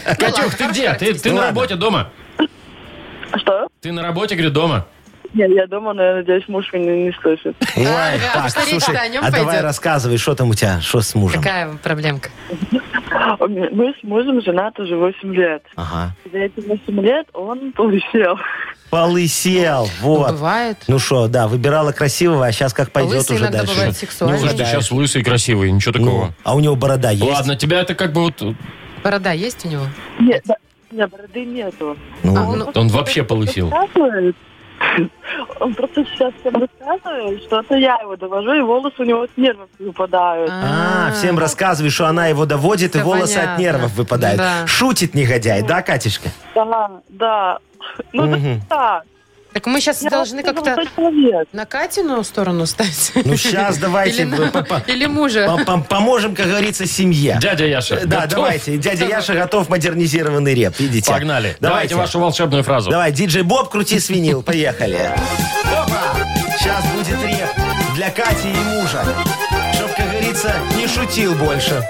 [SPEAKER 2] Катюх, ты где? Ты, ты
[SPEAKER 4] Ну,
[SPEAKER 2] на
[SPEAKER 4] ладно.
[SPEAKER 2] работе дома?
[SPEAKER 8] Что?
[SPEAKER 2] Ты на работе, говорю, дома.
[SPEAKER 8] Нет, я дома, но я надеюсь, муж меня не слышит.
[SPEAKER 4] Ой,
[SPEAKER 3] Ага,
[SPEAKER 4] так,
[SPEAKER 3] что речь-то
[SPEAKER 4] слушай,
[SPEAKER 3] о нем
[SPEAKER 4] а давай
[SPEAKER 3] пойдет.
[SPEAKER 4] рассказывай, что там у тебя, что с мужем?
[SPEAKER 3] Какая проблемка?
[SPEAKER 8] У меня- Мы с мужем женаты уже 8 лет.
[SPEAKER 4] Ага.
[SPEAKER 8] За эти 8 лет он полысел.
[SPEAKER 4] Полысел,
[SPEAKER 3] Ну,
[SPEAKER 4] вот.
[SPEAKER 3] бывает.
[SPEAKER 4] Ну что, да, выбирала красивого, а сейчас как пойдет
[SPEAKER 3] Лысый
[SPEAKER 4] уже
[SPEAKER 3] иногда бывает
[SPEAKER 4] дальше.
[SPEAKER 2] Слушай,
[SPEAKER 3] сексуальный.
[SPEAKER 2] ты сейчас лысый, красивый, ничего
[SPEAKER 4] Ну,
[SPEAKER 2] такого.
[SPEAKER 4] а у него борода есть?
[SPEAKER 2] Ладно, тебя это как бы вот...
[SPEAKER 3] Борода есть у него?
[SPEAKER 8] Нет, да, у меня бороды нету.
[SPEAKER 4] Ну,
[SPEAKER 3] А, ну,
[SPEAKER 2] Он вообще полысил.
[SPEAKER 8] Рассказывает. Он просто сейчас всем рассказывает, что это я его довожу, и волосы у него с нервов выпадают.
[SPEAKER 4] А, всем рассказывай, что она его доводит, и
[SPEAKER 3] ну, Всё
[SPEAKER 4] волосы от
[SPEAKER 3] понятно.
[SPEAKER 4] нервов выпадают.
[SPEAKER 3] Да.
[SPEAKER 4] Шутит негодяй, да, Катечка?
[SPEAKER 8] Да, да. Ну
[SPEAKER 4] Мгм.
[SPEAKER 8] да.
[SPEAKER 3] Так мы сейчас
[SPEAKER 8] Я
[SPEAKER 3] должны
[SPEAKER 8] вообще
[SPEAKER 3] как-то
[SPEAKER 8] золотой человек.
[SPEAKER 3] на Катину сторону стать.
[SPEAKER 4] Ну, щас давайте
[SPEAKER 3] Или на-
[SPEAKER 4] вы по- по-
[SPEAKER 3] Или мужа.
[SPEAKER 4] Пом- пом- Поможем, как говорится, семье.
[SPEAKER 2] Дядя Яша,
[SPEAKER 4] Э, Да,
[SPEAKER 2] готов?
[SPEAKER 4] давайте. Дядя Яша готов модернизированный реп, видите?
[SPEAKER 2] Погнали. Давайте вашу волшебную фразу.
[SPEAKER 4] Давай, диджей Боб, крути свинил. Поехали. Опа! Сейчас будет реп для Кати и мужа. Чтоб, как говорится, не шутил больше.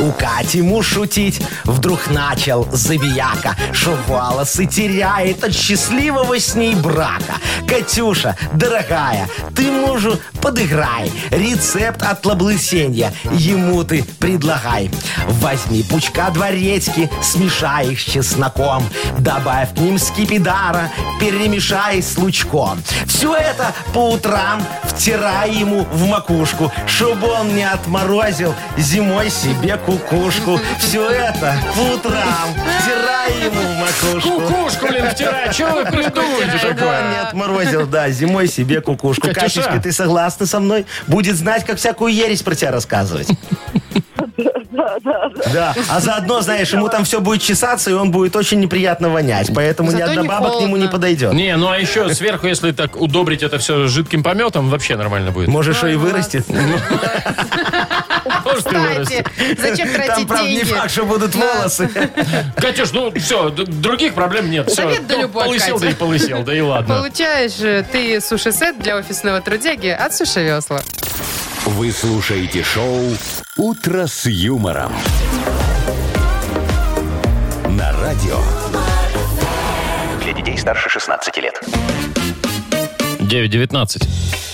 [SPEAKER 4] У Кати муж шутить вдруг начал забияка, что волосы теряет от счастливого с ней брака. Катюша, дорогая, ты мужу подыграй, рецепт от лоблысенья ему ты предлагай. Возьми пучка дворецки, смешай их с чесноком, добавь к ним скипидара, перемешай с лучком. Все это по утрам втирай ему в макушку, чтобы он не отморозил зимой себе кукушку. Все это по утрам втирай ему в макушку.
[SPEAKER 2] Кукушку, блин, втирай. Чего вы придумываете
[SPEAKER 3] Втирай,
[SPEAKER 2] такое?
[SPEAKER 4] Он не отморозил, да, зимой себе кукушку.
[SPEAKER 2] Катюша.
[SPEAKER 4] Катюшка, ты согласна со мной? Будет знать, как всякую ересь про тебя рассказывать. Да, а заодно, знаешь, ему там все будет чесаться, и он будет очень неприятно вонять. Поэтому ни
[SPEAKER 3] Зато
[SPEAKER 4] одна
[SPEAKER 3] не
[SPEAKER 4] баба к нему
[SPEAKER 3] холодно.
[SPEAKER 4] не подойдет.
[SPEAKER 2] Не, ну а еще сверху, если так удобрить это все жидким пометом, вообще нормально будет.
[SPEAKER 4] Может, что и вырастет.
[SPEAKER 3] Ну,
[SPEAKER 2] Может, и вырастет.
[SPEAKER 3] Кстати, зачем
[SPEAKER 4] Там,
[SPEAKER 3] тратить
[SPEAKER 4] правда, не
[SPEAKER 3] деньги?
[SPEAKER 4] факт, что будут волосы.
[SPEAKER 2] Катюш, ну все, д- других проблем нет. Все,
[SPEAKER 3] Совет да
[SPEAKER 2] Ну,
[SPEAKER 3] любой,
[SPEAKER 2] полысел,
[SPEAKER 3] Катя.
[SPEAKER 2] да и полысел, да и ладно.
[SPEAKER 3] Получаешь э, ты суши-сет для офисного трудяги от Суши Весла.
[SPEAKER 1] Вы слушаете шоу «Утро с юмором». На радио.
[SPEAKER 5] Для детей старше 16 лет.
[SPEAKER 2] 9.19.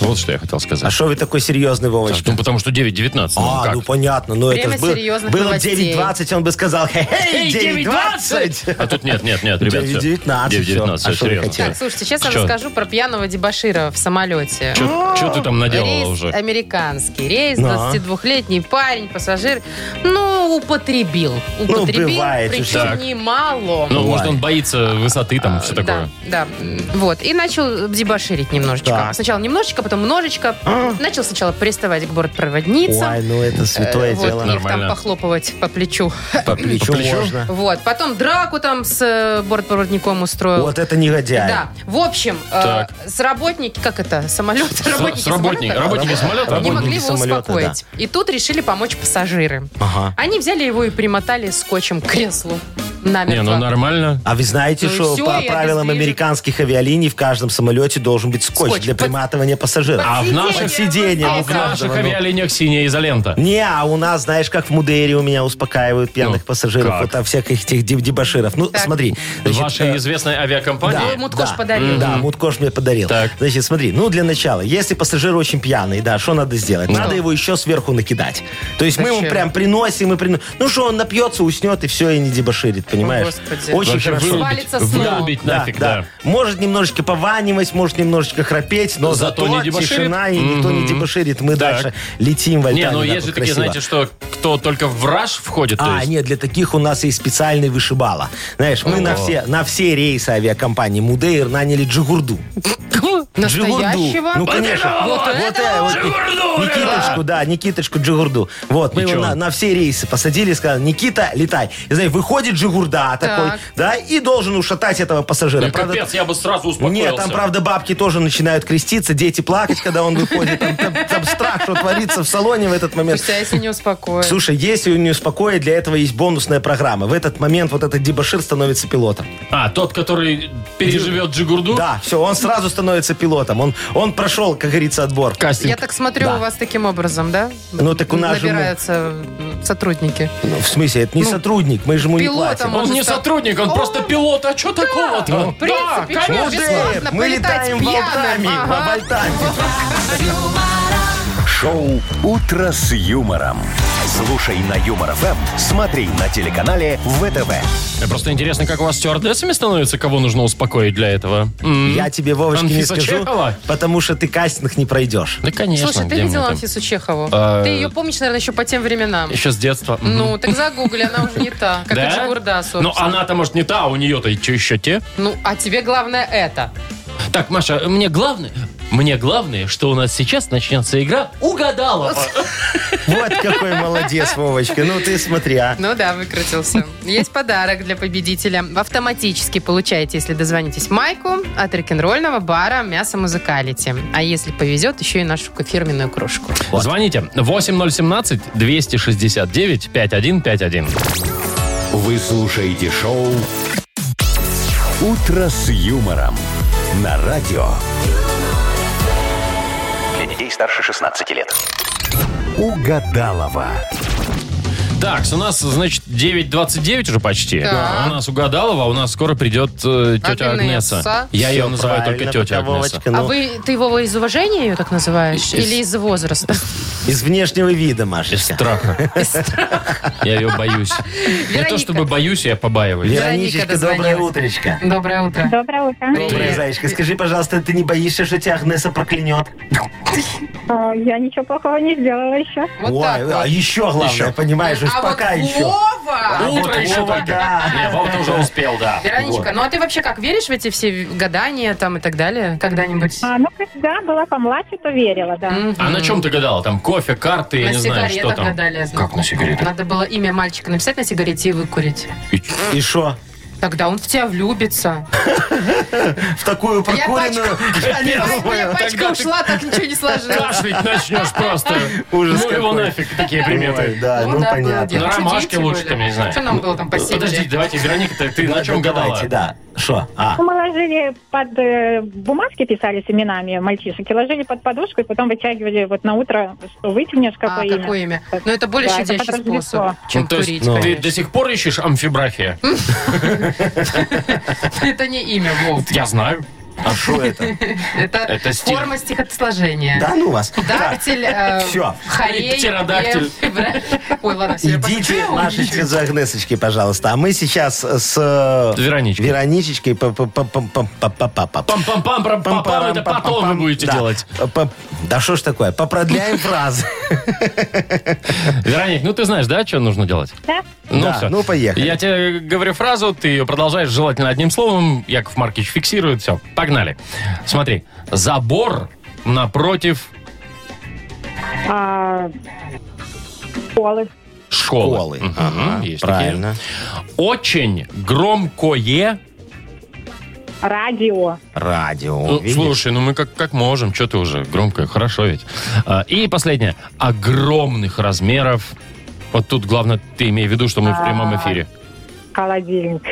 [SPEAKER 2] Вот что я хотел
[SPEAKER 4] А
[SPEAKER 2] сказать.
[SPEAKER 4] что вы такой серьезный, Вовочка?
[SPEAKER 2] Ну, потому что 9.19. ну,
[SPEAKER 4] А,
[SPEAKER 2] как?
[SPEAKER 4] ну понятно, но это
[SPEAKER 3] Время
[SPEAKER 4] ж был,
[SPEAKER 3] серьезных
[SPEAKER 4] было
[SPEAKER 3] новостей.
[SPEAKER 4] 9.20, он бы сказал, хе-хей, 9.20!
[SPEAKER 2] А тут нет, нет, нет, ребят. всё.
[SPEAKER 4] 9:19,
[SPEAKER 2] 9:19,
[SPEAKER 4] всё. А что вы
[SPEAKER 2] серьезно.
[SPEAKER 4] хотели?
[SPEAKER 3] Так, слушайте, сейчас я
[SPEAKER 2] Чё?
[SPEAKER 3] расскажу про пьяного дебашира в самолете.
[SPEAKER 2] Что ты там
[SPEAKER 3] Рейс
[SPEAKER 2] наделала уже?
[SPEAKER 3] американский. Рейс,
[SPEAKER 4] Ну.
[SPEAKER 3] 22-летний парень, пассажир. Ну, употребил. Употребил,
[SPEAKER 4] бывает же
[SPEAKER 3] причем
[SPEAKER 2] Ну, так.
[SPEAKER 3] немало.
[SPEAKER 2] Ну, может, он боится высоты там, все такое.
[SPEAKER 3] Да, да. Вот. И начал дебоширить немножечко.
[SPEAKER 4] Так.
[SPEAKER 3] Сначала немножечко, потом множечко.
[SPEAKER 2] А?
[SPEAKER 3] Начал сначала приставать к бортпроводницам.
[SPEAKER 4] Ой, ну это святое
[SPEAKER 3] Э, вот,
[SPEAKER 4] дело.
[SPEAKER 3] их
[SPEAKER 2] Нормально.
[SPEAKER 3] там похлопывать по плечу.
[SPEAKER 2] По
[SPEAKER 4] Плечо
[SPEAKER 2] по плечу?
[SPEAKER 4] можно.
[SPEAKER 3] Вот. Потом драку там с э, бортпроводником устроил.
[SPEAKER 4] Вот это негодяй.
[SPEAKER 3] Да. В общем, э,
[SPEAKER 2] Так.
[SPEAKER 3] с работники, как это, самолет,
[SPEAKER 2] С-
[SPEAKER 3] работники
[SPEAKER 2] С работник, работники самолета.
[SPEAKER 3] самолета не
[SPEAKER 4] работники
[SPEAKER 2] работники.
[SPEAKER 3] могли его
[SPEAKER 4] самолета,
[SPEAKER 3] успокоить. И тут решили помочь пассажиры.
[SPEAKER 4] Ага.
[SPEAKER 3] Они взяли его и примотали скотчем к креслу. Намертво.
[SPEAKER 2] Не, ну нормально.
[SPEAKER 4] А вы знаете,
[SPEAKER 3] Ну и
[SPEAKER 4] что
[SPEAKER 3] всё,
[SPEAKER 4] по
[SPEAKER 3] и
[SPEAKER 4] правилам
[SPEAKER 3] обездвижат.
[SPEAKER 4] американских авиалиний в каждом самолете должен быть скотч,
[SPEAKER 3] Скотч.
[SPEAKER 4] для
[SPEAKER 3] Под-
[SPEAKER 4] приматывания пассажиров?
[SPEAKER 2] А в наших
[SPEAKER 4] сиденье,
[SPEAKER 2] А
[SPEAKER 4] ну,
[SPEAKER 2] в
[SPEAKER 4] как
[SPEAKER 2] наших
[SPEAKER 4] же, ну.
[SPEAKER 2] авиалиниях синяя изолента.
[SPEAKER 4] Не, а у нас, знаешь, как в Мудере у меня успокаивают пьяных
[SPEAKER 2] Ну,
[SPEAKER 4] пассажиров,
[SPEAKER 2] как?
[SPEAKER 4] вот там всяких этих деб- дебоширов. Ну,
[SPEAKER 3] Так.
[SPEAKER 4] смотри. значит,
[SPEAKER 2] Ваша
[SPEAKER 4] э,
[SPEAKER 2] известная
[SPEAKER 3] Да.
[SPEAKER 2] авиакомпания.
[SPEAKER 3] Муткош подарил.
[SPEAKER 4] Да, Муткош мне подарил.
[SPEAKER 2] Так.
[SPEAKER 4] Значит, смотри, ну для начала, если пассажир очень пьяный, да, что надо
[SPEAKER 2] Ну
[SPEAKER 4] сделать? Надо его еще сверху накидать. То есть мы ему
[SPEAKER 3] Зачем?
[SPEAKER 4] прям приносим и приносим. Ну что, он напьется, уснет и все, и не дебоширит, понимаешь?
[SPEAKER 3] Господи.
[SPEAKER 4] Очень
[SPEAKER 2] Вообще
[SPEAKER 4] хорошо.
[SPEAKER 2] вырубить-
[SPEAKER 3] Свалится с ног.
[SPEAKER 2] вырубить
[SPEAKER 4] Да,
[SPEAKER 2] нафиг,
[SPEAKER 4] да.
[SPEAKER 2] да.
[SPEAKER 4] Может немножечко пованивать, может немножечко храпеть, но
[SPEAKER 2] Зато
[SPEAKER 4] зато,
[SPEAKER 2] не дебоширит.
[SPEAKER 4] тишина и никто не дебоширит. Мы
[SPEAKER 2] Так.
[SPEAKER 4] дальше летим в
[SPEAKER 2] Не,
[SPEAKER 4] Альтане.
[SPEAKER 2] ну
[SPEAKER 4] да,
[SPEAKER 2] есть
[SPEAKER 4] тут
[SPEAKER 2] же такие,
[SPEAKER 4] красиво.
[SPEAKER 2] знаете, что кто только в раш входит? то
[SPEAKER 4] А,
[SPEAKER 2] есть?
[SPEAKER 4] нет, для таких у нас есть специальный вышибала. Знаешь, мы на все, на все рейсы авиакомпании Мудейр наняли Джигурду.
[SPEAKER 3] Настоящего?
[SPEAKER 4] Ну, конечно.
[SPEAKER 3] Вот
[SPEAKER 4] э,
[SPEAKER 3] это?
[SPEAKER 4] вот
[SPEAKER 2] Джигурду,
[SPEAKER 4] Никиточку, да, Никиточку Джигурду. Вот,
[SPEAKER 2] И
[SPEAKER 4] мы его
[SPEAKER 2] чё?
[SPEAKER 4] на, на все рейсы посадили и сказали, Никита, летай. И, знаешь, выходит Джигурда такой, да, и должен ушатать этого пассажира.
[SPEAKER 2] Да
[SPEAKER 4] ну, Правда,
[SPEAKER 2] Ну, Капец, я бы сразу успокоился.
[SPEAKER 4] Нет, там, правда, бабки тоже начинают креститься, дети плакать, когда он выходит. Там, там- там страх, что творится в салоне в этот момент.
[SPEAKER 3] Пусть я если не успокою.
[SPEAKER 4] Слушай, если не успокоит, для этого есть бонусная программа. В этот момент вот этот дебашир становится пилотом.
[SPEAKER 2] А, тот, который переживет Джигурду?
[SPEAKER 4] Да, все, он сразу становится пилотом. Он, он прошел, как говорится, отбор.
[SPEAKER 3] Я
[SPEAKER 2] Кастинг.
[SPEAKER 3] так смотрю, у вас таким образом, да?
[SPEAKER 4] Ну, так у нас же мы-
[SPEAKER 3] Набираются сотрудники.
[SPEAKER 4] Ну, в смысле, это не сотрудник, мы же ему не
[SPEAKER 3] пилотом
[SPEAKER 4] платим.
[SPEAKER 3] он
[SPEAKER 2] Он не
[SPEAKER 3] стал-
[SPEAKER 2] сотрудник, он
[SPEAKER 3] Он-
[SPEAKER 2] просто пилот. А что такого-то?
[SPEAKER 3] ну, В принципе,
[SPEAKER 2] Да,
[SPEAKER 3] чё,
[SPEAKER 4] Мужик,
[SPEAKER 3] а бесплатно
[SPEAKER 4] мы
[SPEAKER 3] полетать
[SPEAKER 4] летаем
[SPEAKER 3] пьяным,
[SPEAKER 4] волтами,
[SPEAKER 3] ага.
[SPEAKER 4] вольтами.
[SPEAKER 1] Шоу «Утро с юмором». Слушай на Юмор ФМ, смотри на телеканале ВТВ.
[SPEAKER 2] Мне Просто интересно, как у вас стюардессами становится, кого нужно успокоить для этого? М.
[SPEAKER 4] Я тебе, Вовочка, не
[SPEAKER 2] Анфиса
[SPEAKER 4] скажу,
[SPEAKER 2] Чехова?
[SPEAKER 4] потому что ты кастинг не пройдешь.
[SPEAKER 2] Да, конечно.
[SPEAKER 3] Слушай, ты
[SPEAKER 2] где мне
[SPEAKER 3] видела
[SPEAKER 2] там?
[SPEAKER 3] Анфису Чехову?
[SPEAKER 2] А,
[SPEAKER 3] Ты ее помнишь, наверное, еще по тем временам.
[SPEAKER 2] Еще с детства. Мгм.
[SPEAKER 3] Ну, так загугли, она уже не та, как и
[SPEAKER 2] да?
[SPEAKER 3] Джигурда,
[SPEAKER 2] Ну,
[SPEAKER 3] собственно.
[SPEAKER 2] она-то, может, не та, а у нее-то чё еще те.
[SPEAKER 3] Ну, а тебе главное это.
[SPEAKER 2] Так, Маша, мне главное, мне главное, что у нас сейчас начнется игра «Угадала».
[SPEAKER 4] Вот какой молодец, Вовочка. Ну ты смотри, а.
[SPEAKER 3] Ну да, выкрутился. Есть подарок для победителя. Автоматически получаете, если дозвонитесь Майку от рок-н-ролльного бара «Мясо Музыкалити». А если повезет, еще и нашу фирменную кружку.
[SPEAKER 2] Звоните 8017-269-5151.
[SPEAKER 1] Вы слушаете шоу «Утро с юмором» на радио.
[SPEAKER 5] Для детей старше 16 лет.
[SPEAKER 1] Угадалова.
[SPEAKER 2] Так, у нас, значит, 9.29 уже почти. А
[SPEAKER 3] Да.
[SPEAKER 2] У нас Угадалова, у нас скоро придет э, тетя
[SPEAKER 3] Агнеса.
[SPEAKER 2] Агнеса. Я ее
[SPEAKER 4] Всё
[SPEAKER 2] называю только
[SPEAKER 4] правильно,
[SPEAKER 2] тетя
[SPEAKER 4] пока,
[SPEAKER 2] Агнеса.
[SPEAKER 4] Вовочка,
[SPEAKER 3] А
[SPEAKER 4] ну,
[SPEAKER 3] вы, ты его из уважения ее так
[SPEAKER 2] Из-
[SPEAKER 3] называешь? Или из возраста?
[SPEAKER 4] Из внешнего вида,
[SPEAKER 2] Из
[SPEAKER 4] Машечка.
[SPEAKER 2] страха. Я ее боюсь. Не
[SPEAKER 3] Вероника.
[SPEAKER 2] то чтобы боюсь, я побаиваюсь.
[SPEAKER 4] Вероничечка, доброе
[SPEAKER 3] дозвонилась.
[SPEAKER 4] утречко.
[SPEAKER 3] Доброе утро.
[SPEAKER 9] Доброе утро.
[SPEAKER 4] Доброе, зайчка. Скажи, пожалуйста, ты не боишься, что тебя Агнеса проклянет?
[SPEAKER 9] А, Я ничего плохого не сделала еще.
[SPEAKER 3] Вот
[SPEAKER 4] Ой,
[SPEAKER 3] так
[SPEAKER 4] а
[SPEAKER 3] вот.
[SPEAKER 4] еще главное,
[SPEAKER 2] Еще.
[SPEAKER 4] понимаешь, уж
[SPEAKER 3] А вот
[SPEAKER 4] пока еще.
[SPEAKER 3] Вова!
[SPEAKER 4] А вот
[SPEAKER 2] Утро еще
[SPEAKER 4] Вова,
[SPEAKER 2] только.
[SPEAKER 4] да.
[SPEAKER 2] Не, Вова-то уже успел, да.
[SPEAKER 3] Вероничка, ну а ты вообще как, веришь в эти все гадания там и так далее? Когда-нибудь?
[SPEAKER 9] А, ну, когда была помладше, то верила, да.
[SPEAKER 3] Мгм.
[SPEAKER 2] А на чем ты гадала? Там кофе, карты, я
[SPEAKER 3] На
[SPEAKER 2] не знаю, что
[SPEAKER 3] сигаретах
[SPEAKER 2] там.
[SPEAKER 3] гадали, я знаю.
[SPEAKER 2] Как на сигаретах?
[SPEAKER 3] Надо было имя мальчика написать на сигарете и выкурить.
[SPEAKER 4] И что?
[SPEAKER 3] Тогда он в тебя влюбится.
[SPEAKER 4] В такую прокуренную... Я не
[SPEAKER 3] Поэтому я
[SPEAKER 4] думаю.
[SPEAKER 3] пачка
[SPEAKER 2] тогда ты-
[SPEAKER 3] ушла, так ничего не сложилось.
[SPEAKER 2] Кашлять начнешь просто.
[SPEAKER 4] Ужас
[SPEAKER 2] Ну его
[SPEAKER 4] какой.
[SPEAKER 2] нафиг, такие приметы.
[SPEAKER 4] Ой, Да, ну
[SPEAKER 3] да, было
[SPEAKER 4] понятно.
[SPEAKER 3] дело.
[SPEAKER 2] Ну, ромашки
[SPEAKER 3] Чудики
[SPEAKER 2] лучше
[SPEAKER 3] были.
[SPEAKER 2] там, я не знаю. Э,
[SPEAKER 3] Что нам было там по
[SPEAKER 2] Подожди, давайте, Вероника, ты- ты на чем гадала?
[SPEAKER 4] Давайте, да. Что? А,
[SPEAKER 9] Ну, Мы ложили под э, бумажки, писали с именами мальчишек, и ложили под подушку, и потом вытягивали вот на утро, что вытянешь,
[SPEAKER 3] А,
[SPEAKER 9] какое имя.
[SPEAKER 3] какое имя? Ну, это более
[SPEAKER 9] Да, это
[SPEAKER 3] щадящий
[SPEAKER 9] под Рождество.
[SPEAKER 3] способ, чем
[SPEAKER 2] Ну, то есть
[SPEAKER 3] курить,
[SPEAKER 2] ты
[SPEAKER 3] конечно.
[SPEAKER 2] до сих пор ищешь амфибрафия?
[SPEAKER 3] Это не имя, Вов.
[SPEAKER 2] Я знаю.
[SPEAKER 4] а что это?
[SPEAKER 3] Это
[SPEAKER 2] Это стиль.
[SPEAKER 3] форма стихосложения.
[SPEAKER 4] Да ну вас.
[SPEAKER 3] Дактиль, э,
[SPEAKER 4] Всё.
[SPEAKER 3] хорей,
[SPEAKER 2] Птеродактиль.
[SPEAKER 3] э, Ой, ладно, все, я
[SPEAKER 4] Идите,
[SPEAKER 3] пошутила.
[SPEAKER 4] Машечка, за Агнесочкой, пожалуйста. А мы сейчас с э,
[SPEAKER 2] Вероничка.
[SPEAKER 4] Вероничечкой... па- па- па- па- па- па- па- па- па-
[SPEAKER 2] Пам-пам-пам, пам-пам, это потом вы будете
[SPEAKER 4] Да.
[SPEAKER 2] делать.
[SPEAKER 4] Па- Да что ж такое? Попродляем фразы.
[SPEAKER 2] Вероник, ну ты знаешь, да, что нужно делать?
[SPEAKER 9] Да?
[SPEAKER 2] Ну,
[SPEAKER 4] Да,
[SPEAKER 2] всё.
[SPEAKER 4] ну, поехали.
[SPEAKER 2] Я тебе говорю фразу, ты ее продолжаешь желательно одним словом. Яков Маркич фиксирует. Все, погнали. Смотри. Забор напротив
[SPEAKER 9] А, школы.
[SPEAKER 2] школы.
[SPEAKER 4] Колы.
[SPEAKER 2] Мгм,
[SPEAKER 4] Ага,
[SPEAKER 2] есть такие.
[SPEAKER 4] Правильно.
[SPEAKER 2] Очень громкое.
[SPEAKER 9] Радио.
[SPEAKER 4] Радио.
[SPEAKER 2] Ну,
[SPEAKER 4] видишь?
[SPEAKER 2] слушай, ну мы как, как можем. Что ты уже громкое? Хорошо ведь. А, И последнее. Огромных размеров. Вот тут главное, ты имей в виду, что мы в прямом
[SPEAKER 3] А,
[SPEAKER 2] эфире.
[SPEAKER 9] Холодильник.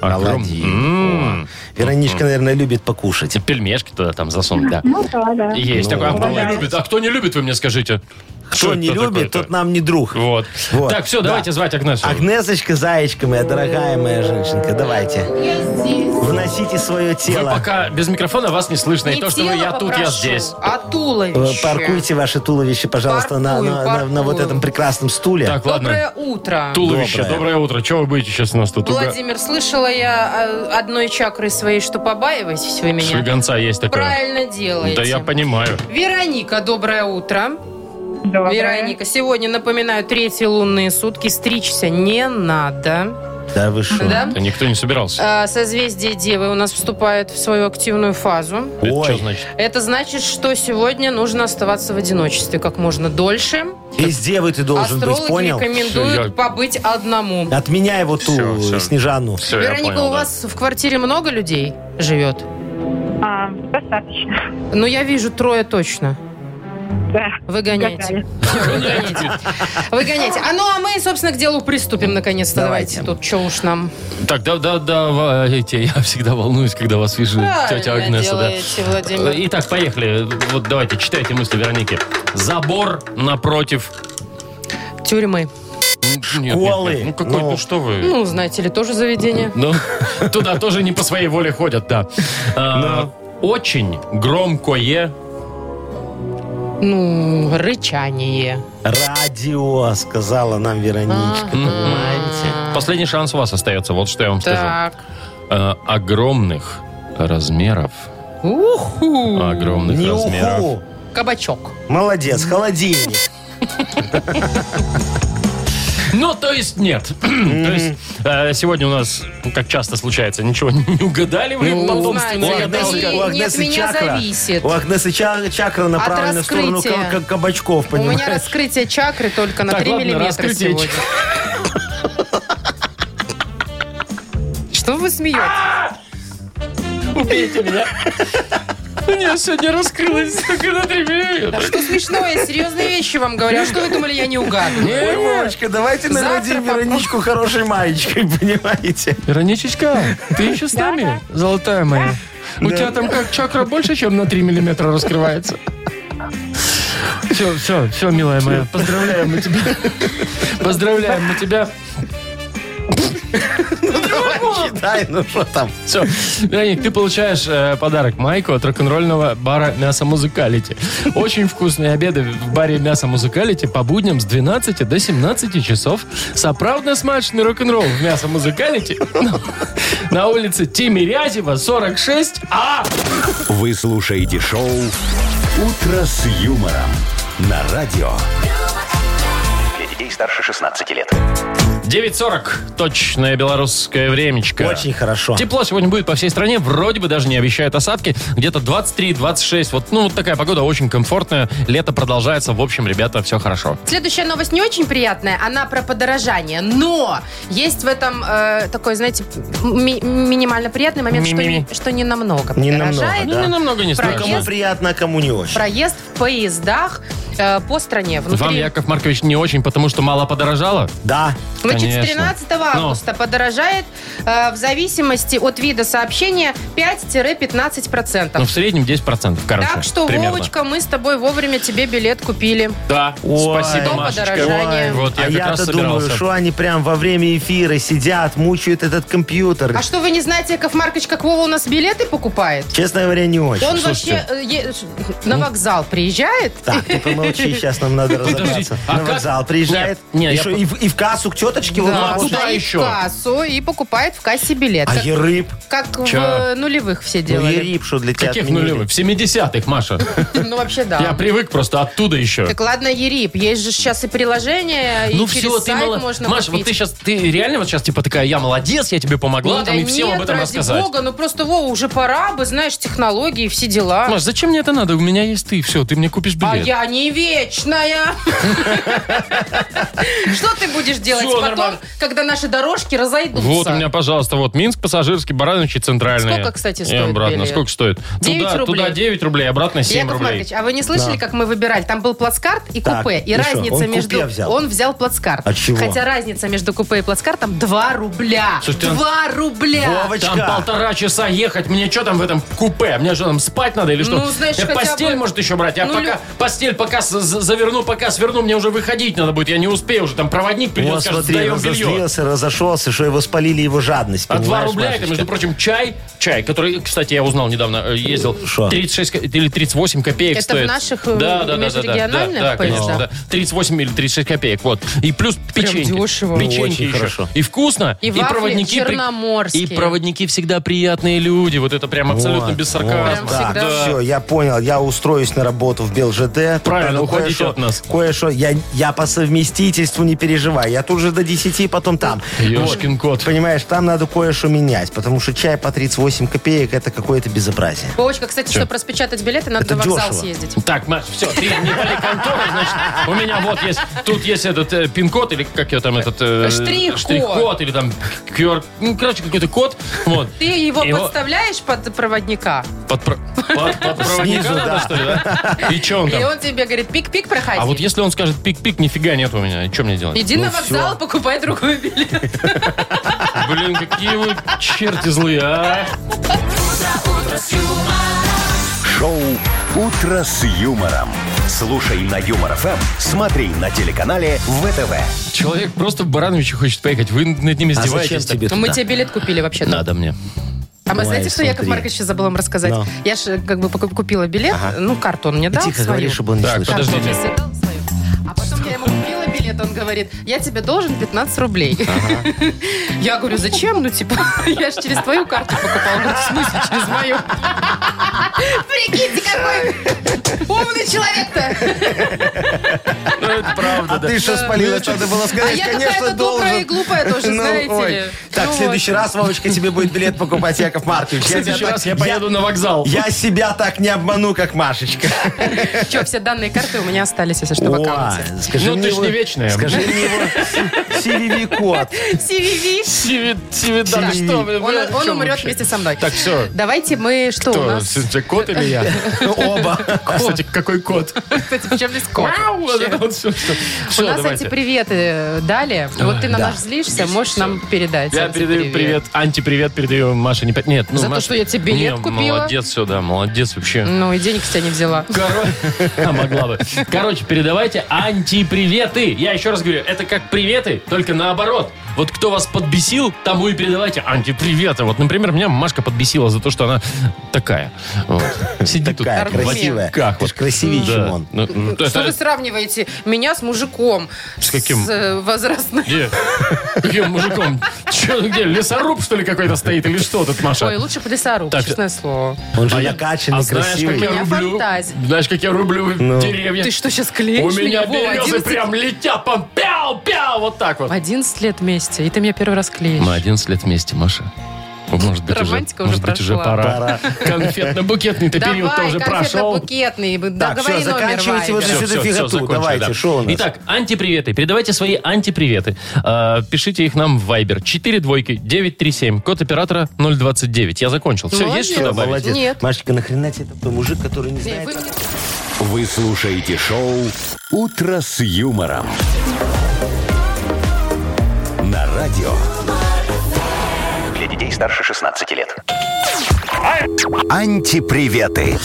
[SPEAKER 2] Огром-
[SPEAKER 4] Холодильник.
[SPEAKER 2] М,
[SPEAKER 4] Вероничка, наверное, любит покушать.
[SPEAKER 2] Пельмешки туда там засунуть, да.
[SPEAKER 9] Ну да, да.
[SPEAKER 2] Есть
[SPEAKER 4] Ну,
[SPEAKER 2] такое. А кто не
[SPEAKER 9] да.
[SPEAKER 2] любит? А кто не любит, вы мне скажите?
[SPEAKER 4] Кто
[SPEAKER 2] Что
[SPEAKER 4] не
[SPEAKER 2] это
[SPEAKER 4] любит,
[SPEAKER 2] такое-то?
[SPEAKER 4] тот нам не друг.
[SPEAKER 2] Вот.
[SPEAKER 4] Вот.
[SPEAKER 2] Так, все,
[SPEAKER 4] Да.
[SPEAKER 2] давайте звать Агнесу.
[SPEAKER 4] Агнесочка, зайчка моя, дорогая моя женщинка, давайте. Вносите свое
[SPEAKER 2] Вы
[SPEAKER 4] тело.
[SPEAKER 2] пока без микрофона вас не слышно.
[SPEAKER 3] Не
[SPEAKER 2] И то, что вы
[SPEAKER 3] тело
[SPEAKER 2] я тут, я
[SPEAKER 3] попрошу,
[SPEAKER 2] здесь.
[SPEAKER 3] А
[SPEAKER 4] Э,
[SPEAKER 3] туловище.
[SPEAKER 4] Паркуйте ваше туловище, пожалуйста, на,
[SPEAKER 3] Паркую,
[SPEAKER 4] на- на- на вот
[SPEAKER 3] паркую.
[SPEAKER 4] этом прекрасном стуле.
[SPEAKER 2] Так, ладно.
[SPEAKER 3] Доброе утро.
[SPEAKER 2] Туловище, доброе,
[SPEAKER 4] Доброе.
[SPEAKER 2] утро. Чего вы будете сейчас у нас тут? Уга-
[SPEAKER 3] Владимир, слышала я э, одной чакры своей, что побаиваетесь вы меня.
[SPEAKER 2] Слегонца есть такое.
[SPEAKER 3] Правильно делаете.
[SPEAKER 2] Да я понимаю.
[SPEAKER 3] Вероника, доброе утро.
[SPEAKER 9] Доброе.
[SPEAKER 3] Вероника, сегодня, напоминаю, третьи лунные сутки. Стричься не надо.
[SPEAKER 4] Да вы что?
[SPEAKER 3] Да?
[SPEAKER 2] Да никто не собирался.
[SPEAKER 3] А, Созвездие Девы у нас вступает в свою активную фазу.
[SPEAKER 2] Это
[SPEAKER 4] Ой.
[SPEAKER 2] что значит?
[SPEAKER 3] Это значит, что сегодня нужно оставаться в одиночестве как можно дольше.
[SPEAKER 4] Везде вы ты должен
[SPEAKER 3] Астрологи
[SPEAKER 4] быть, понял?
[SPEAKER 3] рекомендуют
[SPEAKER 2] Всё, я-
[SPEAKER 3] побыть одному.
[SPEAKER 4] Отменяй вот ту
[SPEAKER 2] Всё, всё.
[SPEAKER 4] Снежану.
[SPEAKER 2] Все,
[SPEAKER 3] Вероника, у вас в квартире много людей живет?
[SPEAKER 9] А, достаточно.
[SPEAKER 3] Ну, я вижу, трое точно.
[SPEAKER 9] Да.
[SPEAKER 3] Вы гоняете.
[SPEAKER 9] Угадали.
[SPEAKER 3] Всё, вы гоняете. Вы гоняете. А ну, а мы, собственно, к делу приступим, наконец-то.
[SPEAKER 4] Давайте.
[SPEAKER 3] Давайте. Тут что уж нам.
[SPEAKER 2] Так, да, да, давайте. Я всегда волнуюсь, когда вас вижу, тетя
[SPEAKER 3] Правильно
[SPEAKER 2] Агнеса. да.
[SPEAKER 3] делаете, Владимир.
[SPEAKER 2] Итак, поехали. Вот давайте, читайте мысли Вероники. Забор напротив...
[SPEAKER 3] Тюрьмы.
[SPEAKER 2] Нет, нет,
[SPEAKER 4] Школы.
[SPEAKER 2] нет. Ну, какой,
[SPEAKER 4] Ну.
[SPEAKER 2] ну что вы...
[SPEAKER 3] Ну, знаете ли, тоже заведение.
[SPEAKER 2] Ну, туда тоже не по своей воле ходят, да. А,
[SPEAKER 4] Ну.
[SPEAKER 2] Очень громкое...
[SPEAKER 3] Ну, рычание.
[SPEAKER 4] Радио, сказала нам Вероничка,
[SPEAKER 3] Ага.
[SPEAKER 4] понимаете?
[SPEAKER 2] Последний шанс у вас остается, вот что я вам скажу.
[SPEAKER 3] Так.
[SPEAKER 2] А, Огромных размеров.
[SPEAKER 3] Уху.
[SPEAKER 2] Огромных
[SPEAKER 4] Не
[SPEAKER 2] размеров.
[SPEAKER 4] уху.
[SPEAKER 3] Кабачок.
[SPEAKER 4] Молодец, холодильник.
[SPEAKER 2] Ну, то есть нет. то есть э, сегодня у нас, ну, как часто случается, ничего не угадали вы
[SPEAKER 3] Ну,
[SPEAKER 2] потомственно.
[SPEAKER 3] знаете,
[SPEAKER 2] гадалка.
[SPEAKER 3] да и-
[SPEAKER 4] у
[SPEAKER 3] не от меня
[SPEAKER 4] чакра,
[SPEAKER 3] зависит.
[SPEAKER 4] У Агнесы ча- чакра направлена в сторону
[SPEAKER 3] раскрытия.
[SPEAKER 4] ка- ка- кабачков,
[SPEAKER 3] У меня
[SPEAKER 4] понимаешь?
[SPEAKER 3] раскрытие чакры только на
[SPEAKER 2] Так,
[SPEAKER 3] 3
[SPEAKER 2] ладно,
[SPEAKER 3] миллиметра
[SPEAKER 2] раскрытие
[SPEAKER 3] сегодня. Что вы смеетесь?
[SPEAKER 2] Убейте меня. У меня сегодня раскрылось только на три миллиметра.
[SPEAKER 3] Что смешное? Серьезные вещи вам говорю. А что вы думали, я не угадываю?
[SPEAKER 4] Ой, Вовочка, давайте
[SPEAKER 3] Завтра
[SPEAKER 4] наградим
[SPEAKER 3] попробуем.
[SPEAKER 4] Вероничку хорошей маечкой, понимаете?
[SPEAKER 2] Вероничечка, ты еще с нами? Золотая моя. У тебя там как чакра больше, чем на 3 миллиметра раскрывается? Все, все, все, милая моя. Поздравляем мы тебя. Поздравляем мы тебя.
[SPEAKER 4] Читай, ну что там?
[SPEAKER 2] Все. Вероник, ты получаешь э, подарок майку от рок-н-ролльного бара «Мясо Музыкалити». Очень вкусные обеды в баре «Мясо Музыкалити» по будням с 12 до 17 часов. Соправдно смачный рок-н-ролл в «Мясо Музыкалити» на улице Тимирязева, 46 А.
[SPEAKER 1] Вы слушаете шоу «Утро с юмором» на радио.
[SPEAKER 5] Для детей старше 16 лет.
[SPEAKER 2] 9.40. Точное белорусское времечко.
[SPEAKER 4] Очень хорошо.
[SPEAKER 2] Тепло сегодня будет по всей стране, вроде бы даже не обещают осадки. Где-то 23-26. Вот, ну, вот такая погода очень комфортная. Лето продолжается. В общем, ребята, все хорошо.
[SPEAKER 3] Следующая новость не очень приятная, она про подорожание, но есть в этом э, такой, знаете, ми- минимально приятный момент, что,
[SPEAKER 2] Ми-ми-ми.
[SPEAKER 3] не- что не намного
[SPEAKER 4] Не
[SPEAKER 3] подорожает.
[SPEAKER 4] намного, да.
[SPEAKER 2] Ну, намного не
[SPEAKER 3] Проезд.
[SPEAKER 2] страшно.
[SPEAKER 4] Кому приятно, а кому не очень.
[SPEAKER 3] Проезд в поездах э, по стране. Внутри.
[SPEAKER 2] Вам, Яков Маркович, не очень, потому что мало подорожало?
[SPEAKER 4] Да.
[SPEAKER 3] Значит, с
[SPEAKER 2] Конечно.
[SPEAKER 3] 13 августа подорожает э, в зависимости от вида сообщения 5-15%.
[SPEAKER 2] Ну, в среднем 10%, короче.
[SPEAKER 3] так что,
[SPEAKER 2] примерно.
[SPEAKER 3] Вовочка, мы с тобой вовремя тебе билет купили.
[SPEAKER 2] Да,
[SPEAKER 4] Ой.
[SPEAKER 2] спасибо,
[SPEAKER 4] До
[SPEAKER 2] Машечка.
[SPEAKER 3] подорожания.
[SPEAKER 2] Вот, я
[SPEAKER 4] а
[SPEAKER 2] как раз
[SPEAKER 4] я-то думаю,
[SPEAKER 2] собирался.
[SPEAKER 4] что они прям во время эфира сидят, мучают этот компьютер.
[SPEAKER 3] А что вы не знаете, Яков Маркович, как Вова у нас билеты покупает?
[SPEAKER 4] Честно говоря, не очень.
[SPEAKER 3] Он
[SPEAKER 2] слушайте. Ну.
[SPEAKER 3] вообще э, е- на вокзал приезжает?
[SPEAKER 4] Так, ты помолчи, сейчас нам надо
[SPEAKER 2] Подождите,
[SPEAKER 4] разобраться.
[SPEAKER 2] а
[SPEAKER 4] На
[SPEAKER 2] как-
[SPEAKER 4] вокзал приезжает,
[SPEAKER 2] Не, не,
[SPEAKER 4] и
[SPEAKER 2] я
[SPEAKER 4] шо,
[SPEAKER 2] по-
[SPEAKER 4] и в- и в кассу к теточке вот
[SPEAKER 2] а
[SPEAKER 3] Да,
[SPEAKER 4] так вот.
[SPEAKER 2] куда
[SPEAKER 3] стоит
[SPEAKER 2] еще?
[SPEAKER 3] в кассу и покупает в кассе билет.
[SPEAKER 4] А
[SPEAKER 3] Как-
[SPEAKER 4] ерып?
[SPEAKER 3] Как в
[SPEAKER 2] Чё?
[SPEAKER 3] э, нулевых все
[SPEAKER 4] Ну,
[SPEAKER 3] делали.
[SPEAKER 4] ерип, что для тебя
[SPEAKER 2] Каких
[SPEAKER 4] отменили?
[SPEAKER 2] нулевых? В 70-х, Маша.
[SPEAKER 3] Ну, вообще,
[SPEAKER 2] Я
[SPEAKER 3] да.
[SPEAKER 2] привык просто оттуда еще.
[SPEAKER 3] Так ладно, Ерип, есть же сейчас и приложение,
[SPEAKER 2] Ну
[SPEAKER 3] и
[SPEAKER 2] все,
[SPEAKER 3] через
[SPEAKER 2] ты
[SPEAKER 3] сайт
[SPEAKER 2] мало...
[SPEAKER 3] можно
[SPEAKER 2] Маш, вот
[SPEAKER 3] купить.
[SPEAKER 2] ты сейчас, ты реально вот сейчас типа такая, я молодец, я тебе помогла,
[SPEAKER 3] Ну,
[SPEAKER 2] там
[SPEAKER 3] да
[SPEAKER 2] и всем
[SPEAKER 3] нет,
[SPEAKER 2] об этом
[SPEAKER 3] ради
[SPEAKER 2] рассказать.
[SPEAKER 3] бога, ну просто, Вова, уже пора бы, знаешь, технологии, все дела.
[SPEAKER 2] Маш, зачем мне это надо? У меня есть ты, все, ты мне купишь билет.
[SPEAKER 3] а я не вечная. Что ты будешь делать
[SPEAKER 2] Всё,
[SPEAKER 3] потом,
[SPEAKER 2] нормально.
[SPEAKER 3] когда наши дорожки разойдутся?
[SPEAKER 2] Вот у меня, пожалуйста, вот Минск, пассажирский, Барановичи, центральный.
[SPEAKER 3] Сколько, кстати,
[SPEAKER 2] И
[SPEAKER 3] стоит
[SPEAKER 2] обратно.
[SPEAKER 3] билет?
[SPEAKER 2] Сколько стоит?
[SPEAKER 3] Девять
[SPEAKER 2] туда,
[SPEAKER 3] рублей.
[SPEAKER 2] туда 9 рублей, обратно 7
[SPEAKER 3] Яков
[SPEAKER 2] рублей.
[SPEAKER 3] Маркович, а вы не слышали, как мы выбирали? Там был плацкарт и
[SPEAKER 4] Так,
[SPEAKER 3] купе. И
[SPEAKER 4] и что,
[SPEAKER 3] разница
[SPEAKER 4] он
[SPEAKER 3] между...
[SPEAKER 4] купе взял?
[SPEAKER 3] Он взял плацкарт.
[SPEAKER 4] А чего?
[SPEAKER 3] Хотя разница между купе и плацкартом 2 рубля.
[SPEAKER 2] Слушайте, он-
[SPEAKER 3] 2 рубля!
[SPEAKER 4] Вовочка,
[SPEAKER 2] Там полтора часа ехать. Мне что там в этом купе? Мне что там спать надо или что?
[SPEAKER 3] Ну, знаешь,
[SPEAKER 2] я
[SPEAKER 3] хотя
[SPEAKER 2] постель,
[SPEAKER 3] бы-
[SPEAKER 2] может, еще брать. Я
[SPEAKER 3] Ну,
[SPEAKER 2] пока
[SPEAKER 3] лю-
[SPEAKER 2] постель пока с- з- заверну, пока сверну, мне уже выходить надо будет. Я не успею уже, там проводник придет,
[SPEAKER 4] Вот
[SPEAKER 2] скажет,
[SPEAKER 4] смотри, ну,
[SPEAKER 2] сдаем белье.
[SPEAKER 4] разозлился, разошелся, что его спалили его жадность.
[SPEAKER 2] А 2
[SPEAKER 4] понимаешь,
[SPEAKER 2] рубля это,
[SPEAKER 4] Машечка?
[SPEAKER 2] между прочим, чай. Чай, который, кстати, я узнал недавно, э, ездил.
[SPEAKER 4] Шо?
[SPEAKER 2] 36 ко- или 38 копеек
[SPEAKER 3] Это в
[SPEAKER 2] стоит.
[SPEAKER 3] наших, э, межрегиональных
[SPEAKER 2] да, да, конечно,
[SPEAKER 3] поездах?
[SPEAKER 2] да. 38 или 36 копеек, вот. И плюс печеньки.
[SPEAKER 3] дешево.
[SPEAKER 2] Печеньки
[SPEAKER 4] Ну, очень
[SPEAKER 2] еще.
[SPEAKER 4] хорошо.
[SPEAKER 2] И вкусно.
[SPEAKER 3] И вафли
[SPEAKER 2] при-
[SPEAKER 3] черноморские.
[SPEAKER 2] И проводники всегда приятные люди. Вот это прям абсолютно
[SPEAKER 4] Вот,
[SPEAKER 2] без
[SPEAKER 4] вот,
[SPEAKER 2] сарказма.
[SPEAKER 3] Прям всегда.
[SPEAKER 2] Да.
[SPEAKER 4] Все, я понял, я устроюсь на работу в БелЖД.
[SPEAKER 2] Правильно,
[SPEAKER 4] Там
[SPEAKER 2] уходите
[SPEAKER 4] кое-что-
[SPEAKER 2] от нас.
[SPEAKER 4] Кое-что, я, я по совместительству не переживай, я тут же до 10, потом там.
[SPEAKER 2] Ёшкин кот.
[SPEAKER 4] Понимаешь, там надо кое-что менять, потому что чай по 38 копеек это какое-то безобразие.
[SPEAKER 3] Вовочка, кстати, чтобы распечатать билеты, надо
[SPEAKER 4] Это
[SPEAKER 3] на вокзал
[SPEAKER 4] дешево.
[SPEAKER 3] съездить.
[SPEAKER 2] Так, Маш, все, ты не вали контору, значит, у меня вот есть, тут есть этот э, пин-код, или как его там этот... э,
[SPEAKER 3] Штрих-код.
[SPEAKER 2] штрих-код, или там QR, ну, короче, какой-то код, вот.
[SPEAKER 3] Ты его,
[SPEAKER 2] Его-
[SPEAKER 3] подставляешь под проводника,
[SPEAKER 2] Под, про- под- под проводника
[SPEAKER 4] Снизу,
[SPEAKER 2] надо,
[SPEAKER 4] да.
[SPEAKER 2] что ли, да? И что он
[SPEAKER 3] и
[SPEAKER 2] там?
[SPEAKER 3] он тебе говорит, пик-пик, проходи.
[SPEAKER 2] А вот если он скажет пик-пик, нифига нет у меня, и что мне делать?
[SPEAKER 4] Ну
[SPEAKER 3] Иди на вокзал, покупай другой билет.
[SPEAKER 2] Блин, какие вы черти злые, а?
[SPEAKER 1] Шоу «Утро с юмором». Слушай на Юмор ФМ, смотри на телеканале ВТВ.
[SPEAKER 2] Человек просто в Барановичи хочет поехать, вы над ним
[SPEAKER 4] А
[SPEAKER 2] издеваетесь.
[SPEAKER 4] зачем
[SPEAKER 2] так.
[SPEAKER 4] тебе
[SPEAKER 3] Ну, мы
[SPEAKER 4] туда?
[SPEAKER 3] тебе билет купили вообще-то.
[SPEAKER 2] Надо мне.
[SPEAKER 3] А мы
[SPEAKER 4] Ой,
[SPEAKER 3] знаете, что Яков
[SPEAKER 4] смотри.
[SPEAKER 3] Маркович еще забыл вам рассказать?
[SPEAKER 4] Но.
[SPEAKER 3] Я же как бы поку- купила билет, ну, карту он мне дал
[SPEAKER 4] Тихо
[SPEAKER 3] свою.
[SPEAKER 4] говори, чтобы он не
[SPEAKER 2] Так,
[SPEAKER 4] слышал.
[SPEAKER 3] Карту он мне
[SPEAKER 2] Подождите.
[SPEAKER 3] дал свою. А потом я ему купила билет, он говорит, я тебе должен 15 рублей. Я говорю, зачем? Ну, типа, я же через твою карту покупала. Он говорит, в смысле через мою? Прикиньте, какой умный человек-то!
[SPEAKER 2] Ну, это правда,
[SPEAKER 4] А
[SPEAKER 2] да.
[SPEAKER 4] ты что спалила, что надо было
[SPEAKER 3] А
[SPEAKER 4] сказать?
[SPEAKER 3] я
[SPEAKER 4] Конечно,
[SPEAKER 3] какая-то
[SPEAKER 4] должен.
[SPEAKER 3] добрая и глупая тоже,
[SPEAKER 4] Ну,
[SPEAKER 3] знаете
[SPEAKER 4] ой.
[SPEAKER 3] ли.
[SPEAKER 4] Так,
[SPEAKER 3] Ну
[SPEAKER 4] в следующий
[SPEAKER 3] вот.
[SPEAKER 4] раз, Вовочка, тебе будет билет покупать Яков Маркович.
[SPEAKER 2] В следующий
[SPEAKER 4] тебя
[SPEAKER 2] раз я
[SPEAKER 4] так-
[SPEAKER 2] поеду на вокзал.
[SPEAKER 4] Я себя так не обману, как Машечка.
[SPEAKER 3] Че, все данные карты у меня остались, если что, в аккаунте.
[SPEAKER 4] О, скажи
[SPEAKER 2] Ну,
[SPEAKER 4] мне
[SPEAKER 2] ты ж
[SPEAKER 4] его-
[SPEAKER 2] не вечная.
[SPEAKER 4] Скажи мне его CVV-код.
[SPEAKER 3] CVV.
[SPEAKER 2] Сиви- сиви- да,
[SPEAKER 4] Да.
[SPEAKER 2] что вы,
[SPEAKER 3] Он,
[SPEAKER 2] вы о
[SPEAKER 3] он
[SPEAKER 2] чем
[SPEAKER 3] умрет
[SPEAKER 2] вообще?
[SPEAKER 3] вместе со мной.
[SPEAKER 2] Так, все.
[SPEAKER 3] Давайте мы что у нас?
[SPEAKER 2] кот или я?
[SPEAKER 4] Оба.
[SPEAKER 2] Кстати, какой кот?
[SPEAKER 3] Кстати, в чем здесь кот?
[SPEAKER 2] Вау, вот это
[SPEAKER 3] вообще?
[SPEAKER 2] вот всё, что-
[SPEAKER 3] У
[SPEAKER 2] Всё,
[SPEAKER 3] нас
[SPEAKER 2] давайте. А,
[SPEAKER 3] антиприветы э, дали. Вот ты на
[SPEAKER 4] да.
[SPEAKER 3] нас злишься, можешь нам передать.
[SPEAKER 2] Я передаю привет, антипривет передаю Маше. Не... пот- Нет, ну,
[SPEAKER 3] За то,
[SPEAKER 2] Маша-
[SPEAKER 3] что я тебе билет
[SPEAKER 2] Не,
[SPEAKER 3] купила.
[SPEAKER 2] Молодец, все, да, молодец вообще.
[SPEAKER 3] Ну и денег с тебя не взяла.
[SPEAKER 2] Короче, а, могла бы. Короче, передавайте антиприветы. Я еще раз говорю, это как приветы, только наоборот. Вот кто вас подбесил, тому и передавайте антиприветы. Вот, например, меня Машка подбесила за то, что она такая. Вот. Сидит тут
[SPEAKER 4] Такая
[SPEAKER 2] в
[SPEAKER 4] красивая.
[SPEAKER 2] очках.
[SPEAKER 4] Ты ж
[SPEAKER 2] вот.
[SPEAKER 4] красивее, чем
[SPEAKER 2] Да.
[SPEAKER 4] он.
[SPEAKER 2] Ну, ну, то есть,
[SPEAKER 3] Что
[SPEAKER 2] а,
[SPEAKER 3] вы сравниваете меня с мужиком?
[SPEAKER 2] С каким?
[SPEAKER 3] С э, возрастным.
[SPEAKER 2] Где? Каким мужиком? Че, где? Лесоруб, что ли, какой-то стоит? Или что тут, Маша?
[SPEAKER 3] Ой, лучше бы лесоруб,
[SPEAKER 2] Так.
[SPEAKER 3] честное слово.
[SPEAKER 4] Он же
[SPEAKER 2] А я- а
[SPEAKER 4] накачанный,
[SPEAKER 2] знаешь, как
[SPEAKER 4] красивый.
[SPEAKER 2] я
[SPEAKER 3] меня
[SPEAKER 2] люблю?
[SPEAKER 3] фантазия.
[SPEAKER 2] Знаешь, как я люблю деревья?
[SPEAKER 3] Ты что, сейчас клеишь
[SPEAKER 2] У меня
[SPEAKER 3] Вова,
[SPEAKER 2] березы
[SPEAKER 3] 11
[SPEAKER 2] прям летят, пам, пяу, пяу, вот так вот.
[SPEAKER 3] 11 лет вместе, и ты меня первый раз клеишь.
[SPEAKER 2] Мы 11 лет вместе, Маша. Может быть, уже,
[SPEAKER 3] Романтика уже
[SPEAKER 2] может быть, уже
[SPEAKER 3] прошла.
[SPEAKER 2] пора. Конфетно-букетный-то период
[SPEAKER 3] Давай,
[SPEAKER 2] тоже прошел.
[SPEAKER 3] конфетно-букетный.
[SPEAKER 4] Так,
[SPEAKER 3] Договори
[SPEAKER 4] всё,
[SPEAKER 3] номер,
[SPEAKER 4] заканчивайте
[SPEAKER 3] Вайбер.
[SPEAKER 4] вот Всё,
[SPEAKER 2] Всё,
[SPEAKER 4] всё,
[SPEAKER 2] всё,
[SPEAKER 4] фиготу,
[SPEAKER 2] закончили,
[SPEAKER 4] давайте,
[SPEAKER 2] да.
[SPEAKER 4] шо у нас?
[SPEAKER 2] Итак, антиприветы. Передавайте свои антиприветы. Э, пишите их нам в Viber. 4 двойки 937. Код оператора 029. Я закончил. Все, есть что
[SPEAKER 4] Всё,
[SPEAKER 2] добавить?
[SPEAKER 4] молодец.
[SPEAKER 3] Нет.
[SPEAKER 4] Машечка, нахрена тебе такой мужик, который не
[SPEAKER 3] Не,
[SPEAKER 4] знает...
[SPEAKER 3] вы мне-
[SPEAKER 1] Вы слушаете шоу «Утро с юмором». На радио
[SPEAKER 5] Для детей старше 16 лет.
[SPEAKER 1] «Антиприветы».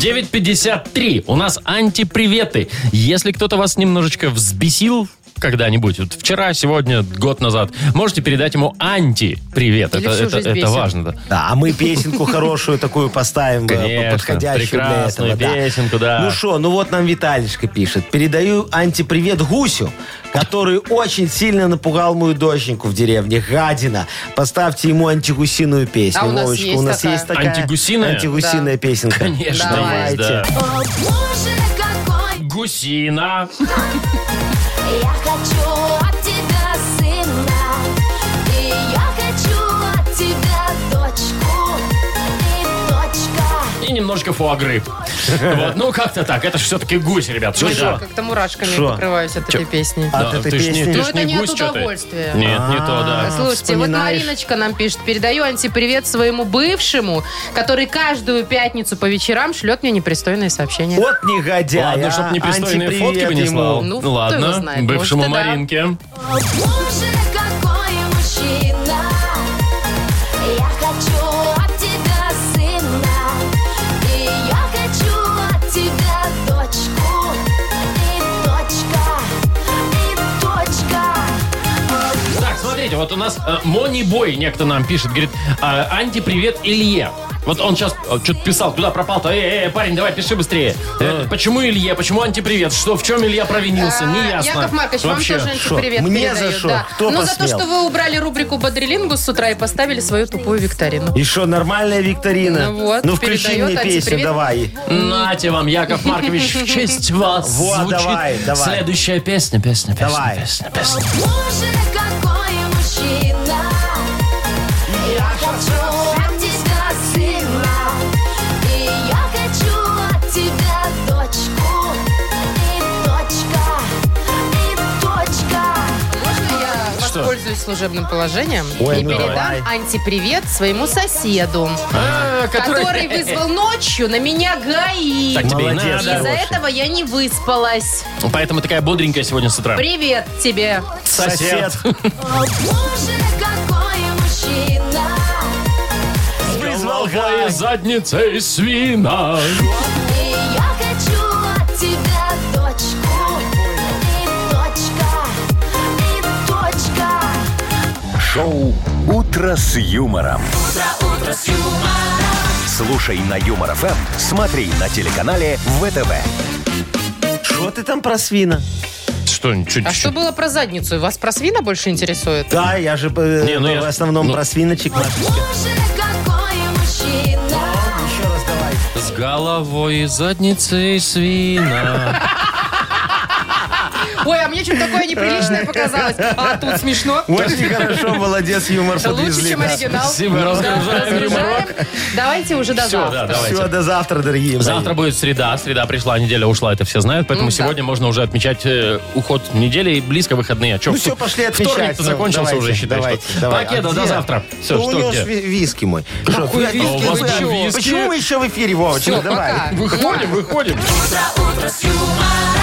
[SPEAKER 2] 9.53. У нас антиприветы. Если кто-то вас немножечко взбесил когда-нибудь, вот вчера, сегодня, год назад, можете передать ему антипривет.
[SPEAKER 3] Или
[SPEAKER 2] Это,
[SPEAKER 3] всю
[SPEAKER 2] это,
[SPEAKER 3] жизнь
[SPEAKER 2] это
[SPEAKER 3] бесит.
[SPEAKER 2] важно, да.
[SPEAKER 4] Да, а мы песенку хорошую такую поставим, э,
[SPEAKER 2] Конечно,
[SPEAKER 4] подходящую для
[SPEAKER 2] прекрасную
[SPEAKER 4] этого. да.
[SPEAKER 2] песенку, да.
[SPEAKER 4] Ну что, ну вот нам Виталишка пишет. Передаю антипривет гусю, который очень сильно напугал мою доченьку в деревне. Гадина. Поставьте ему антигусиную песню.
[SPEAKER 3] А у нас
[SPEAKER 4] Вовочка,
[SPEAKER 3] есть
[SPEAKER 4] у нас
[SPEAKER 3] такая?
[SPEAKER 4] есть такая
[SPEAKER 2] Антигусиная?
[SPEAKER 4] антигусиная песенка.
[SPEAKER 2] Конечно,
[SPEAKER 4] Давайте.
[SPEAKER 2] есть, да.
[SPEAKER 10] О, боже, какой
[SPEAKER 2] Гусина.
[SPEAKER 10] я хочу от тебя сына, и я хочу от тебя дочку, и дочка.
[SPEAKER 2] И немножко фуагры. Вот, ну, как-то так. Это же все-таки гусь, ребят.
[SPEAKER 4] Ну
[SPEAKER 2] Что
[SPEAKER 3] Я
[SPEAKER 2] это?
[SPEAKER 3] Как-то мурашками
[SPEAKER 4] Шо?
[SPEAKER 3] покрываюсь от этой песни.
[SPEAKER 4] От
[SPEAKER 2] Да,
[SPEAKER 4] этой
[SPEAKER 2] ты ж не,
[SPEAKER 4] песни?
[SPEAKER 2] ты
[SPEAKER 3] Ну,
[SPEAKER 2] ж
[SPEAKER 3] это
[SPEAKER 2] не
[SPEAKER 3] не от
[SPEAKER 2] гусь, что ты.
[SPEAKER 3] удовольствия.
[SPEAKER 2] Нет, не то, да.
[SPEAKER 4] А,
[SPEAKER 3] Слушайте, вот
[SPEAKER 4] вспоминаешь.
[SPEAKER 3] Мариночка нам пишет, передаю антипривет своему бывшему, который каждую пятницу по вечерам шлет мне непристойные сообщения.
[SPEAKER 4] Вот негодяй.
[SPEAKER 2] Ладно,
[SPEAKER 4] а,
[SPEAKER 2] чтобы непристойные
[SPEAKER 4] антипривет
[SPEAKER 2] фотки бы не
[SPEAKER 4] ему.
[SPEAKER 2] слал.
[SPEAKER 3] Ну, кто его
[SPEAKER 2] Ладно,
[SPEAKER 3] знает,
[SPEAKER 2] бывшему
[SPEAKER 3] может, и да.
[SPEAKER 2] Маринке.
[SPEAKER 10] О, боже, какой мужчина, я хочу от тебя сына, и я хочу от тебя дочку, и дочка, и
[SPEAKER 2] вот у нас э, Мони Бой некто нам пишет, говорит, а, Анти, привет, Илье. Вот он сейчас что-то писал, куда пропал-то? Эй, эй, парень, давай, пиши быстрее. Э, почему Илье? Почему Анти, привет? Что, в чем Илья провинился?
[SPEAKER 3] А,
[SPEAKER 2] Не ясно.
[SPEAKER 3] Яков Маркович, вам
[SPEAKER 2] Вообще.
[SPEAKER 3] тоже
[SPEAKER 4] Шо,
[SPEAKER 3] привет
[SPEAKER 4] мне за
[SPEAKER 3] передают.
[SPEAKER 4] шо?
[SPEAKER 3] да.
[SPEAKER 4] Кто
[SPEAKER 3] Но за то,
[SPEAKER 4] посмел?
[SPEAKER 3] что вы убрали рубрику «Бодрилингус» с утра и поставили свою тупую викторину.
[SPEAKER 4] И что, нормальная викторина?
[SPEAKER 3] Ну вот,
[SPEAKER 4] включи
[SPEAKER 3] передает
[SPEAKER 4] мне
[SPEAKER 3] антипривет.
[SPEAKER 4] песню, давай.
[SPEAKER 2] Нате вам, Яков Маркович, в честь вас
[SPEAKER 4] Вот,
[SPEAKER 2] звучит
[SPEAKER 4] давай, давай.
[SPEAKER 2] следующая песня, песня, песня,
[SPEAKER 4] Давай.
[SPEAKER 2] песня, песня.
[SPEAKER 10] А Боже, какой мужчина, я хочу от тебя сына, и я хочу от тебя дочку, и дочка, и дочка.
[SPEAKER 3] Можно я
[SPEAKER 2] Что?
[SPEAKER 3] воспользуюсь служебным положением
[SPEAKER 4] Ой,
[SPEAKER 3] и
[SPEAKER 4] ну
[SPEAKER 3] передам
[SPEAKER 4] давай.
[SPEAKER 3] антипривет своему соседу,
[SPEAKER 2] А,
[SPEAKER 3] Э, который... вызвал ночью на меня ГАИ.
[SPEAKER 2] Так А тебе и
[SPEAKER 4] Молодец,
[SPEAKER 2] надо.
[SPEAKER 3] Из-за
[SPEAKER 4] хороший.
[SPEAKER 3] этого я не выспалась.
[SPEAKER 2] Поэтому такая бодренькая сегодня с утра.
[SPEAKER 3] Привет тебе.
[SPEAKER 2] Сосед.
[SPEAKER 10] О, А Боже, какой мужчина,
[SPEAKER 4] Вызвал
[SPEAKER 2] Голова и
[SPEAKER 4] гай.
[SPEAKER 2] задница и свина.
[SPEAKER 10] и я хочу от тебя дочку, и дочка, и дочка.
[SPEAKER 1] Шоу «Утро с юмором». Слушай на Юмор ФМ, смотри на телеканале ВТВ.
[SPEAKER 4] Что ты там про свина?
[SPEAKER 2] Что, ничего,
[SPEAKER 3] А что было про задницу? Вас про свина больше интересует?
[SPEAKER 4] Да, я же э,
[SPEAKER 2] Не, ну я-
[SPEAKER 4] в основном
[SPEAKER 2] ну-
[SPEAKER 4] про свиночек. Машечка.
[SPEAKER 10] А Боже, какой мужчина,
[SPEAKER 4] Еще раз давай.
[SPEAKER 2] С головой и задницей свина.
[SPEAKER 3] Ой, а мне что-то такое неприличное показалось. А тут смешно.
[SPEAKER 4] Очень хорошо, молодец, юмор
[SPEAKER 3] Да Лучше,
[SPEAKER 4] подвезли.
[SPEAKER 3] чем оригинал.
[SPEAKER 2] Спасибо,
[SPEAKER 3] Да,
[SPEAKER 2] разгружаем юморок.
[SPEAKER 3] Давайте уже до
[SPEAKER 2] Всё,
[SPEAKER 3] завтра.
[SPEAKER 2] да, давайте.
[SPEAKER 4] Все, до завтра, дорогие мои.
[SPEAKER 2] Завтра будет среда. Среда пришла, неделя ушла, это все знают. Поэтому
[SPEAKER 3] Ну да.
[SPEAKER 2] сегодня можно уже отмечать э, уход недели и близко выходные. Че,
[SPEAKER 4] Ну все, пошли отмечать.
[SPEAKER 2] Вторник-то
[SPEAKER 4] Ну,
[SPEAKER 2] закончился
[SPEAKER 4] давайте,
[SPEAKER 2] уже, считай.
[SPEAKER 4] Давайте,
[SPEAKER 2] что.
[SPEAKER 4] давай.
[SPEAKER 2] Пакетов,
[SPEAKER 4] А
[SPEAKER 2] до
[SPEAKER 4] где?
[SPEAKER 2] завтра. Все,
[SPEAKER 4] Ну, у
[SPEAKER 2] что
[SPEAKER 4] него
[SPEAKER 2] где?
[SPEAKER 4] ж ви- виски мой. Что,
[SPEAKER 3] Какой
[SPEAKER 4] опять
[SPEAKER 3] виски?
[SPEAKER 4] виски?
[SPEAKER 2] А у вас
[SPEAKER 4] Куда?
[SPEAKER 2] там виски?
[SPEAKER 4] Почему мы еще в эфире, Вовочка?
[SPEAKER 3] Всё,
[SPEAKER 4] Давай.
[SPEAKER 3] пока.
[SPEAKER 2] Выходим, выходим.
[SPEAKER 10] утро, утро с юмором.